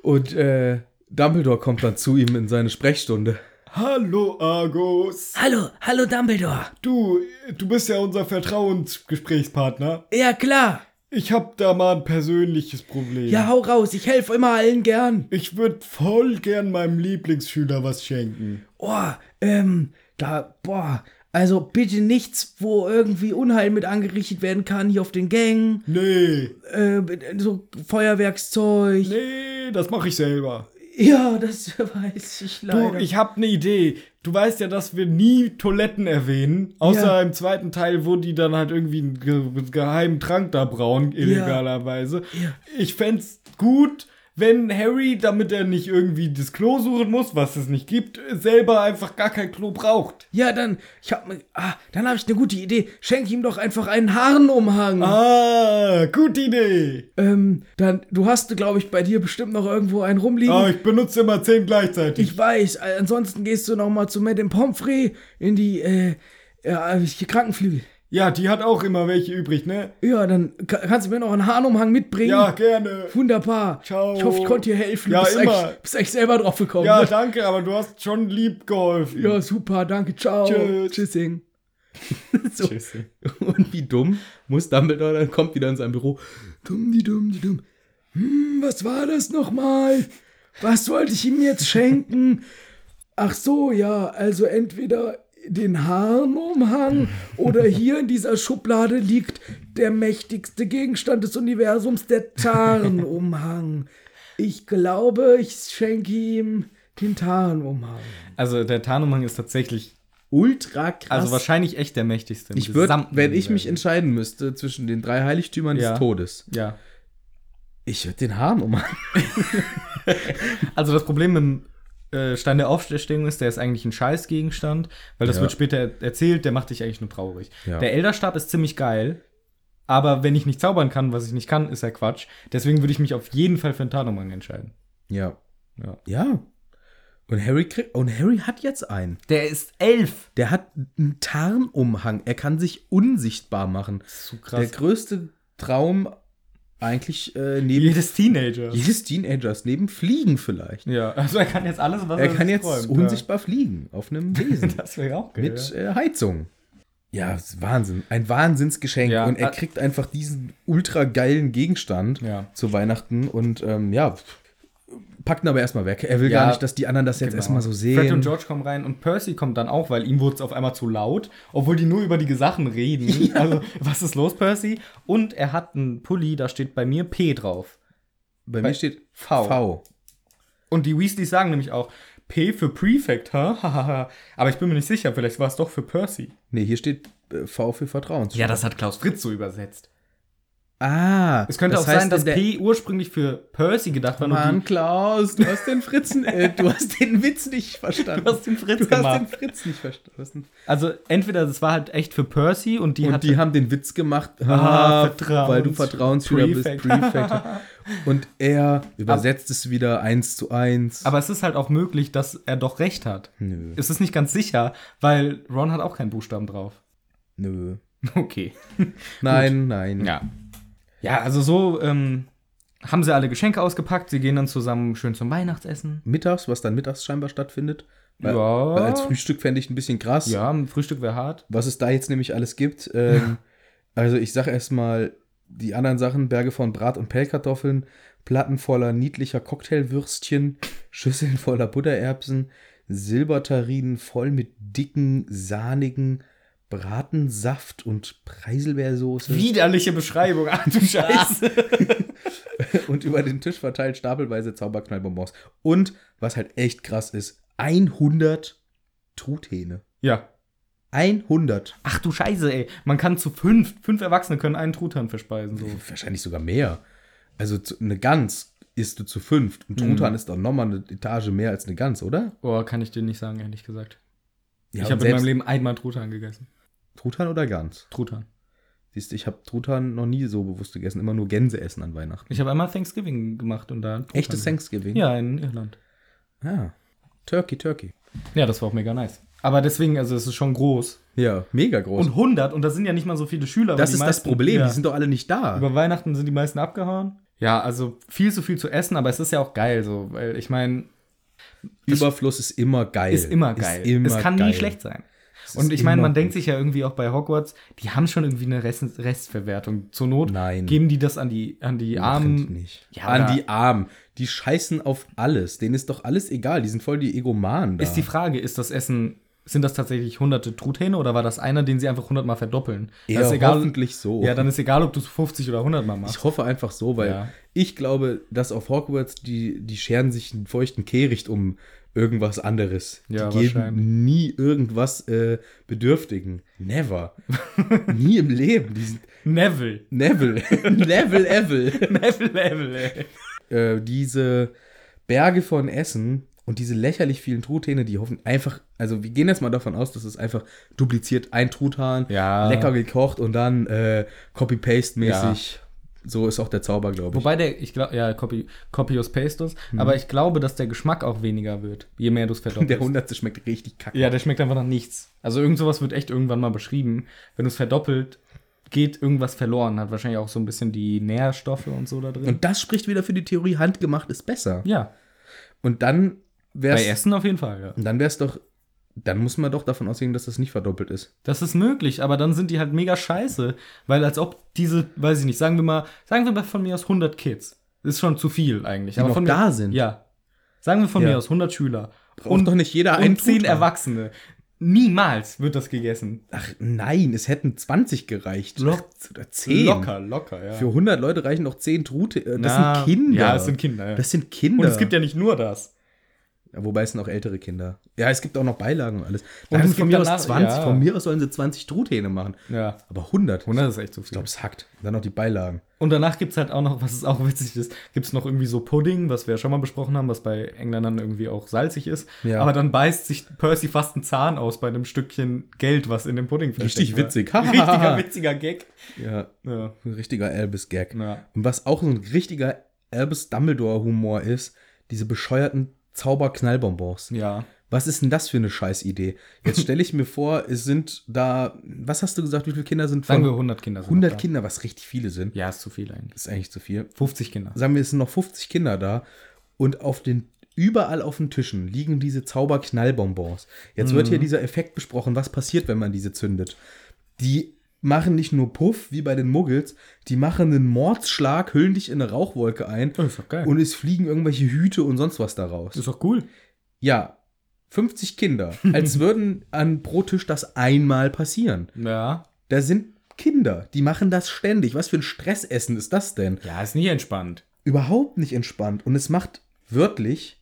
Speaker 2: Und äh, Dumbledore kommt dann zu ihm in seine Sprechstunde.
Speaker 1: Hallo, Argus.
Speaker 3: Hallo, hallo Dumbledore.
Speaker 1: Du, du bist ja unser Vertrauensgesprächspartner.
Speaker 3: Ja, klar.
Speaker 1: Ich hab da mal ein persönliches Problem.
Speaker 3: Ja, hau raus. Ich helfe immer allen gern.
Speaker 1: Ich würde voll gern meinem Lieblingsschüler was schenken.
Speaker 3: Oh, ähm, da, boah. Also bitte nichts, wo irgendwie Unheil mit angerichtet werden kann, hier auf den Gängen,
Speaker 1: Nee,
Speaker 3: äh, so Feuerwerkszeug.
Speaker 1: nee, das mache ich selber.
Speaker 3: Ja, das weiß ich leider.
Speaker 1: Du, ich hab ne Idee. Du weißt ja, dass wir nie Toiletten erwähnen, außer
Speaker 3: Ja.
Speaker 1: im zweiten Teil, wo die dann halt irgendwie einen ge geheimen Trank da brauen, illegalerweise. Ich fänd's gut, wenn Harry, damit er nicht irgendwie das Klo suchen muss, was es nicht gibt, selber einfach gar kein Klo braucht.
Speaker 3: ja, dann, ich hab, mir- ah, dann habe ich eine gute Idee. Schenk ihm doch einfach einen Harnumhang.
Speaker 1: Ah, gute Idee.
Speaker 3: Ähm, dann, du hast, glaube ich, bei dir bestimmt noch irgendwo einen rumliegen.
Speaker 1: Ah, ich benutze immer zehn gleichzeitig.
Speaker 3: Ich weiß, äh, ansonsten gehst du noch mal zu Madame Pomfrey in die, äh, ja, die Krankenflügel.
Speaker 1: ja, die hat auch immer welche übrig, ne?
Speaker 3: Ja, dann ka- kannst du mir noch einen Hahnumhang mitbringen.
Speaker 1: Ja, gerne.
Speaker 3: Wunderbar.
Speaker 1: Ciao.
Speaker 3: Ich hoffe, ich konnte dir helfen.
Speaker 1: Ja,
Speaker 3: du bist,
Speaker 1: immer.
Speaker 3: Echt, bist echt selber drauf gekommen.
Speaker 1: Ja,
Speaker 3: ne?
Speaker 1: danke, aber du hast schon lieb geholfen.
Speaker 3: ja, super, danke, ciao.
Speaker 1: Tschüss.
Speaker 3: Tschüssing.
Speaker 2: So. Und wie dumm muss Dumbledore dann kommt wieder in sein Büro. Dumm, die dumm, die dumm.
Speaker 3: Hm, was war das nochmal? Was sollte ich ihm jetzt schenken? Ach so, ja, also entweder den Harnumhang oder hier in dieser Schublade liegt der mächtigste Gegenstand des Universums, der Tarnumhang. Ich glaube, ich schenke ihm den Tarnumhang.
Speaker 1: Also der Tarnumhang ist tatsächlich
Speaker 2: Ultra krass.
Speaker 1: Also wahrscheinlich echt der mächtigste. im
Speaker 2: Ich würde,
Speaker 1: gesamten
Speaker 2: wenn ich mich
Speaker 1: Universum.
Speaker 2: entscheiden müsste zwischen den drei Heiligtümern
Speaker 1: Ja.
Speaker 2: des Todes,
Speaker 1: Ja.
Speaker 2: ich würde den oh Hahn umhauen.
Speaker 1: Also das Problem mit dem äh, Stein der Aufstehung ist, der ist eigentlich ein Scheißgegenstand, weil das
Speaker 2: Ja.
Speaker 1: wird später er- erzählt, der macht dich eigentlich nur traurig.
Speaker 2: Ja.
Speaker 1: Der Elderstab ist ziemlich geil, aber wenn ich nicht zaubern kann, was ich nicht kann, ist er Quatsch. Deswegen würde ich mich auf jeden Fall für den Tarnumhang entscheiden.
Speaker 2: Ja.
Speaker 1: Ja.
Speaker 2: Ja. Und Harry, kriegt, und Harry hat jetzt einen.
Speaker 1: Der ist elf.
Speaker 2: Der hat einen Tarnumhang. Er kann sich unsichtbar machen.
Speaker 1: So
Speaker 2: Der
Speaker 1: krass.
Speaker 2: größte Traum eigentlich äh, neben
Speaker 1: Jedes Teenager.
Speaker 2: jedes Teenagers, neben Fliegen vielleicht.
Speaker 1: Ja, also er kann jetzt alles, was
Speaker 2: Er kann
Speaker 1: sich
Speaker 2: jetzt
Speaker 1: träumt,
Speaker 2: unsichtbar fliegen auf einem Wesen
Speaker 1: Ja. Das wäre auch geil.
Speaker 2: mit äh, Heizung. Ja, das ist Wahnsinn. Ein Wahnsinnsgeschenk.
Speaker 1: Ja,
Speaker 2: und er
Speaker 1: äh,
Speaker 2: kriegt einfach diesen ultra geilen Gegenstand
Speaker 1: Ja.
Speaker 2: zu Weihnachten und ähm, ja, packt ihn aber erstmal weg. Er will
Speaker 1: Ja,
Speaker 2: gar nicht, dass die anderen das jetzt
Speaker 1: Genau.
Speaker 2: erstmal so sehen.
Speaker 1: Fred und George kommen rein und Percy kommt dann auch, weil ihm wurde es auf einmal zu laut, obwohl die nur über die Sachen reden. Also, was ist los, Percy? Und er hat einen Pulli, da steht bei mir P drauf.
Speaker 2: Bei
Speaker 1: bei
Speaker 2: mir steht
Speaker 1: V.
Speaker 2: V.
Speaker 1: Und die Weasleys sagen nämlich auch P für Prefect, ha? Hahaha. Aber ich bin mir nicht sicher, vielleicht war es doch für Percy.
Speaker 2: Nee, hier steht äh, V für Vertrauen.
Speaker 1: das hat Klaus Fritz so übersetzt.
Speaker 2: Ah.
Speaker 1: Es könnte
Speaker 2: das
Speaker 1: auch
Speaker 2: heißt,
Speaker 1: sein, dass
Speaker 2: in der-
Speaker 1: P ursprünglich für Percy gedacht war.
Speaker 2: Mann,
Speaker 1: und
Speaker 2: Klaus, du hast den Fritzen, äh, du hast den Witz nicht verstanden.
Speaker 1: Du hast den Fritz
Speaker 2: Du hast den
Speaker 1: gemacht.
Speaker 2: Fritz nicht verstanden.
Speaker 1: die- Also entweder das war halt echt für Percy und die
Speaker 2: Und
Speaker 1: hat
Speaker 2: die haben den Witz gemacht,
Speaker 1: Ah,
Speaker 2: ah,
Speaker 1: Vertrauens-
Speaker 2: weil du Vertrauensschüler bist,
Speaker 1: Prefect.
Speaker 2: Prefect. Und er übersetzt es wieder eins zu eins.
Speaker 1: Aber es ist halt auch möglich, dass er doch recht hat.
Speaker 2: nö,
Speaker 1: Es ist nicht ganz sicher, weil Ron hat auch keinen Buchstaben drauf.
Speaker 2: nö.
Speaker 1: Okay.
Speaker 2: Nein, nein.
Speaker 1: Ja. Ja, also so ähm, haben sie alle Geschenke ausgepackt, sie gehen dann zusammen schön zum Weihnachtsessen.
Speaker 2: Mittags, was dann mittags scheinbar stattfindet. Weil-
Speaker 1: Ja.
Speaker 2: Weil als Frühstück fände ich ein bisschen krass.
Speaker 1: Ja, ein Frühstück wäre hart.
Speaker 2: was es da jetzt nämlich alles gibt. Ähm, also ich sage erstmal die anderen Sachen, Berge von Brat- und Pellkartoffeln, Platten voller niedlicher Cocktailwürstchen, Schüsseln voller Buttererbsen, Silbertarinen voll mit dicken, sahnigen Bratensaft und Preiselbeersoße.
Speaker 1: Widerliche Beschreibung, ah du Scheiße.
Speaker 2: Und über den Tisch verteilt stapelweise Zauberknallbonbons. Und, was halt echt krass ist, 100 Truthähne.
Speaker 1: Ja.
Speaker 2: 100.
Speaker 1: Ach du Scheiße, ey. Man kann zu fünf, fünf Erwachsene können einen Truthahn verspeisen. So.
Speaker 2: wahrscheinlich sogar mehr. Also zu, eine Gans isst du zu fünft und
Speaker 1: Mhm.
Speaker 2: Truthahn ist dann nochmal eine Etage mehr als eine Gans, oder?
Speaker 1: Oh, kann ich dir nicht sagen, ehrlich gesagt.
Speaker 2: Ja,
Speaker 1: ich
Speaker 2: und
Speaker 1: habe in meinem
Speaker 2: selbst-
Speaker 1: Leben einmal Truthahn gegessen.
Speaker 2: Truthahn oder Gans?
Speaker 1: Truthahn.
Speaker 2: Siehst du, ich habe Truthahn noch nie so bewusst gegessen, immer nur Gänse essen an Weihnachten.
Speaker 1: Ich habe einmal Thanksgiving gemacht und da. Truthahn
Speaker 2: Echtes
Speaker 1: gegessen.
Speaker 2: Thanksgiving?
Speaker 1: Ja, in Irland.
Speaker 2: Ah. Turkey, Turkey.
Speaker 1: Ja, das war auch mega nice. Aber deswegen, also es ist schon groß.
Speaker 2: Ja, mega groß.
Speaker 1: Und 100, und da sind ja nicht mal so viele Schüler.
Speaker 2: das
Speaker 1: weil
Speaker 2: ist
Speaker 1: die
Speaker 2: das
Speaker 1: meisten-
Speaker 2: Problem,
Speaker 1: ja.
Speaker 2: die sind doch alle nicht da.
Speaker 1: Über Weihnachten sind die meisten abgehauen. Ja, also viel zu viel zu essen, aber es ist ja auch geil so, weil ich meine,
Speaker 2: Überfluss ist immer geil.
Speaker 1: ist immer geil.
Speaker 2: Ist immer
Speaker 1: es kann
Speaker 2: geil.
Speaker 1: nie schlecht sein.
Speaker 2: Es
Speaker 1: Und
Speaker 2: ist
Speaker 1: ich meine,
Speaker 2: immer
Speaker 1: man denkt
Speaker 2: gut.
Speaker 1: sich ja irgendwie auch bei Hogwarts, die haben schon irgendwie eine Rest Restverwertung. Zur Not
Speaker 2: Nein.
Speaker 1: geben die das an die, an die
Speaker 2: Machen die
Speaker 1: Armen.
Speaker 2: nicht.
Speaker 1: Ja,
Speaker 2: An
Speaker 1: aber-
Speaker 2: die Armen. Die scheißen auf alles. Denen ist doch alles egal. Die sind voll die Egomanen da.
Speaker 1: Ist die Frage, ist das Essen, sind das tatsächlich hunderte Truthähne oder war das einer, den sie einfach hundertmal verdoppeln?
Speaker 2: Eher
Speaker 1: das ist egal,
Speaker 2: hoffentlich so.
Speaker 1: Ja, dann ist egal, ob du es 50 oder 100 Mal machst.
Speaker 2: Ich hoffe einfach so, weil
Speaker 1: Ja.
Speaker 2: ich glaube, dass auf Hogwarts die, die scheren sich einen feuchten Kehricht um irgendwas anderes.
Speaker 1: Ja,
Speaker 2: die
Speaker 1: wahrscheinlich.
Speaker 2: geben nie irgendwas äh, Bedürftigen. Never. nie im Leben. Die sind
Speaker 1: Neville.
Speaker 2: Neville. Neville, Evil.
Speaker 1: Neville, Neville, ey.
Speaker 2: äh, diese Berge von Essen und diese lächerlich vielen Truthähne, die hoffen einfach, also wir gehen jetzt mal davon aus, dass es einfach dupliziert ein Truthahn,
Speaker 1: Ja.
Speaker 2: lecker gekocht und dann äh, Copy-Paste-mäßig. So ist auch der Zauber, glaube ich.
Speaker 1: Wobei der, ich glaube, ja, Copy, Copius Pastus, aber ich glaube, dass der Geschmack auch weniger wird, je mehr du es verdoppelst.
Speaker 2: Mhm. Der hundertste schmeckt richtig kacke.
Speaker 1: ja, der schmeckt einfach nach nichts. Also irgend sowas wird echt irgendwann mal beschrieben. Wenn du es verdoppelt, geht irgendwas verloren. Hat wahrscheinlich auch so ein bisschen die Nährstoffe und so da drin.
Speaker 2: Und das spricht wieder für die Theorie, handgemacht ist besser.
Speaker 1: ja,
Speaker 2: Und dann
Speaker 1: bei
Speaker 2: wär's,
Speaker 1: Essen auf jeden Fall, ja.
Speaker 2: und dann wär's doch, dann muss man doch davon ausgehen, dass das nicht verdoppelt ist.
Speaker 1: Das ist möglich, aber dann sind die halt mega scheiße. Weil als ob diese, weiß ich nicht, sagen wir mal, sagen wir mal von mir aus 100 Kids. Ist schon zu viel eigentlich.
Speaker 2: Die noch
Speaker 1: von
Speaker 2: da
Speaker 1: mir,
Speaker 2: sind.
Speaker 1: Ja. Sagen wir von
Speaker 2: Ja.
Speaker 1: mir aus 100 Schüler.
Speaker 2: Braucht doch nicht jeder einen
Speaker 1: und 10
Speaker 2: Truthahn.
Speaker 1: Erwachsene. Niemals wird das gegessen.
Speaker 2: Ach nein, es hätten 20 gereicht.
Speaker 1: Lock-
Speaker 2: Oder 10.
Speaker 1: locker, ja.
Speaker 2: Für 100 Leute reichen doch 10 Trute. äh, Das
Speaker 1: Na,
Speaker 2: sind Kinder.
Speaker 1: ja, es sind Kinder, ja.
Speaker 2: Das sind Kinder.
Speaker 1: und es gibt ja nicht nur das.
Speaker 2: Ja, Wobei es sind auch ältere Kinder. Ja, es gibt auch noch Beilagen und alles.
Speaker 1: Und
Speaker 2: Nein,
Speaker 1: es
Speaker 2: von
Speaker 1: gibt
Speaker 2: mir aus
Speaker 1: danach-
Speaker 2: 20.
Speaker 1: ja.
Speaker 2: Von mir aus sollen sie 20 Truthähne machen.
Speaker 1: Ja.
Speaker 2: Aber 100.
Speaker 1: 100 ist echt zu
Speaker 2: Ich
Speaker 1: viel.
Speaker 2: glaube, es hackt. Dann noch die Beilagen.
Speaker 1: Und danach gibt es halt auch noch, was ist auch witzig ist, gibt es noch irgendwie so Pudding, was wir ja schon mal besprochen haben, was bei Engländern irgendwie auch salzig ist.
Speaker 2: Ja.
Speaker 1: Aber dann beißt sich Percy fast einen Zahn aus bei einem Stückchen Geld, was in dem Pudding versteckt
Speaker 2: Richtig
Speaker 1: war.
Speaker 2: witzig.
Speaker 1: Richtiger witziger Gag.
Speaker 2: Ja,
Speaker 1: Ja.
Speaker 2: ein richtiger Elvis-Gag.
Speaker 1: Ja.
Speaker 2: Und was auch so ein richtiger Albus Dumbledore-Humor ist, diese bescheuerten Zauberknallbonbons.
Speaker 1: Ja.
Speaker 2: Was ist denn das für eine Scheißidee? Jetzt stelle ich mir vor, es sind da, was hast du gesagt, wie viele Kinder sind
Speaker 1: Sagen wir
Speaker 2: von-
Speaker 1: 100 Kinder. sind noch
Speaker 2: 100
Speaker 1: da.
Speaker 2: Kinder, was richtig viele sind.
Speaker 1: Ja, ist zu viel eigentlich.
Speaker 2: Ist eigentlich zu viel.
Speaker 1: 50 Kinder.
Speaker 2: Sagen wir, es sind noch 50 Kinder da und auf den überall auf den Tischen liegen diese Zauberknallbonbons. Jetzt wird hier dieser Effekt besprochen, was passiert, wenn man diese zündet. Die machen nicht nur Puff wie bei den Muggels, die machen einen Mordsschlag, hüllen dich in eine Rauchwolke ein
Speaker 1: Oh, ist doch geil.
Speaker 2: und es fliegen irgendwelche Hüte und sonst was daraus.
Speaker 1: ist doch cool.
Speaker 2: Ja, 50 Kinder. Als würden an pro Tisch das einmal passieren.
Speaker 1: Ja.
Speaker 2: Da sind Kinder, die machen das ständig. Was für ein Stressessen ist das denn?
Speaker 1: Ja, ist nicht entspannt.
Speaker 2: Überhaupt nicht entspannt. Und es macht wörtlich,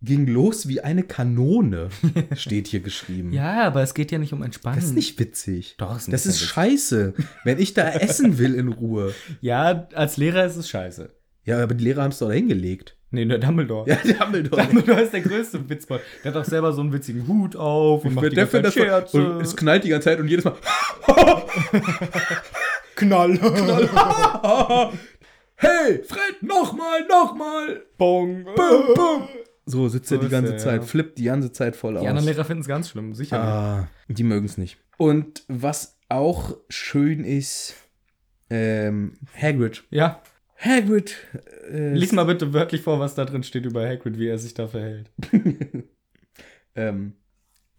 Speaker 2: ging los wie eine Kanone, steht hier geschrieben.
Speaker 1: Ja, aber es geht ja nicht um Entspannung.
Speaker 2: Das ist nicht witzig.
Speaker 1: Doch, ist ein
Speaker 2: das
Speaker 1: bisschen
Speaker 2: ist
Speaker 1: witzig.
Speaker 2: scheiße, wenn ich da essen will in Ruhe.
Speaker 1: Ja, als Lehrer ist es scheiße.
Speaker 2: Ja, aber die Lehrer haben es doch da hingelegt.
Speaker 1: Nee, der Dumbledore.
Speaker 2: Ja, die haben doch.
Speaker 1: Dumbledore ist der größte Witzbold. Der hat auch selber so einen witzigen Hut auf und macht die
Speaker 2: Der
Speaker 1: ganze
Speaker 2: findet
Speaker 1: Zeit
Speaker 2: das doch-
Speaker 1: Scherze.
Speaker 2: und es knallt die ganze Zeit und jedes Mal.
Speaker 1: Knall. Knall.
Speaker 2: Hey, Fred, nochmal, nochmal.
Speaker 1: Bong.
Speaker 2: So sitzt er
Speaker 1: So
Speaker 2: die
Speaker 1: ist
Speaker 2: ganze
Speaker 1: er,
Speaker 2: Zeit,
Speaker 1: ja.
Speaker 2: flippt die ganze Zeit voll aus.
Speaker 1: Die anderen Lehrer finden es ganz schlimm, sicher.
Speaker 2: ah, die mögen es nicht. Und was auch schön ist, ähm, Hagrid.
Speaker 1: Ja,
Speaker 2: Hagrid. Äh,
Speaker 1: lies mal bitte wörtlich vor, was da drin steht über Hagrid, wie er sich da verhält.
Speaker 2: Ähm,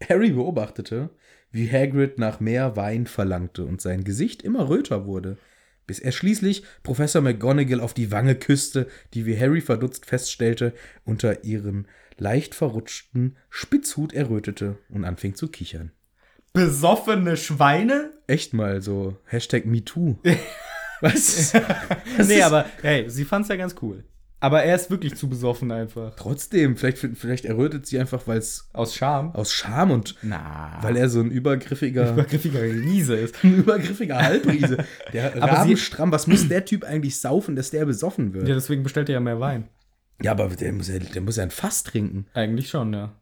Speaker 2: Harry beobachtete, wie Hagrid nach mehr Wein verlangte und sein Gesicht immer röter wurde, bis er schließlich Professor McGonagall auf die Wange küsste, die, wie Harry verdutzt feststellte, unter ihrem leicht verrutschten Spitzhut errötete und anfing zu kichern.
Speaker 1: Besoffene Schweine?
Speaker 2: Echt mal so, Hashtag MeToo. Was? Das
Speaker 1: nee,
Speaker 2: ist-
Speaker 1: aber hey, sie fand's ja ganz cool. Aber er ist wirklich zu besoffen einfach.
Speaker 2: Trotzdem, vielleicht, vielleicht errötet sie einfach, weil es
Speaker 1: Aus Scham.
Speaker 2: aus Scham und
Speaker 1: Na.
Speaker 2: weil er so ein übergriffiger...
Speaker 1: Übergriffiger Riese ist.
Speaker 2: Ah. ein übergriffiger Halbriese. Der
Speaker 1: Aber
Speaker 2: Raben
Speaker 1: sie-
Speaker 2: stramm. Was muss der Typ eigentlich saufen, dass der besoffen wird?
Speaker 1: Ja,
Speaker 2: Ja,
Speaker 1: deswegen bestellt er ja mehr Wein.
Speaker 2: aber der muss, ja, der muss ja ein Fass trinken.
Speaker 1: Eigentlich schon, ja.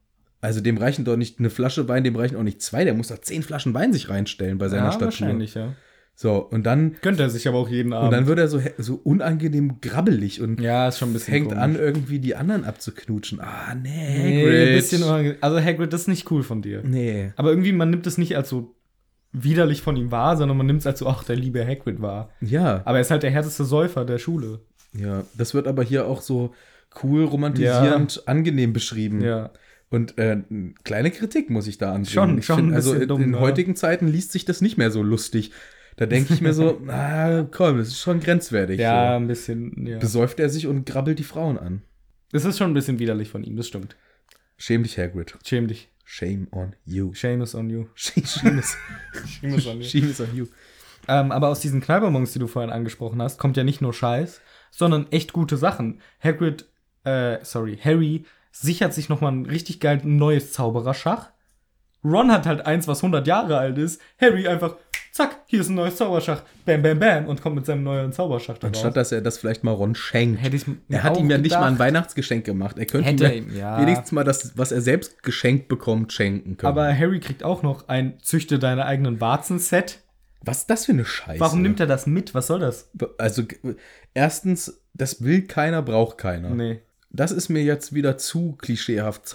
Speaker 2: Also dem reichen doch nicht eine Flasche Wein, dem reichen auch nicht zwei. Der muss doch zehn Flaschen Wein sich reinstellen bei seiner
Speaker 1: ja,
Speaker 2: Statur.
Speaker 1: wahrscheinlich, ja.
Speaker 2: So, und dann,
Speaker 1: Könnte er sich aber auch jeden Abend.
Speaker 2: und dann wird er so, he- so unangenehm grabbelig und
Speaker 1: ja, ist schon ein bisschen
Speaker 2: fängt
Speaker 1: komisch.
Speaker 2: an, irgendwie die anderen abzuknutschen. Ah, nee,
Speaker 1: Nee,
Speaker 2: Hagrid.
Speaker 1: ein bisschen unangenehm. Also Hagrid, das ist nicht cool von dir.
Speaker 2: nee.
Speaker 1: Aber irgendwie, man nimmt es nicht als so widerlich von ihm wahr, sondern man nimmt es als so, ach, der liebe Hagrid war.
Speaker 2: Ja,
Speaker 1: Aber er ist halt der härteste Säufer der Schule.
Speaker 2: ja. Das wird aber hier auch so cool, romantisierend, angenehm beschrieben.
Speaker 1: Ja.
Speaker 2: Und äh, eine kleine Kritik muss ich da anbringen.
Speaker 1: Schon,
Speaker 2: ich
Speaker 1: schon ein
Speaker 2: also
Speaker 1: bisschen
Speaker 2: in,
Speaker 1: dumm, ne?
Speaker 2: in
Speaker 1: ja.
Speaker 2: heutigen Zeiten liest sich das nicht mehr so lustig. Da denke ich mir so, ah, komm, das ist schon grenzwertig.
Speaker 1: Ja,
Speaker 2: So.
Speaker 1: ein bisschen, ja.
Speaker 2: Besäuft er sich und grabbelt die Frauen an.
Speaker 1: Es ist schon ein bisschen widerlich von ihm, das stimmt.
Speaker 2: Schäm dich, Hagrid.
Speaker 1: Schäm dich.
Speaker 2: Shame on you.
Speaker 1: Shame is on you.
Speaker 2: Shame shame is,
Speaker 1: Shame is on
Speaker 2: shame is on you.
Speaker 1: Ähm, aber aus diesen Knallbonbons, die du vorhin angesprochen hast, kommt ja nicht nur Scheiß, sondern echt gute Sachen. Hagrid, äh, sorry, Harry sichert sich nochmal ein richtig geil neues Zaubererschach. Ron hat halt eins, was 100 Jahre alt ist. Harry einfach, zack, hier ist ein neues Zauberschach. Bam, bam, bam. Und kommt mit seinem neuen Zauberschach da
Speaker 2: Anstatt
Speaker 1: raus.
Speaker 2: dass er das vielleicht mal Ron schenkt.
Speaker 1: Hätte ich
Speaker 2: er hat
Speaker 1: auch
Speaker 2: ihm ja nicht mal ein
Speaker 1: gedacht.
Speaker 2: Weihnachtsgeschenk gemacht. Er könnte
Speaker 1: Hätte
Speaker 2: ihm
Speaker 1: ihm, ja.
Speaker 2: wenigstens mal das, was er selbst geschenkt bekommt, schenken können.
Speaker 1: Aber Harry kriegt auch noch ein Züchte deine eigenen Warzen-Set.
Speaker 2: was ist das für eine Scheiße?
Speaker 1: Warum nimmt er das mit? Was soll das?
Speaker 2: Also, g- erstens, das will keiner, braucht keiner.
Speaker 1: Nee,
Speaker 2: Das ist mir jetzt wieder zu klischeehaft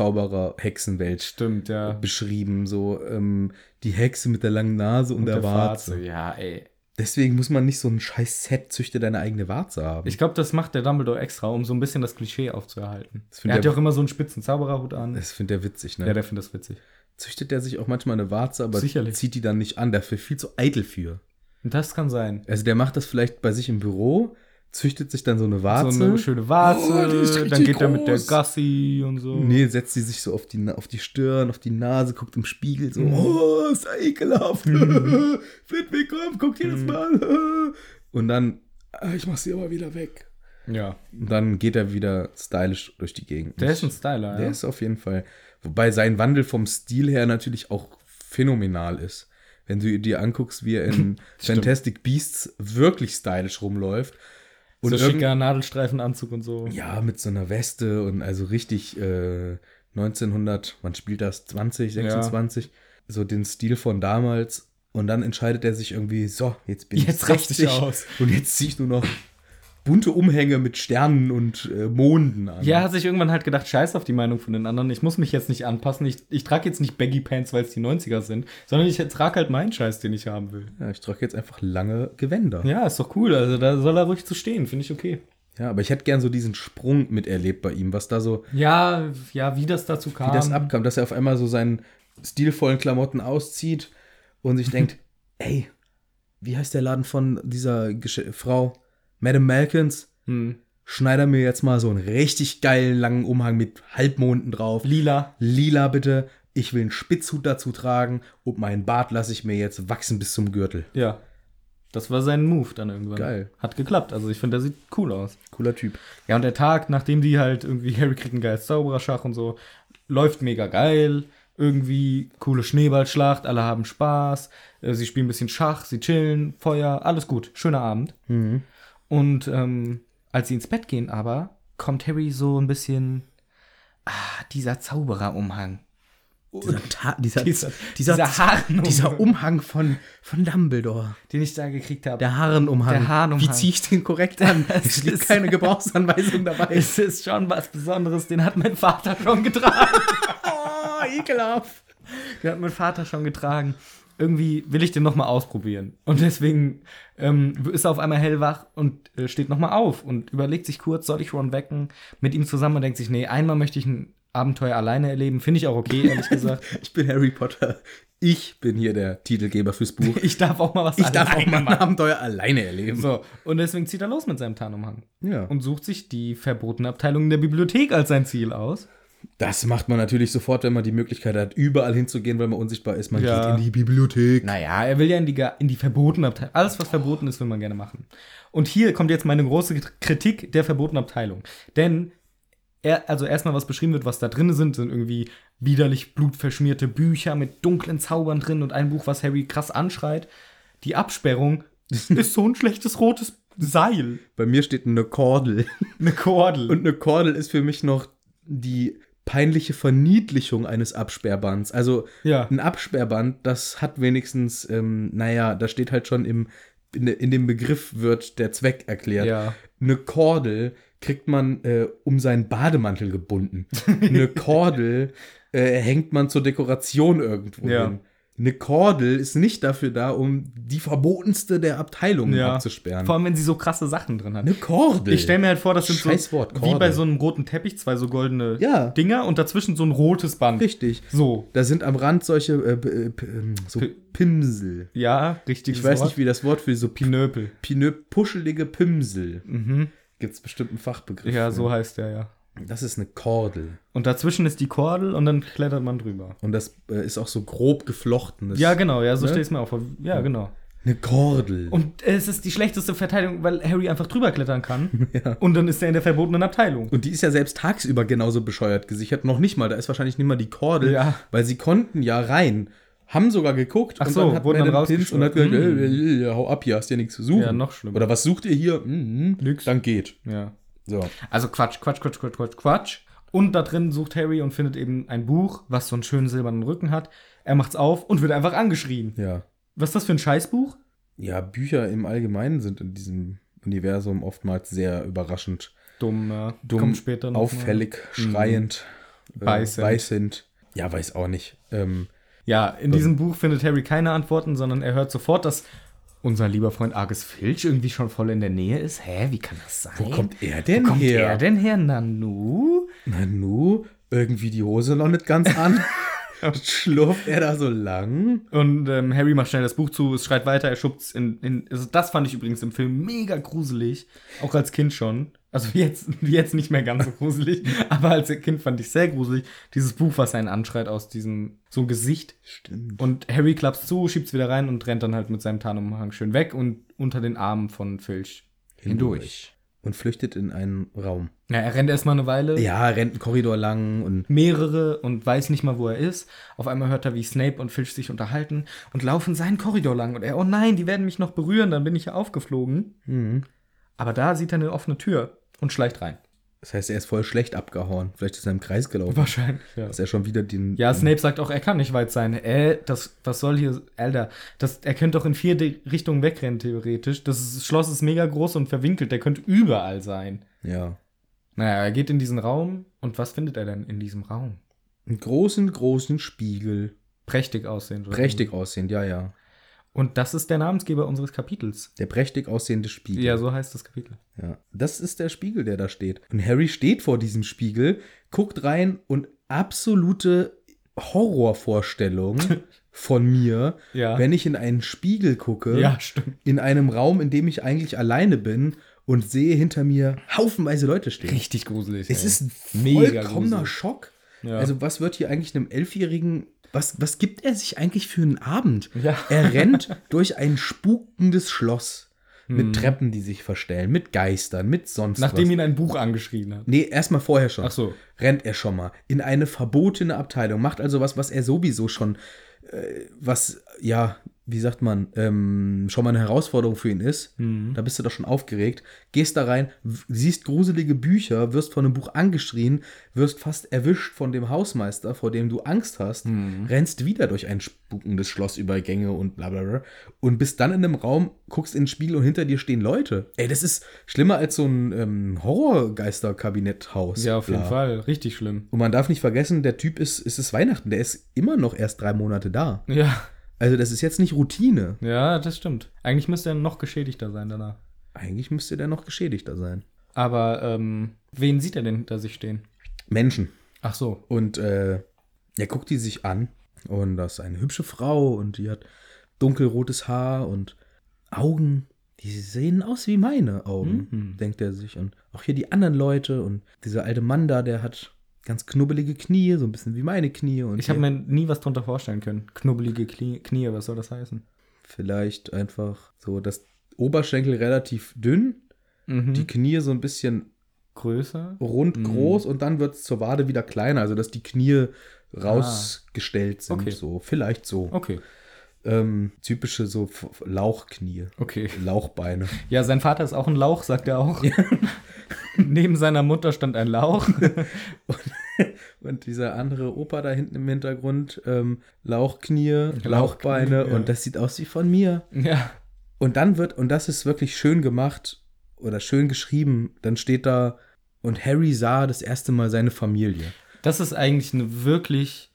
Speaker 2: Zauberer-Hexenwelt
Speaker 1: stimmt, ja.
Speaker 2: beschrieben. So ähm, die Hexe mit der langen Nase und, der, Warze.
Speaker 1: Ja, ey.
Speaker 2: Deswegen muss man nicht so ein scheiß Set züchte deine eigene Warze haben.
Speaker 1: Ich glaube, das macht der Dumbledore extra, um so ein bisschen das Klischee aufzuerhalten.
Speaker 2: Das find
Speaker 1: Er hat
Speaker 2: der-
Speaker 1: ja auch immer so einen spitzen Zaubererhut an.
Speaker 2: das findet der witzig, ne?
Speaker 1: Ja, der findet das witzig.
Speaker 2: Züchtet der sich auch manchmal eine Warze, aber
Speaker 1: Sicherlich.
Speaker 2: zieht die dann nicht an. Der ist viel zu eitel für.
Speaker 1: Und das kann sein.
Speaker 2: Also der macht das vielleicht bei sich im Büro, züchtet sich dann so eine Warze.
Speaker 1: So eine schöne Warze,
Speaker 3: Oh, die ist richtig
Speaker 1: dann geht er mit der
Speaker 3: groß.
Speaker 1: Gassi und so.
Speaker 2: Nee, setzt sie sich so auf die, Na- auf die Stirn, auf die Nase, guckt im Spiegel so,
Speaker 1: Mhm.
Speaker 2: oh, ist ja ekelhaft. Flitwick, komm, guck dir das
Speaker 1: Mhm.
Speaker 2: mal. Und dann,
Speaker 3: Ah, Ich mach sie aber wieder weg.
Speaker 1: Ja.
Speaker 2: dann geht er wieder stylisch durch die Gegend.
Speaker 1: Der ist ein Styler,
Speaker 2: Der
Speaker 1: ja.
Speaker 2: ist auf jeden Fall. Wobei sein Wandel vom Stil her natürlich auch phänomenal ist. Wenn du dir anguckst, wie er in Fantastic Beasts wirklich stylisch rumläuft. Und
Speaker 1: so
Speaker 2: irgend-
Speaker 1: schicker Nadelstreifenanzug und so.
Speaker 2: Ja, mit so einer Weste und also richtig äh, 1900, wann spielt das? 20, 26? So den Stil von damals. Und dann entscheidet er sich irgendwie, so, jetzt bin
Speaker 1: Jetzt
Speaker 2: ich
Speaker 1: raste ich
Speaker 2: 60
Speaker 1: aus.
Speaker 2: und jetzt ziehe ich nur noch bunte Umhänge mit Sternen und äh, Monden an.
Speaker 1: Ja, hat sich irgendwann halt gedacht, scheiß auf die Meinung von den anderen. Ich muss mich jetzt nicht anpassen. Ich, ich trage jetzt nicht Baggy Pants, weil es die 90er sind, sondern ich trage halt meinen Scheiß, den ich haben will.
Speaker 2: Ja, ich trage jetzt einfach lange Gewänder.
Speaker 1: Ja, ist doch cool. Also da soll er ruhig zu stehen, finde ich okay.
Speaker 2: Ja, aber ich hätte gern so diesen Sprung miterlebt bei ihm, was da so,
Speaker 1: Ja, ja, wie das dazu kam.
Speaker 2: wie das abkam, dass er auf einmal so seinen stilvollen Klamotten auszieht und sich denkt, ey, wie heißt der Laden von dieser Gesch- Frau? Madame Malkins?
Speaker 1: Hm.
Speaker 2: Schneider mir jetzt mal so einen richtig geilen langen Umhang mit Halbmonden drauf.
Speaker 1: Lila.
Speaker 2: Lila bitte. Ich will einen Spitzhut dazu tragen und meinen Bart lasse ich mir jetzt wachsen bis zum Gürtel.
Speaker 1: Ja. Das war sein Move dann irgendwann.
Speaker 2: Geil.
Speaker 1: Hat geklappt. Also ich finde, der sieht cool aus.
Speaker 2: Cooler Typ.
Speaker 1: Ja, und der Tag, nachdem die halt irgendwie Harry kriegt einen geilen Zaubererschach und so, läuft mega geil. Irgendwie coole Schneeballschlacht, alle haben Spaß. Äh, Sie spielen ein bisschen Schach, sie chillen, Feuer, alles gut. Schöner Abend. Und ähm, als sie ins Bett gehen, aber kommt Harry so ein bisschen. Ah, dieser Zaubererumhang.
Speaker 2: Dieser, Ta- dieser,
Speaker 1: Dieser-
Speaker 2: dieser,
Speaker 1: dieser Harnumhang.
Speaker 2: dieser Umhang von, von Dumbledore.
Speaker 1: Den ich da gekriegt habe.
Speaker 2: Der Haarenumhang.
Speaker 1: Der Haarenumhang.
Speaker 2: Wie ziehe ich den korrekt an? Es gibt
Speaker 1: ist-
Speaker 2: keine Gebrauchsanweisung dabei.
Speaker 1: Es ist schon was Besonderes, den hat mein Vater schon getragen.
Speaker 2: oh, ekelhaft.
Speaker 1: Den hat mein Vater schon getragen. Irgendwie will ich den nochmal ausprobieren. Und deswegen ähm, ist er auf einmal hellwach und äh, steht nochmal auf und überlegt sich kurz, soll ich Ron wecken? Mit ihm zusammen und denkt sich, nee, einmal möchte ich ein Abenteuer alleine erleben. Finde ich auch okay, ehrlich gesagt.
Speaker 2: Ich bin Harry Potter. Ich bin hier der Titelgeber fürs Buch.
Speaker 1: Ich darf auch mal was
Speaker 2: Ich darf auch
Speaker 1: alleine
Speaker 2: mal ein Abenteuer alleine erleben.
Speaker 1: So, und deswegen zieht er los mit seinem Tarnumhang.
Speaker 2: Ja.
Speaker 1: Und sucht sich die verbotene Abteilung in der Bibliothek als sein Ziel aus.
Speaker 2: Das macht man natürlich sofort, wenn man die Möglichkeit hat, überall hinzugehen, weil man unsichtbar ist. Man
Speaker 1: Ja.
Speaker 2: geht in die Bibliothek.
Speaker 1: Naja, er will ja in die, Ga- in die verbotene Abteilung. Alles, was verboten ist, will man gerne machen. Und hier kommt jetzt meine große Kritik der verbotenen Abteilung. Denn, er, also erstmal, was beschrieben wird, was da drin sind, sind irgendwie widerlich blutverschmierte Bücher mit dunklen Zaubern drin und ein Buch, was Harry krass anschreit. Die Absperrung ist so ein schlechtes rotes Seil.
Speaker 2: Bei mir steht eine Kordel.
Speaker 1: Eine Kordel.
Speaker 2: Und eine Kordel ist für mich noch die peinliche Verniedlichung eines Absperrbands. Also
Speaker 1: Ja.
Speaker 2: ein Absperrband, das hat wenigstens, ähm, naja, da steht halt schon im, in, de- in dem Begriff wird der Zweck erklärt.
Speaker 1: Ja.
Speaker 2: Eine Kordel kriegt man äh, um seinen Bademantel gebunden. Eine Kordel äh, hängt man zur Dekoration irgendwo
Speaker 1: Ja.
Speaker 2: hin. Eine Kordel ist nicht dafür da, um die verbotenste der Abteilungen
Speaker 1: Ja.
Speaker 2: abzusperren.
Speaker 1: Vor allem, wenn sie so krasse Sachen drin hat.
Speaker 2: eine Kordel.
Speaker 1: Ich stelle mir halt vor, das sind
Speaker 2: Scheiß
Speaker 1: so
Speaker 2: Wort,
Speaker 1: wie
Speaker 2: Kordel.
Speaker 1: bei so einem roten Teppich zwei so goldene
Speaker 2: Ja.
Speaker 1: Dinger und dazwischen so ein rotes Band.
Speaker 2: richtig.
Speaker 1: So,
Speaker 2: Da sind am Rand solche äh, p- äh, p- ähm, so
Speaker 1: Pi-
Speaker 2: Pimsel.
Speaker 1: ja, richtig.
Speaker 2: Ich weiß nicht, wie das Wort für so Pi-
Speaker 1: Pinöpel.
Speaker 2: Pinö puschelige Pimsel. Gibt es bestimmt einen Fachbegriff.
Speaker 1: Mhm. Ja,
Speaker 2: für.
Speaker 1: so heißt der, ja.
Speaker 2: Das ist eine Kordel.
Speaker 1: Und dazwischen ist die Kordel und dann klettert man drüber.
Speaker 2: Und das äh, ist auch so grob geflochtenes.
Speaker 1: Ja, genau, ja, so
Speaker 2: ne?
Speaker 1: stell ich es mir auch vor. Ja, genau.
Speaker 2: Eine Kordel.
Speaker 1: Und es ist die schlechteste Verteidigung, weil Harry einfach drüber klettern kann. Und dann ist er in der verbotenen Abteilung.
Speaker 2: Und die ist ja selbst tagsüber genauso bescheuert gesichert. Noch nicht mal, da ist wahrscheinlich nicht mal die Kordel,
Speaker 1: Ja.
Speaker 2: weil sie konnten ja rein, haben sogar geguckt
Speaker 1: Ach so, wurden dann
Speaker 2: Madame Pince und hat gesagt,
Speaker 1: rausgeschmissen. Mhm.
Speaker 2: äh, äh, äh, hau ab, hier hast ja nichts zu suchen.
Speaker 1: Ja, noch schlimmer.
Speaker 2: Oder was sucht ihr hier? Mhm,
Speaker 1: Nix.
Speaker 2: Dann geht.
Speaker 1: Ja.
Speaker 2: So.
Speaker 1: Also Quatsch, Quatsch, Quatsch, Quatsch, Quatsch, Quatsch. Und da drin sucht Harry und findet eben ein Buch, was so einen schönen silbernen Rücken hat. Er macht's auf und wird einfach angeschrien.
Speaker 2: Ja.
Speaker 1: Was ist das für ein Scheißbuch?
Speaker 2: Ja, Bücher im Allgemeinen sind in diesem Universum oftmals sehr überraschend.
Speaker 1: Dumm, ja.
Speaker 2: Dumm,
Speaker 1: Kommt später noch mal. Mhm.
Speaker 2: auffällig, schreiend, äh,
Speaker 1: Beißend.
Speaker 2: beißend. Ja, weiß auch nicht. Ähm,
Speaker 1: Ja, in diesem Buch findet Harry keine Antworten, sondern er hört sofort, dass unser lieber Freund Argus Filch irgendwie schon voll in der Nähe ist. Hä, wie kann das sein?
Speaker 2: wo kommt er denn
Speaker 1: Wo kommt
Speaker 2: her?
Speaker 1: er denn her? Nanu?
Speaker 2: Na nu, irgendwie die Hose noch nicht ganz an. Schlurft er da so lang?
Speaker 1: Und ähm, Harry macht schnell das Buch zu, es schreit weiter, er schubt's in, in. Also das fand ich übrigens im Film mega gruselig. Auch als Kind schon. Also jetzt, jetzt nicht mehr ganz so gruselig, aber als Kind fand ich sehr gruselig. Dieses Buch, was einen anschreit aus diesem so ein Gesicht.
Speaker 2: Stimmt.
Speaker 1: Und Harry klappt's zu, schiebt's wieder rein und rennt dann halt mit seinem Tarnumhang schön weg und unter den Armen von Filch hindurch.
Speaker 2: Und flüchtet in einen Raum.
Speaker 1: Na, er rennt erstmal eine Weile,
Speaker 2: Ja, rennt einen Korridor lang und
Speaker 1: mehrere und weiß nicht mal, wo er ist. Auf einmal hört er, wie Snape und Filch sich unterhalten und laufen seinen Korridor lang. Und er, oh nein, die werden mich noch
Speaker 2: hm.
Speaker 1: berühren, dann bin ich ja aufgeflogen. Aber da sieht er eine offene Tür und schleicht rein.
Speaker 2: Das heißt, er ist voll schlecht abgehauen. Vielleicht ist er im Kreis gelaufen.
Speaker 1: Wahrscheinlich, ja.
Speaker 2: Dass er schon wieder den.
Speaker 1: Ja, Snape sagt auch, er kann nicht weit sein. Äh, das, was soll hier, Alter, das, er könnte doch in vier D- Richtungen wegrennen, theoretisch. Das ist- Schloss ist mega groß und verwinkelt, der könnte überall sein.
Speaker 2: Ja.
Speaker 1: Naja, er geht in diesen Raum und was findet er denn in diesem Raum?
Speaker 2: Einen großen, großen Spiegel.
Speaker 1: Prächtig aussehen. oder?
Speaker 2: Prächtig aussehend, ja, ja.
Speaker 1: Und das ist der Namensgeber unseres Kapitels.
Speaker 2: Der prächtig aussehende Spiegel.
Speaker 1: Ja, so heißt das Kapitel.
Speaker 2: Ja. Das ist der Spiegel, der da steht. Und Harry steht vor diesem Spiegel, guckt rein und absolute Horrorvorstellung von mir,
Speaker 1: Ja.
Speaker 2: wenn ich in einen Spiegel gucke,
Speaker 1: ja, stimmt.
Speaker 2: in einem Raum, in dem ich eigentlich alleine bin und sehe hinter mir haufenweise Leute stehen.
Speaker 1: Richtig gruselig.
Speaker 2: Es
Speaker 1: ey.
Speaker 2: ist ein
Speaker 1: Mega
Speaker 2: vollkommener
Speaker 1: gruselig.
Speaker 2: Schock.
Speaker 1: Ja.
Speaker 2: Also was wird hier eigentlich einem Elfjährigen, was, was gibt er sich eigentlich für einen Abend?
Speaker 1: Ja.
Speaker 2: Er rennt durch ein spukendes Schloss mit Treppen, die sich verstellen, mit Geistern, mit sonst
Speaker 1: Hm. Nachdem
Speaker 2: was.
Speaker 1: ihn ein Buch angeschrien hat.
Speaker 2: Nee, erstmal vorher schon.
Speaker 1: Ach so.
Speaker 2: Rennt er schon mal in eine verbotene Abteilung, macht also was, was er sowieso schon, äh, was, ja, wie sagt man, ähm, schon mal eine Herausforderung für ihn ist.
Speaker 1: Mhm.
Speaker 2: Da bist du doch schon aufgeregt. Gehst da rein, w- siehst gruselige Bücher, wirst von einem Buch angeschrien, wirst fast erwischt von dem Hausmeister, vor dem du Angst
Speaker 1: Mhm.
Speaker 2: hast,
Speaker 1: Hm.
Speaker 2: rennst wieder durch ein spukendes Schloss über Gänge und bla bla bla und bist dann in einem Raum, guckst in den Spiegel und hinter dir stehen Leute. Ey, das ist schlimmer als so ein ähm, Horrorgeisterkabinetthaus.
Speaker 1: Ja, auf jeden
Speaker 2: Bla.
Speaker 1: Fall. Richtig schlimm.
Speaker 2: Und man darf nicht vergessen, der Typ ist, es ist Weihnachten, der ist immer noch erst drei Monate da.
Speaker 1: Ja.
Speaker 2: Also das ist jetzt nicht Routine.
Speaker 1: Ja, das stimmt. Eigentlich müsste er noch geschädigter sein danach.
Speaker 2: Eigentlich müsste der noch geschädigter sein.
Speaker 1: Aber ähm, wen sieht er denn hinter sich stehen?
Speaker 2: Menschen.
Speaker 1: Ach so.
Speaker 2: Und äh, er guckt die sich an. Und das ist eine hübsche Frau und die hat dunkelrotes Haar und Augen. Die sehen aus wie meine Augen,
Speaker 1: Mhm.
Speaker 2: denkt er sich. Und auch hier die anderen Leute und dieser alte Mann da, der hat ganz knubbelige Knie, so ein bisschen wie meine Knie. Und
Speaker 1: Ich habe
Speaker 2: hier
Speaker 1: mir nie was drunter vorstellen können. Knubbelige Knie, Knie, was soll das heißen?
Speaker 2: vielleicht einfach so das Oberschenkel relativ dünn, die
Speaker 1: Die
Speaker 2: Knie so ein bisschen
Speaker 1: größer?
Speaker 2: rund groß und dann wird es zur Wade wieder kleiner, also dass die Knie rausgestellt sind.
Speaker 1: Ah. Okay.
Speaker 2: So, vielleicht so.
Speaker 1: Okay,
Speaker 2: Ähm, typische so F- F- Lauchknie,
Speaker 1: okay.
Speaker 2: Lauchbeine.
Speaker 1: Ja, sein Vater ist auch ein Lauch, sagt er auch. Neben seiner Mutter stand ein Lauch.
Speaker 2: Und dieser andere Opa da hinten im Hintergrund, ähm, Lauchknie, Lauchbeine
Speaker 1: ja.
Speaker 2: und das sieht aus wie von mir.
Speaker 1: ja.
Speaker 2: Und dann wird, und das ist wirklich schön gemacht oder schön geschrieben, dann steht da, und Harry sah das erste Mal seine Familie.
Speaker 1: Das ist eigentlich eine wirklich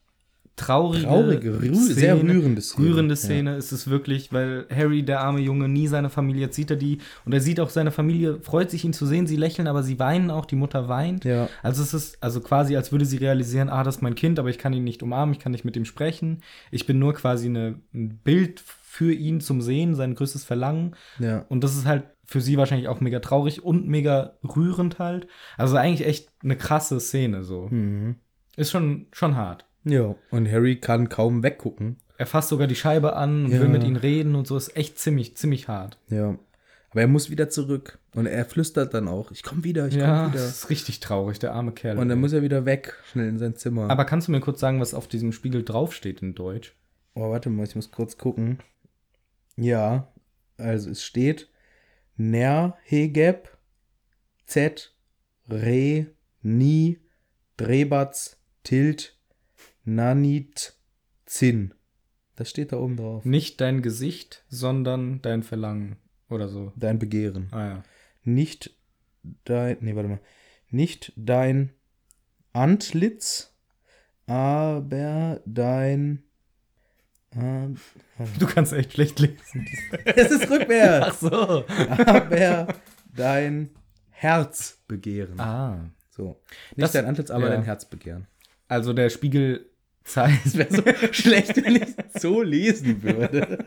Speaker 1: traurige,
Speaker 2: Traurige, rü- sehr rührende Szene.
Speaker 1: Rührende
Speaker 2: Ja.
Speaker 1: Szene ist es wirklich, weil Harry, der arme Junge, nie seine Familie, jetzt sieht er die und er sieht auch seine Familie, freut sich ihn zu sehen, sie lächeln, aber sie weinen auch, die Mutter weint.
Speaker 2: Ja.
Speaker 1: Also es ist also quasi, als würde sie realisieren, ah, das ist mein Kind, aber ich kann ihn nicht umarmen, ich kann nicht mit ihm sprechen. Ich bin nur quasi eine, ein Bild für ihn zum Sehen, sein größtes Verlangen.
Speaker 2: Ja.
Speaker 1: Und das ist halt für sie wahrscheinlich auch mega traurig und mega rührend halt. Also eigentlich echt eine krasse Szene so.
Speaker 2: Mhm.
Speaker 1: Ist schon, schon hart.
Speaker 2: Ja, und Harry kann kaum weggucken.
Speaker 1: Er fasst sogar die Scheibe an und
Speaker 2: Ja.
Speaker 1: will mit ihnen reden und so. Ist echt ziemlich, ziemlich hart.
Speaker 2: Ja. Aber er muss wieder zurück. Und er flüstert dann auch, ich komme wieder, ich
Speaker 1: ja,
Speaker 2: komme wieder.
Speaker 1: das ist richtig traurig, der arme Kerl.
Speaker 2: Und äh, dann muss er wieder weg, schnell in sein Zimmer.
Speaker 1: Aber kannst du mir kurz sagen, was auf diesem Spiegel draufsteht in Deutsch?
Speaker 2: oh, warte mal, ich muss kurz gucken. Ja, also es steht Ner, Hegeb, Z, Re, Ni, Drebatz, Tilt, Nanit, Zin. Das steht da oben drauf.
Speaker 1: Nicht dein Gesicht, sondern dein Verlangen oder so.
Speaker 2: Dein Begehren.
Speaker 1: Ah ja.
Speaker 2: nicht dein, nee, warte mal, nicht dein Antlitz, aber dein. ah,
Speaker 1: Du kannst echt schlecht lesen.
Speaker 2: Es ist rückwärts,
Speaker 1: so.
Speaker 2: aber dein Herzbegehren.
Speaker 1: Ah.
Speaker 2: So. Nicht
Speaker 1: Das-
Speaker 2: dein Antlitz, aber
Speaker 1: ja.
Speaker 2: dein Herzbegehren.
Speaker 1: Also der Spiegel zeigt,
Speaker 2: Wäre so schlecht, wenn ich so lesen würde.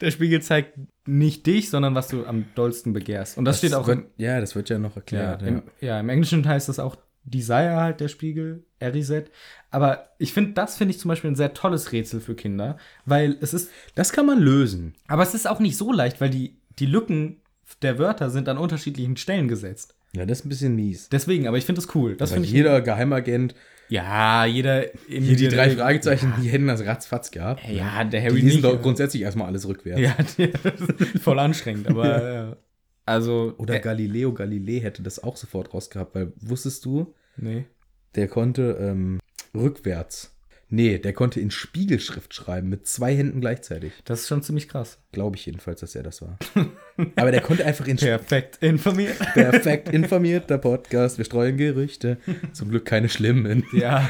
Speaker 1: der Spiegel zeigt nicht dich, sondern was du am dollsten begehrst. Und das, steht auch im,
Speaker 2: Wird, ja, das wird ja noch
Speaker 1: ja,
Speaker 2: erklärt. Ja,
Speaker 1: im, ja, im Englischen heißt das auch Desire halt der Spiegel, Eriset. Aber ich finde, das finde ich zum Beispiel ein sehr tolles Rätsel für Kinder, weil es ist,
Speaker 2: Das kann man lösen.
Speaker 1: aber es ist auch nicht so leicht, weil die, die Lücken der Wörter sind an unterschiedlichen Stellen gesetzt.
Speaker 2: Ja, das ist ein bisschen mies.
Speaker 1: Deswegen, aber ich finde es cool. Das
Speaker 2: Weil
Speaker 1: finde ich.
Speaker 2: jeder Geheimagent,
Speaker 1: ja, jeder. in
Speaker 2: hier die drei Fragezeichen, die hätten das ratzfatz gehabt. ne?
Speaker 1: Ja, der
Speaker 2: Die
Speaker 1: Harry
Speaker 2: lesen
Speaker 1: nicht.
Speaker 2: doch grundsätzlich erstmal alles rückwärts.
Speaker 1: ja, voll anstrengend, aber. äh, Also.
Speaker 2: Oder
Speaker 1: äh,
Speaker 2: Galileo Galilei hätte das auch sofort rausgehabt, weil wusstest du,
Speaker 1: Nee.
Speaker 2: der konnte ähm, rückwärts. Nee, der konnte in Spiegelschrift schreiben, mit zwei Händen gleichzeitig.
Speaker 1: Das ist schon ziemlich krass.
Speaker 2: Glaube ich jedenfalls, dass er das war. Aber der konnte einfach in Spiegelschrift.
Speaker 1: Perfekt informiert.
Speaker 2: Perfekt informierter Podcast, wir streuen Gerüchte. Zum Glück keine schlimmen.
Speaker 1: ja.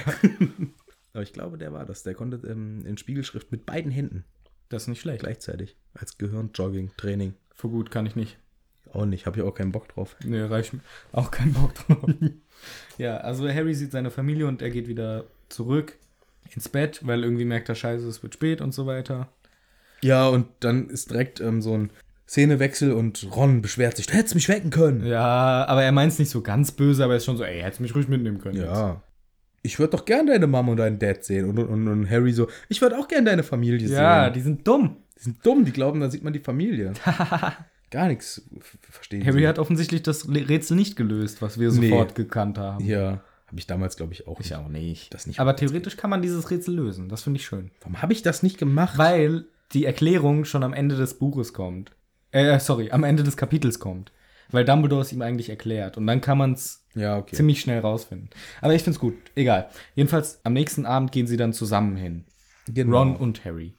Speaker 2: Aber ich glaube, der war das. Der konnte ähm, in Spiegelschrift mit beiden Händen
Speaker 1: Das ist nicht schlecht.
Speaker 2: gleichzeitig. Als Gehirn, Jogging, Training.
Speaker 1: Für gut kann ich nicht.
Speaker 2: Auch nicht, habe ich auch keinen Bock drauf.
Speaker 1: Nee, reicht mir. Auch keinen Bock drauf. ja, also Harry sieht seine Familie und er geht wieder zurück ins Bett, weil irgendwie merkt er, scheiße, es wird spät und so weiter.
Speaker 2: Ja, und dann ist direkt ähm, so ein Szenewechsel und Ron beschwert sich, du hättest mich wecken können.
Speaker 1: Ja, aber er meint es nicht so ganz böse, aber er ist schon so, ey, hättest mich ruhig mitnehmen können. jetzt.
Speaker 2: Ja. Ich würde doch gern deine Mom und deinen Dad sehen. Und, und, und Harry so, ich würde auch gern deine Familie
Speaker 1: Ja,
Speaker 2: sehen.
Speaker 1: die sind dumm.
Speaker 2: Die sind dumm, die glauben, da sieht man die Familie. Gar nichts f- verstehen.
Speaker 1: Harry
Speaker 2: sie.
Speaker 1: hat offensichtlich das Le- Rätsel nicht gelöst, was wir
Speaker 2: Nee.
Speaker 1: sofort gekannt haben.
Speaker 2: Ja, habe ich damals, glaube ich, auch nicht.
Speaker 1: nicht.
Speaker 2: Das nicht
Speaker 1: aber theoretisch kann man dieses Rätsel lösen. Das finde ich schön.
Speaker 2: Warum habe ich das nicht gemacht?
Speaker 1: Weil die Erklärung schon am Ende des Buches kommt. Äh, sorry, am Ende des Kapitels kommt. Weil Dumbledore es ihm eigentlich erklärt. Und dann kann man es
Speaker 2: ja, okay.
Speaker 1: ziemlich schnell rausfinden. Aber ich finde es gut. Egal. Jedenfalls, am nächsten Abend gehen sie dann zusammen hin.
Speaker 2: Genau.
Speaker 1: Ron und Harry.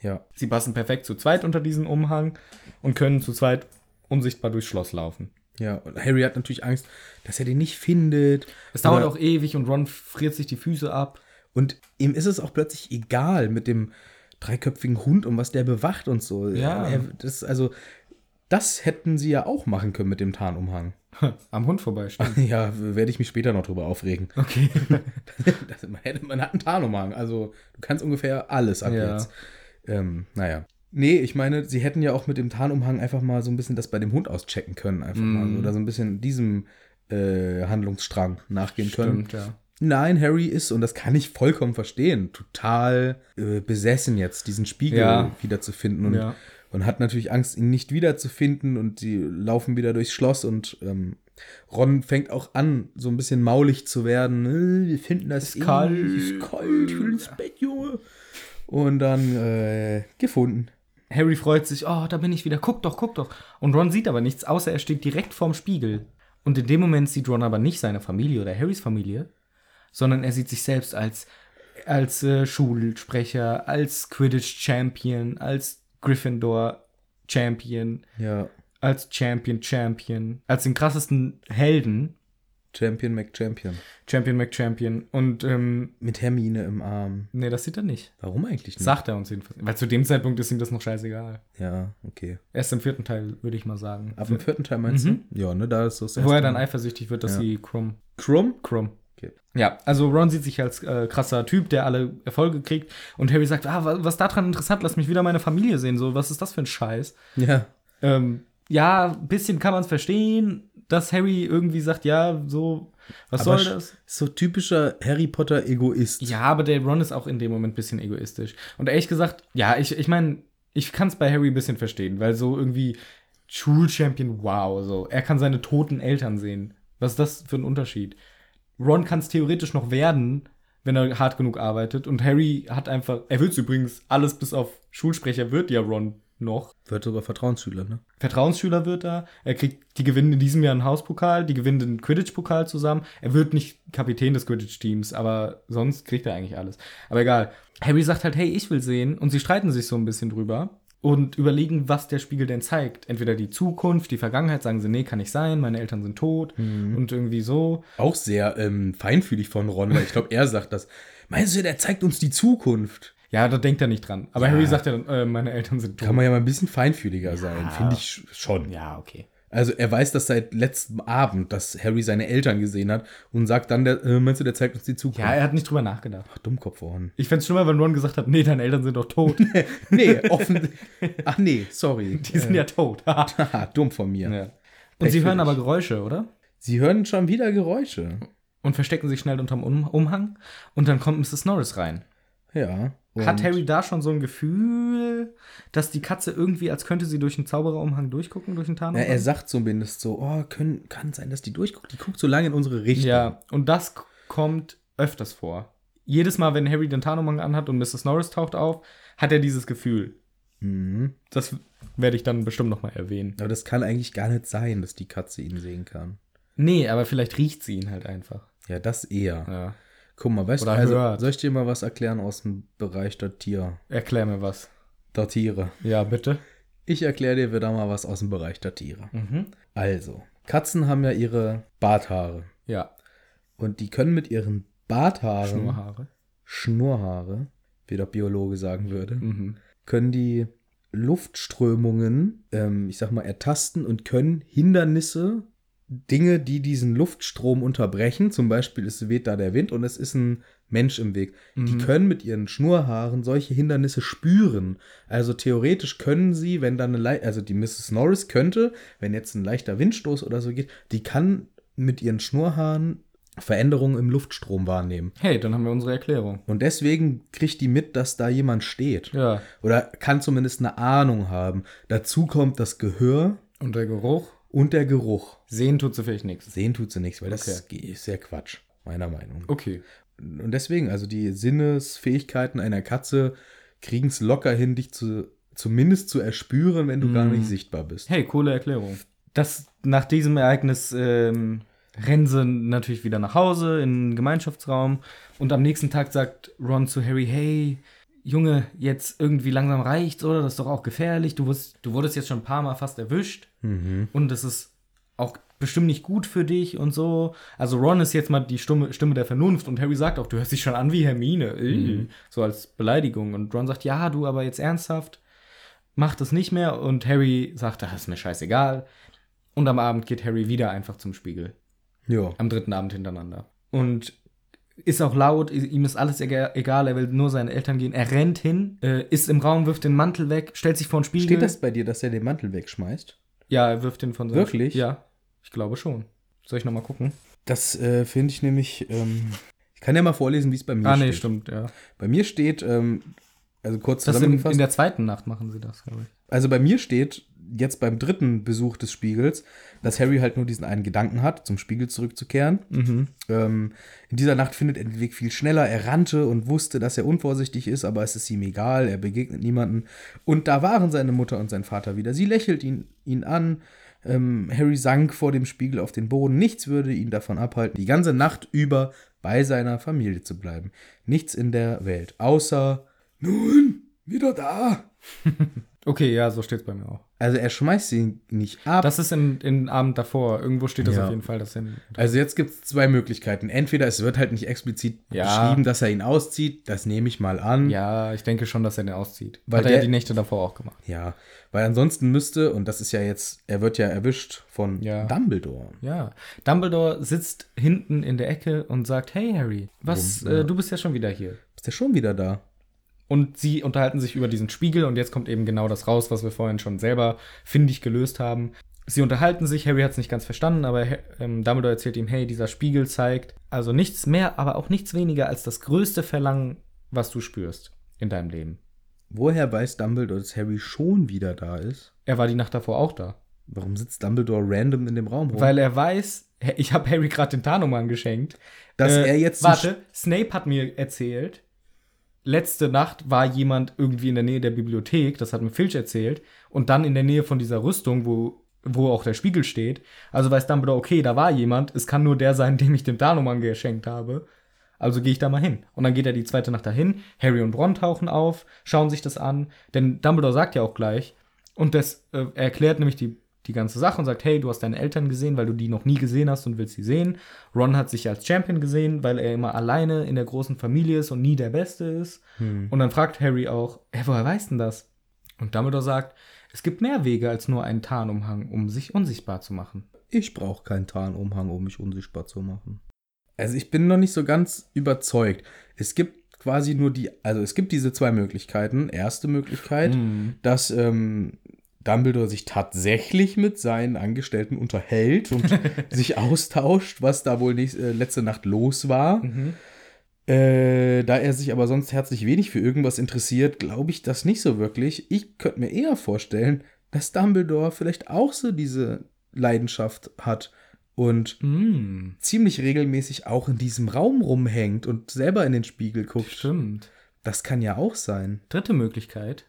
Speaker 2: Ja.
Speaker 1: Sie passen perfekt zu zweit unter diesen Umhang und können zu zweit unsichtbar durchs Schloss laufen.
Speaker 2: Ja, und Harry hat natürlich Angst, dass er den nicht findet.
Speaker 1: Es dauert
Speaker 2: Oder-
Speaker 1: auch ewig und Ron friert sich die Füße ab.
Speaker 2: Und ihm ist es auch plötzlich egal mit dem dreiköpfigen Hund und was der bewacht und so.
Speaker 1: Ja.
Speaker 2: Er, das, also, das hätten sie ja auch machen können mit dem Tarnumhang.
Speaker 1: Am Hund vorbeistehen.
Speaker 2: Ja, werde ich mich später noch drüber aufregen.
Speaker 1: Okay.
Speaker 2: Das, man, hätte, man hat einen Tarnumhang. Also, du kannst ungefähr alles ab
Speaker 1: Ja.
Speaker 2: jetzt. Ähm, naja. Nee, ich meine, sie hätten ja auch mit dem Tarnumhang einfach mal so ein bisschen das bei dem Hund auschecken können. Einfach mal.
Speaker 1: Mhm.
Speaker 2: Oder so ein bisschen diesem äh, Handlungsstrang nachgehen können.
Speaker 1: Stimmt, ja.
Speaker 2: Nein, Harry ist, und das kann ich vollkommen verstehen, total äh, besessen jetzt, diesen Spiegel
Speaker 1: Ja.
Speaker 2: wiederzufinden und,
Speaker 1: Ja.
Speaker 2: und hat natürlich Angst, ihn nicht wiederzufinden und die laufen wieder durchs Schloss und ähm, Ron fängt auch an, so ein bisschen maulig zu werden. Äh, Wir finden das eh,
Speaker 1: Ist kalt.
Speaker 2: ist kalt, ich will ins Bett, Junge. Und dann äh, gefunden.
Speaker 1: Harry freut sich, oh, da bin ich wieder, guck doch, guck doch. Und Ron sieht aber nichts, außer er steht direkt vorm Spiegel. Und in dem Moment sieht Ron aber nicht seine Familie oder Harrys Familie, sondern er sieht sich selbst als, als äh, Schulsprecher, als Quidditch-Champion, als Gryffindor-Champion,
Speaker 2: Ja,
Speaker 1: als Champion-Champion, als den krassesten Helden,
Speaker 2: Champion McChampion.
Speaker 1: Champion McChampion. Und, ähm,
Speaker 2: Mit Hermine im Arm.
Speaker 1: nee, das sieht er nicht.
Speaker 2: Warum eigentlich nicht?
Speaker 1: Sagt er uns jedenfalls. Weil zu dem Zeitpunkt ist ihm das noch scheißegal.
Speaker 2: Ja, okay.
Speaker 1: Erst im vierten Teil, würde ich mal sagen.
Speaker 2: Ab dem vierten Teil meinst
Speaker 1: Mhm.
Speaker 2: du? Ja, ne, da ist so das
Speaker 1: Wo er
Speaker 2: erste
Speaker 1: dann
Speaker 2: Mal.
Speaker 1: eifersüchtig wird, dass
Speaker 2: Ja.
Speaker 1: sie Krumm.
Speaker 2: Krumm?
Speaker 1: Krumm.
Speaker 2: Okay.
Speaker 1: Ja, also Ron sieht sich als äh, krasser Typ, der alle Erfolge kriegt. Und Harry sagt, ah, wa- was daran interessant, lass mich wieder meine Familie sehen. So, was ist das für ein Scheiß?
Speaker 2: Ja.
Speaker 1: Ähm, ja, ein bisschen kann man es verstehen, dass Harry irgendwie sagt, ja, so, was
Speaker 2: Aber
Speaker 1: soll
Speaker 2: sch-
Speaker 1: das?
Speaker 2: So typischer Harry Potter Egoist.
Speaker 1: Ja, aber der Ron ist auch in dem Moment ein bisschen egoistisch. Und ehrlich gesagt, ja, ich, ich meine, ich kann es bei Harry ein bisschen verstehen, weil so irgendwie Schulchampion, wow, so. Er kann seine toten Eltern sehen. Was ist das für ein Unterschied? Ron kann es theoretisch noch werden, wenn er hart genug arbeitet. Und Harry hat einfach, er will es übrigens, alles bis auf Schulsprecher wird ja Ron noch.
Speaker 2: Wird sogar Vertrauensschüler, ne?
Speaker 1: Vertrauensschüler wird er. Er kriegt, die gewinnen in diesem Jahr einen Hauspokal, die gewinnen den Quidditch-Pokal zusammen. Er wird nicht Kapitän des Quidditch-Teams, aber sonst kriegt er eigentlich alles. Aber egal. Harry sagt halt, hey, ich will sehen. Und sie streiten sich so ein bisschen drüber und überlegen, was der Spiegel denn zeigt. Entweder die Zukunft, die Vergangenheit, sagen sie, nee, kann nicht sein, meine Eltern sind tot und irgendwie so.
Speaker 2: Auch sehr ähm, feinfühlig von Ron, weil ich glaube, er sagt das. Meinst du, der zeigt uns die Zukunft?
Speaker 1: Ja, da denkt er nicht dran. Aber Harry sagt ja dann, äh, meine Eltern sind tot.
Speaker 2: Kann man ja mal ein bisschen feinfühliger sein, finde ich sch- schon.
Speaker 1: ja, okay.
Speaker 2: Also er weiß das seit letztem Abend, dass Harry seine Eltern gesehen hat und sagt dann, der, äh, meinst du, der zeigt uns die Zukunft?
Speaker 1: Ja, er hat nicht drüber nachgedacht.
Speaker 2: Ach, Dummkopf Ron.
Speaker 1: Ich fänd's schlimmer, wenn Ron gesagt hat, nee, deine Eltern sind doch tot.
Speaker 2: Nee, offen. Ach nee, sorry.
Speaker 1: Die sind ja tot.
Speaker 2: Haha, dumm von mir.
Speaker 1: Und sie
Speaker 2: Pech
Speaker 1: hören
Speaker 2: für dich.
Speaker 1: aber Geräusche, oder?
Speaker 2: Sie hören schon wieder Geräusche.
Speaker 1: Und verstecken sich schnell unterm um Umhang. Und dann kommt Mrs. Norris rein.
Speaker 2: Ja.
Speaker 1: Hat Harry da schon so ein Gefühl, dass die Katze irgendwie, als könnte sie durch den Zaubererumhang durchgucken, durch den
Speaker 2: Ja,
Speaker 1: Tarnumhang?
Speaker 2: er sagt zumindest so, oh, können, kann sein, dass die durchguckt. Die guckt so lange in unsere Richtung.
Speaker 1: ja, und das k- kommt öfters vor. Jedes Mal, wenn Harry den Tarnumhang anhat und Mrs. Norris taucht auf, hat er dieses Gefühl.
Speaker 2: Mhm.
Speaker 1: Das werde ich dann bestimmt nochmal erwähnen.
Speaker 2: Aber das kann eigentlich gar nicht sein, dass die Katze ihn sehen kann.
Speaker 1: Nee, aber vielleicht riecht sie ihn halt einfach.
Speaker 2: Ja, das eher.
Speaker 1: Ja.
Speaker 2: Guck mal, weißt du,
Speaker 1: Oder
Speaker 2: also,
Speaker 1: hört.
Speaker 2: soll ich dir mal was erklären aus dem Bereich der Tier,
Speaker 1: Erklär mir was.
Speaker 2: der Tiere?
Speaker 1: Ja, bitte.
Speaker 2: Ich erkläre dir wieder mal was aus dem Bereich der Tiere.
Speaker 1: Mhm.
Speaker 2: Also, Katzen haben ja ihre Barthaare.
Speaker 1: Ja.
Speaker 2: Und die können mit ihren Barthaaren,
Speaker 1: Schnurrhaare.
Speaker 2: Schnurrhaare, wie der Biologe sagen würde,
Speaker 1: Mhm.
Speaker 2: können die Luftströmungen, ähm, ich sag mal, ertasten und können Hindernisse, Dinge, die diesen Luftstrom unterbrechen, zum Beispiel es weht da der Wind und es ist ein Mensch im Weg, die
Speaker 1: Mhm.
Speaker 2: können mit ihren Schnurhaaren solche Hindernisse spüren. Also theoretisch können sie, wenn dann eine, lei- also die Mrs. Norris könnte, wenn jetzt ein leichter Windstoß oder so geht, die kann mit ihren Schnurhaaren Veränderungen im Luftstrom wahrnehmen.
Speaker 1: Hey, dann haben wir unsere Erklärung.
Speaker 2: Und deswegen kriegt die mit, dass da jemand steht
Speaker 1: Ja.
Speaker 2: oder kann zumindest eine Ahnung haben. Dazu kommt das Gehör
Speaker 1: Und der Geruch?
Speaker 2: und der Geruch.
Speaker 1: Sehen tut so vielleicht nichts.
Speaker 2: Sehen tut sie nichts, weil das
Speaker 1: Okay.
Speaker 2: ist ja Quatsch, meiner Meinung.
Speaker 1: Okay.
Speaker 2: Und deswegen, also die Sinnesfähigkeiten einer Katze kriegen es locker hin, dich zu, zumindest zu erspüren, wenn du gar nicht sichtbar bist.
Speaker 1: Hey, coole Erklärung. Das nach diesem Ereignis ähm, rennen sie natürlich wieder nach Hause in den Gemeinschaftsraum und am nächsten Tag sagt Ron zu Harry, hey, Junge, jetzt irgendwie langsam reicht's, oder? Das ist doch auch gefährlich. Du wurdest, du wurdest jetzt schon ein paar Mal fast erwischt
Speaker 2: Mhm.
Speaker 1: und das ist auch bestimmt nicht gut für dich und so. Also Ron ist jetzt mal die Stimme, Stimme der Vernunft und Harry sagt auch, du hörst dich schon an wie Hermine. Äh.
Speaker 2: Mhm.
Speaker 1: So als Beleidigung. Und Ron sagt, ja, du, aber jetzt ernsthaft macht es nicht mehr und Harry sagt, das ist mir scheißegal. Und am Abend geht Harry wieder einfach zum Spiegel.
Speaker 2: Ja.
Speaker 1: Am dritten Abend hintereinander. Und ist auch laut, i- ihm ist alles ega- egal, er will nur seinen Eltern gehen. Er rennt hin, äh, ist im Raum, wirft den Mantel weg, stellt sich vor den Spiegel.
Speaker 2: Steht das bei dir, dass er den Mantel wegschmeißt?
Speaker 1: Ja, er wirft den von seinem
Speaker 2: Wirklich?
Speaker 1: Ja, ich glaube schon. Soll ich nochmal gucken?
Speaker 2: Das äh, finde ich nämlich. Ähm, ich kann ja mal vorlesen, wie es bei mir
Speaker 1: ah,
Speaker 2: steht.
Speaker 1: nee, stimmt, ja.
Speaker 2: Bei mir steht, ähm, also kurz
Speaker 1: Das in,
Speaker 2: zusammengefasst.
Speaker 1: in der zweiten Nacht machen sie das, glaube ich.
Speaker 2: Also bei mir steht jetzt beim dritten Besuch des Spiegels, dass Harry halt nur diesen einen Gedanken hat, zum Spiegel zurückzukehren. Ähm, in dieser Nacht findet er den Weg viel schneller. Er rannte und wusste, dass er unvorsichtig ist, aber es ist ihm egal. Er begegnet niemanden. Und da waren seine Mutter und sein Vater wieder. Sie lächelt ihn, ihn an. Ähm, Harry sank vor dem Spiegel auf den Boden. Nichts würde ihn davon abhalten, die ganze Nacht über bei seiner Familie zu bleiben. Nichts in der Welt, außer
Speaker 3: Nun, wieder da.
Speaker 1: Okay, ja, so steht's bei mir auch.
Speaker 2: also er schmeißt sie nicht ab.
Speaker 1: Das ist im, im Abend davor. Irgendwo steht das
Speaker 2: Ja.
Speaker 1: auf jeden Fall. Das in,
Speaker 2: Also jetzt gibt es zwei Möglichkeiten. Entweder es wird halt nicht explizit
Speaker 1: Ja.
Speaker 2: beschrieben, dass er ihn auszieht. Das nehme ich mal an.
Speaker 1: Ja, ich denke schon, dass er den auszieht.
Speaker 2: Weil
Speaker 1: Hat er ja
Speaker 2: der-
Speaker 1: die Nächte davor auch gemacht.
Speaker 2: Ja, weil ansonsten müsste, und das ist ja jetzt, er wird ja erwischt von
Speaker 1: Ja.
Speaker 2: Dumbledore.
Speaker 1: Ja. Dumbledore sitzt hinten in der Ecke und sagt, hey Harry, was, äh, du bist ja schon wieder hier.
Speaker 2: Ist er schon wieder da?
Speaker 1: Und sie unterhalten sich über diesen Spiegel und jetzt kommt eben genau das raus, was wir vorhin schon selber findig gelöst haben. Sie unterhalten sich, Harry hat es nicht ganz verstanden, aber Her- ähm, Dumbledore erzählt ihm, hey, dieser Spiegel zeigt also nichts mehr, aber auch nichts weniger als das größte Verlangen, was du spürst in deinem Leben.
Speaker 2: Woher weiß Dumbledore, dass Harry schon wieder da ist?
Speaker 1: Er war die Nacht davor auch da.
Speaker 2: Warum sitzt Dumbledore random in dem Raum rum?
Speaker 1: Weil er weiß, hä, ich habe Harry gerade den Tarnumann geschenkt.
Speaker 2: Dass er jetzt zum
Speaker 1: äh, Warte, Snape hat mir erzählt, letzte Nacht war jemand irgendwie in der Nähe der Bibliothek, das hat mir Filch erzählt, und dann in der Nähe von dieser Rüstung, wo, wo auch der Spiegel steht. Also weiß Dumbledore, okay, da war jemand, es kann nur der sein, dem ich den Tarnumann geschenkt habe. Also gehe ich da mal hin. Und dann geht er die zweite Nacht dahin. Harry und Ron tauchen auf, schauen sich das an. Denn Dumbledore sagt ja auch gleich, und das äh, er erklärt nämlich die, die ganze Sache und sagt, hey, du hast deine Eltern gesehen, weil du die noch nie gesehen hast und willst sie sehen. Ron hat sich als Champion gesehen, weil er immer alleine in der großen Familie ist und nie der Beste ist. Und dann fragt Harry auch, hey, woher weiß denn das? Und Dumbledore sagt, es gibt mehr Wege als nur einen Tarnumhang, um sich unsichtbar zu machen.
Speaker 2: Ich brauche keinen Tarnumhang, um mich unsichtbar zu machen. Also ich bin noch nicht so ganz überzeugt. Es gibt quasi nur die, also es gibt diese zwei Möglichkeiten. Erste Möglichkeit,
Speaker 1: Mhm.
Speaker 2: dass ähm, Dumbledore sich tatsächlich mit seinen Angestellten unterhält und sich austauscht, was da wohl nächst, äh, letzte Nacht los war.
Speaker 1: Mhm.
Speaker 2: Äh, da er sich aber sonst herzlich wenig für irgendwas interessiert, glaube ich das nicht so wirklich. Ich könnte mir eher vorstellen, dass Dumbledore vielleicht auch so diese Leidenschaft hat und
Speaker 1: Mm,
Speaker 2: ziemlich regelmäßig auch in diesem Raum rumhängt und selber in den Spiegel guckt.
Speaker 1: stimmt.
Speaker 2: Das kann ja auch sein.
Speaker 1: Dritte Möglichkeit,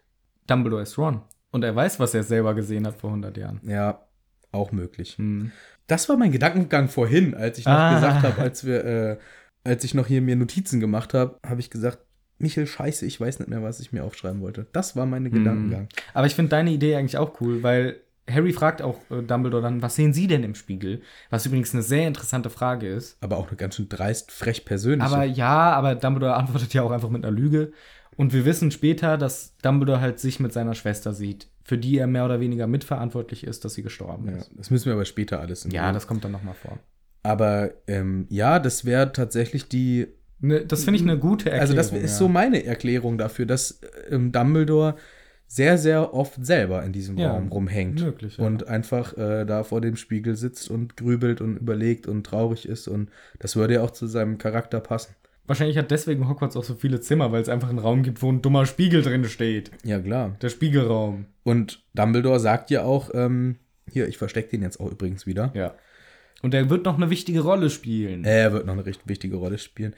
Speaker 1: Dumbledore ist Ron. Und er weiß, was er selber gesehen hat vor 100 Jahren.
Speaker 2: Ja, auch möglich.
Speaker 1: Hm.
Speaker 2: Das war mein Gedankengang vorhin, als ich noch
Speaker 1: Ah.
Speaker 2: gesagt habe, als wir, äh, als ich noch hier mir Notizen gemacht habe, habe ich gesagt, Michel, scheiße, ich weiß nicht mehr, was ich mir aufschreiben wollte. Das war
Speaker 1: Hm.
Speaker 2: mein Gedankengang.
Speaker 1: Aber ich finde deine Idee eigentlich auch cool, weil Harry fragt auch äh, Dumbledore dann, was sehen Sie denn im Spiegel? Was übrigens eine sehr interessante Frage ist.
Speaker 2: Aber auch eine ganz schön dreist, frech persönliche.
Speaker 1: Aber ja, aber Dumbledore antwortet ja auch einfach mit einer Lüge. Und wir wissen später, dass Dumbledore halt sich mit seiner Schwester sieht, für die er mehr oder weniger mitverantwortlich ist, dass sie gestorben
Speaker 2: ja,
Speaker 1: ist.
Speaker 2: das müssen wir aber später alles in
Speaker 1: Ja, das kommt dann nochmal vor.
Speaker 2: Aber ähm, ja, das wäre tatsächlich die
Speaker 1: Ne, das finde ich eine gute Erklärung.
Speaker 2: Also das ist
Speaker 1: ja.
Speaker 2: so meine Erklärung dafür, dass ähm, Dumbledore sehr, sehr oft selber in diesem
Speaker 1: Ja,
Speaker 2: Raum rumhängt.
Speaker 1: möglich, ja.
Speaker 2: Und einfach äh, da vor dem Spiegel sitzt und grübelt und überlegt und traurig ist. Und das würde ja auch zu seinem Charakter passen.
Speaker 1: Wahrscheinlich hat deswegen Hogwarts auch so viele Zimmer, weil es einfach einen Raum gibt, wo ein dummer Spiegel drin steht.
Speaker 2: Ja, klar.
Speaker 1: Der Spiegelraum.
Speaker 2: Und Dumbledore sagt ja auch, ähm, hier, ich verstecke den jetzt auch übrigens wieder.
Speaker 1: Ja. Und er wird noch eine wichtige Rolle spielen.
Speaker 2: Er wird noch eine recht wichtige Rolle spielen.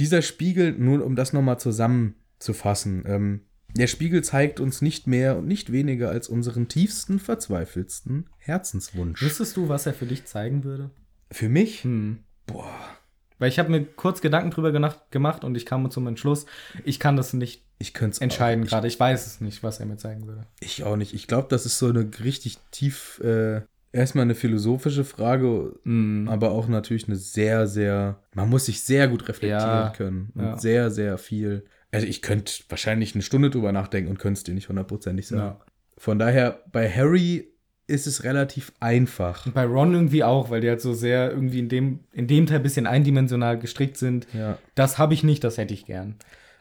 Speaker 2: Dieser Spiegel, nun um das nochmal zusammenzufassen, ähm, der Spiegel zeigt uns nicht mehr und nicht weniger als unseren tiefsten, verzweifelsten Herzenswunsch.
Speaker 1: Wüsstest du, was er für dich zeigen würde?
Speaker 2: Für mich?
Speaker 1: Hm.
Speaker 2: Boah,
Speaker 1: Weil ich habe mir kurz Gedanken drüber genacht- gemacht und ich kam zum Entschluss, ich kann das nicht
Speaker 2: ich könnte es
Speaker 1: entscheiden gerade. Ich weiß es nicht, was er mir zeigen würde.
Speaker 2: Ich auch nicht. Ich glaube, das ist so eine richtig tief, äh, erstmal eine philosophische Frage, Hm, aber auch natürlich eine sehr, sehr, man muss sich sehr gut reflektieren
Speaker 1: Ja,
Speaker 2: können. Und
Speaker 1: ja.
Speaker 2: sehr, sehr viel. Also ich könnte wahrscheinlich eine Stunde drüber nachdenken und könnte es dir nicht hundertprozentig sagen. Von daher, bei Harry ist es relativ einfach.
Speaker 1: Und bei Ron irgendwie auch, weil die halt so sehr irgendwie in dem, in dem Teil ein bisschen eindimensional gestrickt sind.
Speaker 2: Ja.
Speaker 1: Das habe ich nicht, das hätte ich gern.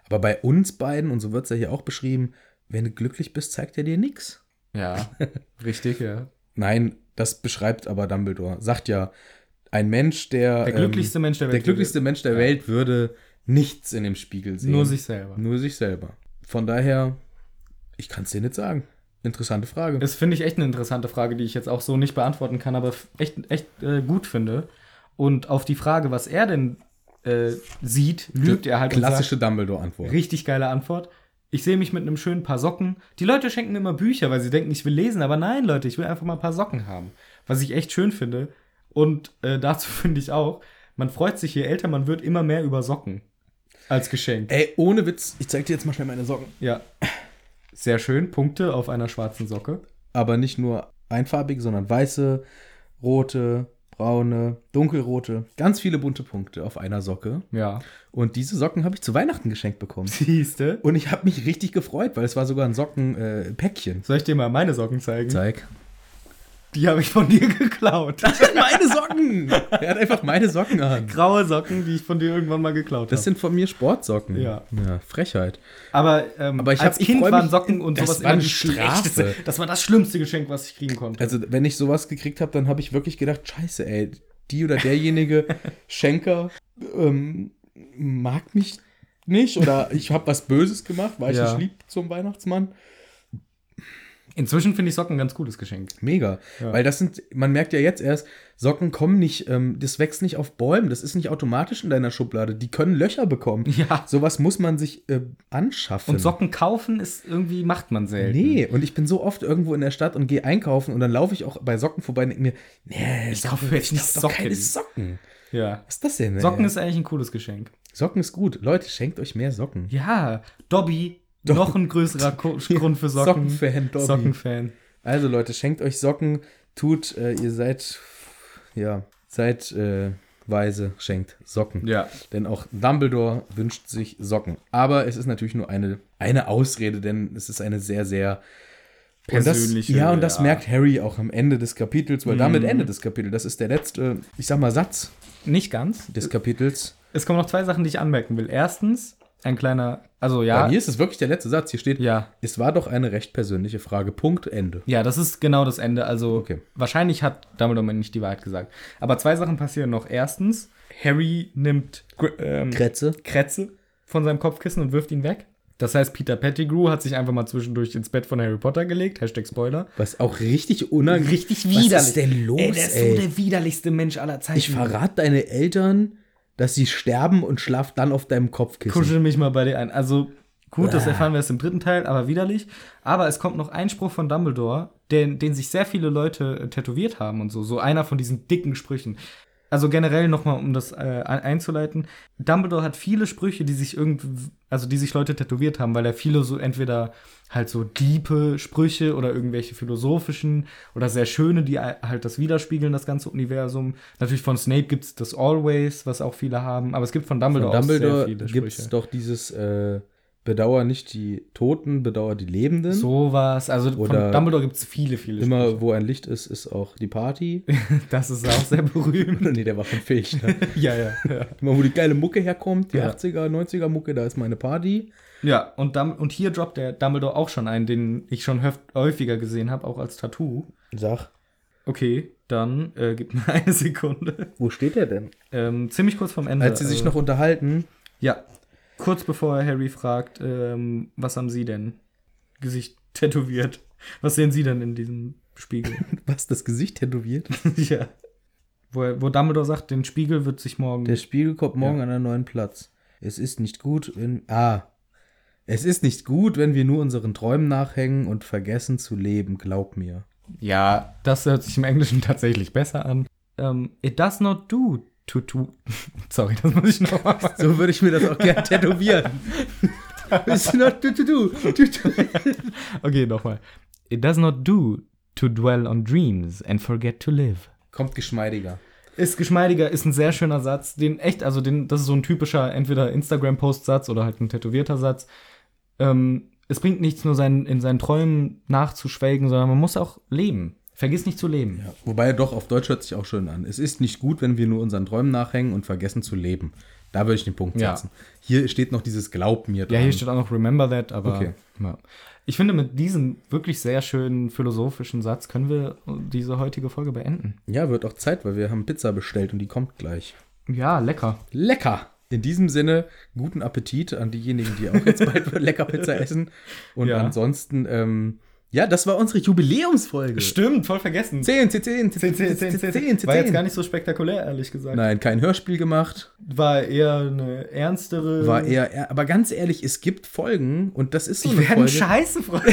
Speaker 2: Aber bei uns beiden, und so wird es ja hier auch beschrieben, wenn du glücklich bist, zeigt er dir nichts.
Speaker 1: Ja. Richtig, ja.
Speaker 2: Nein, das beschreibt aber Dumbledore. Sagt ja, ein Mensch, der.
Speaker 1: Der glücklichste Mensch der
Speaker 2: Ähm, der
Speaker 1: Welt.
Speaker 2: glücklichste Mensch der
Speaker 1: Ja.
Speaker 2: Welt würde nichts in dem Spiegel sehen.
Speaker 1: Nur sich selber.
Speaker 2: Nur sich selber. Von daher, ich kann es dir nicht sagen. Interessante Frage.
Speaker 1: Das finde ich echt eine interessante Frage, die ich jetzt auch so nicht beantworten kann, aber f- echt, echt äh, gut finde. Und auf die Frage, was er denn äh, sieht, lügt er halt und sagt-
Speaker 2: Klassische Dumbledore-Antwort.
Speaker 1: Richtig geile Antwort. Ich sehe mich mit einem schönen paar Socken. Die Leute schenken mir immer Bücher, weil sie denken, ich will lesen. Aber nein, Leute, ich will einfach mal ein paar Socken haben. Was ich echt schön finde. Und äh, dazu finde ich auch, man freut sich, je älter man wird, immer mehr über Socken. Als Geschenk.
Speaker 2: Ey, ohne Witz, ich zeig dir jetzt mal schnell meine Socken.
Speaker 1: Ja. Sehr schön. Punkte auf einer schwarzen Socke.
Speaker 2: Aber nicht nur einfarbig, sondern weiße, rote, braune, dunkelrote. Ganz viele bunte Punkte auf einer Socke.
Speaker 1: Ja.
Speaker 2: Und diese Socken habe ich zu Weihnachten geschenkt bekommen.
Speaker 1: Siehste.
Speaker 2: Und ich habe mich richtig gefreut, weil es war sogar ein Sockenpäckchen. Äh, Päckchen.
Speaker 1: Soll ich dir mal meine Socken zeigen?
Speaker 2: Zeig.
Speaker 1: Die habe ich von dir geklaut.
Speaker 2: meine Socken! Er hat einfach meine Socken an.
Speaker 1: Graue Socken, die ich von dir irgendwann mal geklaut habe.
Speaker 2: Das sind von mir Sportsocken.
Speaker 1: Ja.
Speaker 2: Frechheit.
Speaker 1: Aber, ähm,
Speaker 2: Aber ich
Speaker 1: als
Speaker 2: hab- ich
Speaker 1: Kind
Speaker 2: freu
Speaker 1: waren
Speaker 2: mich-
Speaker 1: Socken und
Speaker 2: das
Speaker 1: sowas
Speaker 2: war eine
Speaker 1: die
Speaker 2: Strafe.
Speaker 1: schlechteste. Das war das schlimmste Geschenk, was ich kriegen konnte.
Speaker 2: Also, wenn ich sowas gekriegt habe, dann habe ich wirklich gedacht, scheiße, ey, die oder derjenige Schenker ähm, mag mich nicht oder ich habe was Böses gemacht, weil ich
Speaker 1: Ja.
Speaker 2: nicht lieb zum Weihnachtsmann.
Speaker 1: Inzwischen finde ich Socken ein ganz cooles Geschenk.
Speaker 2: Mega.
Speaker 1: Ja.
Speaker 2: Weil das sind, man merkt ja jetzt erst, Socken kommen nicht, ähm, das wächst nicht auf Bäumen, das ist nicht automatisch in deiner Schublade. Die können Löcher bekommen.
Speaker 1: Ja.
Speaker 2: Sowas muss man sich äh, anschaffen.
Speaker 1: Und Socken kaufen ist irgendwie, macht man selten.
Speaker 2: Nee, und ich bin so oft irgendwo in der Stadt und gehe einkaufen und dann laufe ich auch bei Socken vorbei und denke mir, nee,
Speaker 1: Ich kaufe jetzt nicht
Speaker 2: das ist doch keine
Speaker 1: Socken.
Speaker 2: Socken.
Speaker 1: Ja.
Speaker 2: Was ist das denn? ey?
Speaker 1: Socken ist eigentlich ein cooles Geschenk.
Speaker 2: Socken ist gut. Leute, schenkt euch mehr Socken.
Speaker 1: Ja. Dobby, noch ein größerer Ko Grund für Socken.
Speaker 2: Sockenfan, Dobby.
Speaker 1: Sockenfan.
Speaker 2: Also Leute, schenkt euch Socken, tut, äh, ihr seid, ja, seid äh, weise, schenkt Socken.
Speaker 1: Ja.
Speaker 2: Denn auch Dumbledore wünscht sich Socken. Aber es ist natürlich nur eine, eine Ausrede, denn es ist eine sehr, sehr
Speaker 1: Persönliche,
Speaker 2: Und das, ja, und das
Speaker 1: ja. Mhm.
Speaker 2: merkt Harry auch am Ende des Kapitels, weil damit endet das Kapitel. Das ist der letzte, ich sag mal, Satz
Speaker 1: Nicht ganz.
Speaker 2: des Kapitels.
Speaker 1: Es kommen noch zwei Sachen, die ich anmerken will. Erstens, ein kleiner, also
Speaker 2: Bei
Speaker 1: ja.
Speaker 2: mir ist es wirklich der letzte Satz. Hier steht,
Speaker 1: Ja.
Speaker 2: es war doch eine recht persönliche Frage. Punkt, Ende.
Speaker 1: Ja, das ist genau das Ende. Also
Speaker 2: Okay.
Speaker 1: wahrscheinlich hat Dumbledore mir nicht die Wahrheit gesagt. Aber zwei Sachen passieren noch. Erstens, Harry nimmt Gr- ähm,
Speaker 2: Kretze.
Speaker 1: Kretze von seinem Kopfkissen und wirft ihn weg. Das heißt, Peter Pettigrew hat sich einfach mal zwischendurch ins Bett von Harry Potter gelegt. Hashtag Spoiler.
Speaker 2: Was auch richtig unangenehm
Speaker 1: Richtig
Speaker 2: Was ist denn los,
Speaker 1: Ey,
Speaker 2: ey?
Speaker 1: der ist so der widerlichste Mensch aller Zeiten.
Speaker 2: ich verrate deine Eltern, dass sie sterben und schlaf dann auf deinem Kopfkissen.
Speaker 1: Kuschel mich mal bei dir ein. Also Gut, das erfahren wir erst im dritten Teil, aber widerlich. Aber es kommt noch ein Spruch von Dumbledore, den, den sich sehr viele Leute äh, tätowiert haben und so. So einer von diesen dicken Sprüchen. Also generell nochmal, um das äh, ein- einzuleiten. Dumbledore hat viele Sprüche, die sich irgend, also die sich Leute tätowiert haben, weil er viele so entweder halt so diepe Sprüche oder irgendwelche philosophischen oder sehr schöne, die äh, halt das widerspiegeln, das ganze Universum. Natürlich von Snape gibt's das Always, was auch viele haben, aber es gibt von Dumbledore,
Speaker 2: Von
Speaker 1: auch
Speaker 2: Dumbledore
Speaker 1: sehr viele
Speaker 2: gibt es
Speaker 1: Sprüche.
Speaker 2: doch dieses äh, Bedauer nicht die Toten, bedauer die Lebenden.
Speaker 1: Sowas, also
Speaker 2: Oder
Speaker 1: von Dumbledore gibt's viele, viele
Speaker 2: Immer wo ein Licht ist, ist auch die Party.
Speaker 1: Sprüche. Das ist auch sehr berühmt.
Speaker 2: nee, der war von Fichtner.
Speaker 1: ja, ja, ja.
Speaker 2: Immer wo die geile Mucke herkommt, die
Speaker 1: Ja.
Speaker 2: 80er, 90er Mucke, da ist meine Party.
Speaker 1: Ja, und, Dum und hier droppt der Dumbledore auch schon einen, den ich schon höf- häufiger gesehen habe, auch als Tattoo.
Speaker 2: Sag,
Speaker 1: Okay, dann äh, gib mir eine Sekunde.
Speaker 2: wo steht der denn?
Speaker 1: Ähm, ziemlich kurz vom Ende.
Speaker 2: Als sie sich
Speaker 1: also-
Speaker 2: noch unterhalten,
Speaker 1: Ja, kurz bevor er Harry fragt, ähm, was haben Sie denn? Gesicht tätowiert. Was sehen Sie denn in diesem Spiegel?
Speaker 2: was das Gesicht tätowiert.
Speaker 1: ja. Wo, er- wo Dumbledore sagt, den Spiegel wird sich morgen.
Speaker 2: Der Spiegel kommt morgen an einen neuen Platz. Es ist nicht gut, wenn. Ah. Es ist nicht gut, wenn wir nur unseren Träumen nachhängen und vergessen zu leben, glaub mir.
Speaker 1: Ja, das hört sich im Englischen tatsächlich besser an. Ähm, it does not do to do. Sorry, das muss ich nochmal machen.
Speaker 2: So würde ich mir das auch gerne tätowieren. It's not to to do. to to.
Speaker 1: Okay, nochmal. It does not do to dwell on dreams and forget to live.
Speaker 2: Kommt geschmeidiger.
Speaker 1: Ist geschmeidiger, ist ein sehr schöner Satz, den echt, also den, das ist so ein typischer entweder Instagram-Post-Satz oder halt ein tätowierter Satz. Ähm, es bringt nichts, nur seinen, in seinen Träumen nachzuschwelgen, sondern man muss auch leben. Vergiss nicht zu leben.
Speaker 2: Ja, wobei doch, auf Deutsch hört sich auch schön an. Es ist nicht gut, wenn wir nur unseren Träumen nachhängen und vergessen zu leben. Da würde ich den Punkt
Speaker 1: Ja.
Speaker 2: setzen. Hier steht noch dieses Glaub mir dran.
Speaker 1: Ja, hier steht auch noch Remember That, aber
Speaker 2: Okay.
Speaker 1: ja. ich finde, mit diesem wirklich sehr schönen philosophischen Satz können wir diese heutige Folge beenden.
Speaker 2: ja, wird auch Zeit, weil wir haben Pizza bestellt und die kommt gleich.
Speaker 1: Ja, lecker.
Speaker 2: Lecker! In diesem Sinne, guten Appetit an diejenigen, die auch jetzt bald lecker Pizza essen. Und
Speaker 1: Ja.
Speaker 2: ansonsten, ähm, ja, das war unsere Jubiläumsfolge.
Speaker 1: Stimmt, voll vergessen.
Speaker 2: 10, 10, 10, 10, 10, 10, 10, 10.
Speaker 1: War jetzt gar nicht so spektakulär, ehrlich gesagt.
Speaker 2: Nein, kein Hörspiel gemacht.
Speaker 1: War eher eine ernstere.
Speaker 2: War eher, eher, aber ganz ehrlich, es gibt Folgen und das ist so
Speaker 1: Äh. Die
Speaker 2: eine
Speaker 1: werden
Speaker 2: Folge.
Speaker 1: scheiße, Freunde.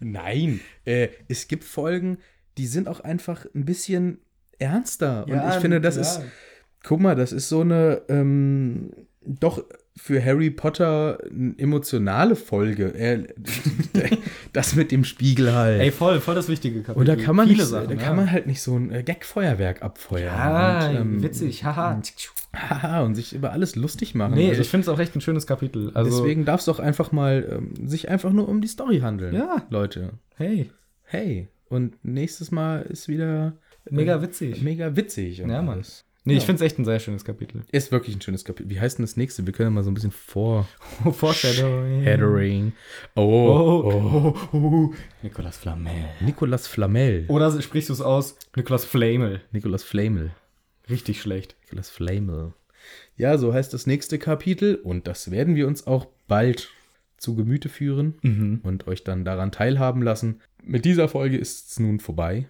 Speaker 2: Nein, äh, es gibt Folgen, die sind auch einfach ein bisschen ernster. und ich finde, das ist, guck mal, das ist so eine ähm, doch für Harry Potter eine emotionale Folge. Er, das mit dem Spiegel halt.
Speaker 1: Ey, voll, voll das wichtige Kapitel.
Speaker 2: und da kann man,
Speaker 1: Viele
Speaker 2: nicht,
Speaker 1: Sachen,
Speaker 2: da kann
Speaker 1: ja.
Speaker 2: man halt nicht so ein äh, Gag-Feuerwerk abfeuern.
Speaker 1: Ah,
Speaker 2: und, ähm,
Speaker 1: witzig, haha.
Speaker 2: Haha, und sich über alles lustig machen.
Speaker 1: Nee,
Speaker 2: Also
Speaker 1: ich finde es auch echt ein schönes Kapitel. Also,
Speaker 2: deswegen darf es doch einfach mal ähm, sich einfach nur um die Story handeln.
Speaker 1: Ja.
Speaker 2: Leute.
Speaker 1: hey,
Speaker 2: Hey. Und nächstes Mal ist wieder
Speaker 1: mega witzig.
Speaker 2: mega witzig. und
Speaker 1: Ja, Mann.
Speaker 2: alles.
Speaker 1: Nee, ich finde es echt ein sehr schönes Kapitel.
Speaker 2: Ist wirklich ein schönes Kapitel. Wie heißt denn das nächste? Wir können mal so ein bisschen vor.
Speaker 1: Oh, Foreshadowing.
Speaker 2: Headering. Oh.
Speaker 1: Oh, oh, oh. Nicolas Flamel.
Speaker 2: Nicolas Flamel.
Speaker 1: Oder sprichst du es aus? Nicolas Flamel.
Speaker 2: Nicolas Flamel.
Speaker 1: Richtig schlecht.
Speaker 2: Nicolas Flamel. Ja, so heißt das nächste Kapitel. Und das werden wir uns auch bald zu Gemüte führen und euch dann daran teilhaben lassen. Mit dieser Folge ist es nun vorbei.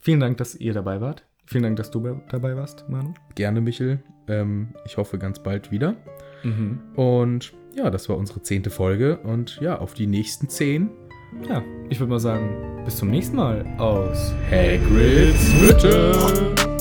Speaker 1: Vielen Dank, dass ihr dabei wart. Vielen Dank, dass du bei- dabei warst, Manu.
Speaker 2: Gerne, Michel. Ähm, ich hoffe ganz bald wieder.
Speaker 1: Mhm.
Speaker 2: Und ja, das war unsere zehnte Folge. Und ja, auf die nächsten zehn.
Speaker 1: Ja, ich würde mal sagen, bis zum nächsten Mal aus
Speaker 2: Hagrid's Hütte.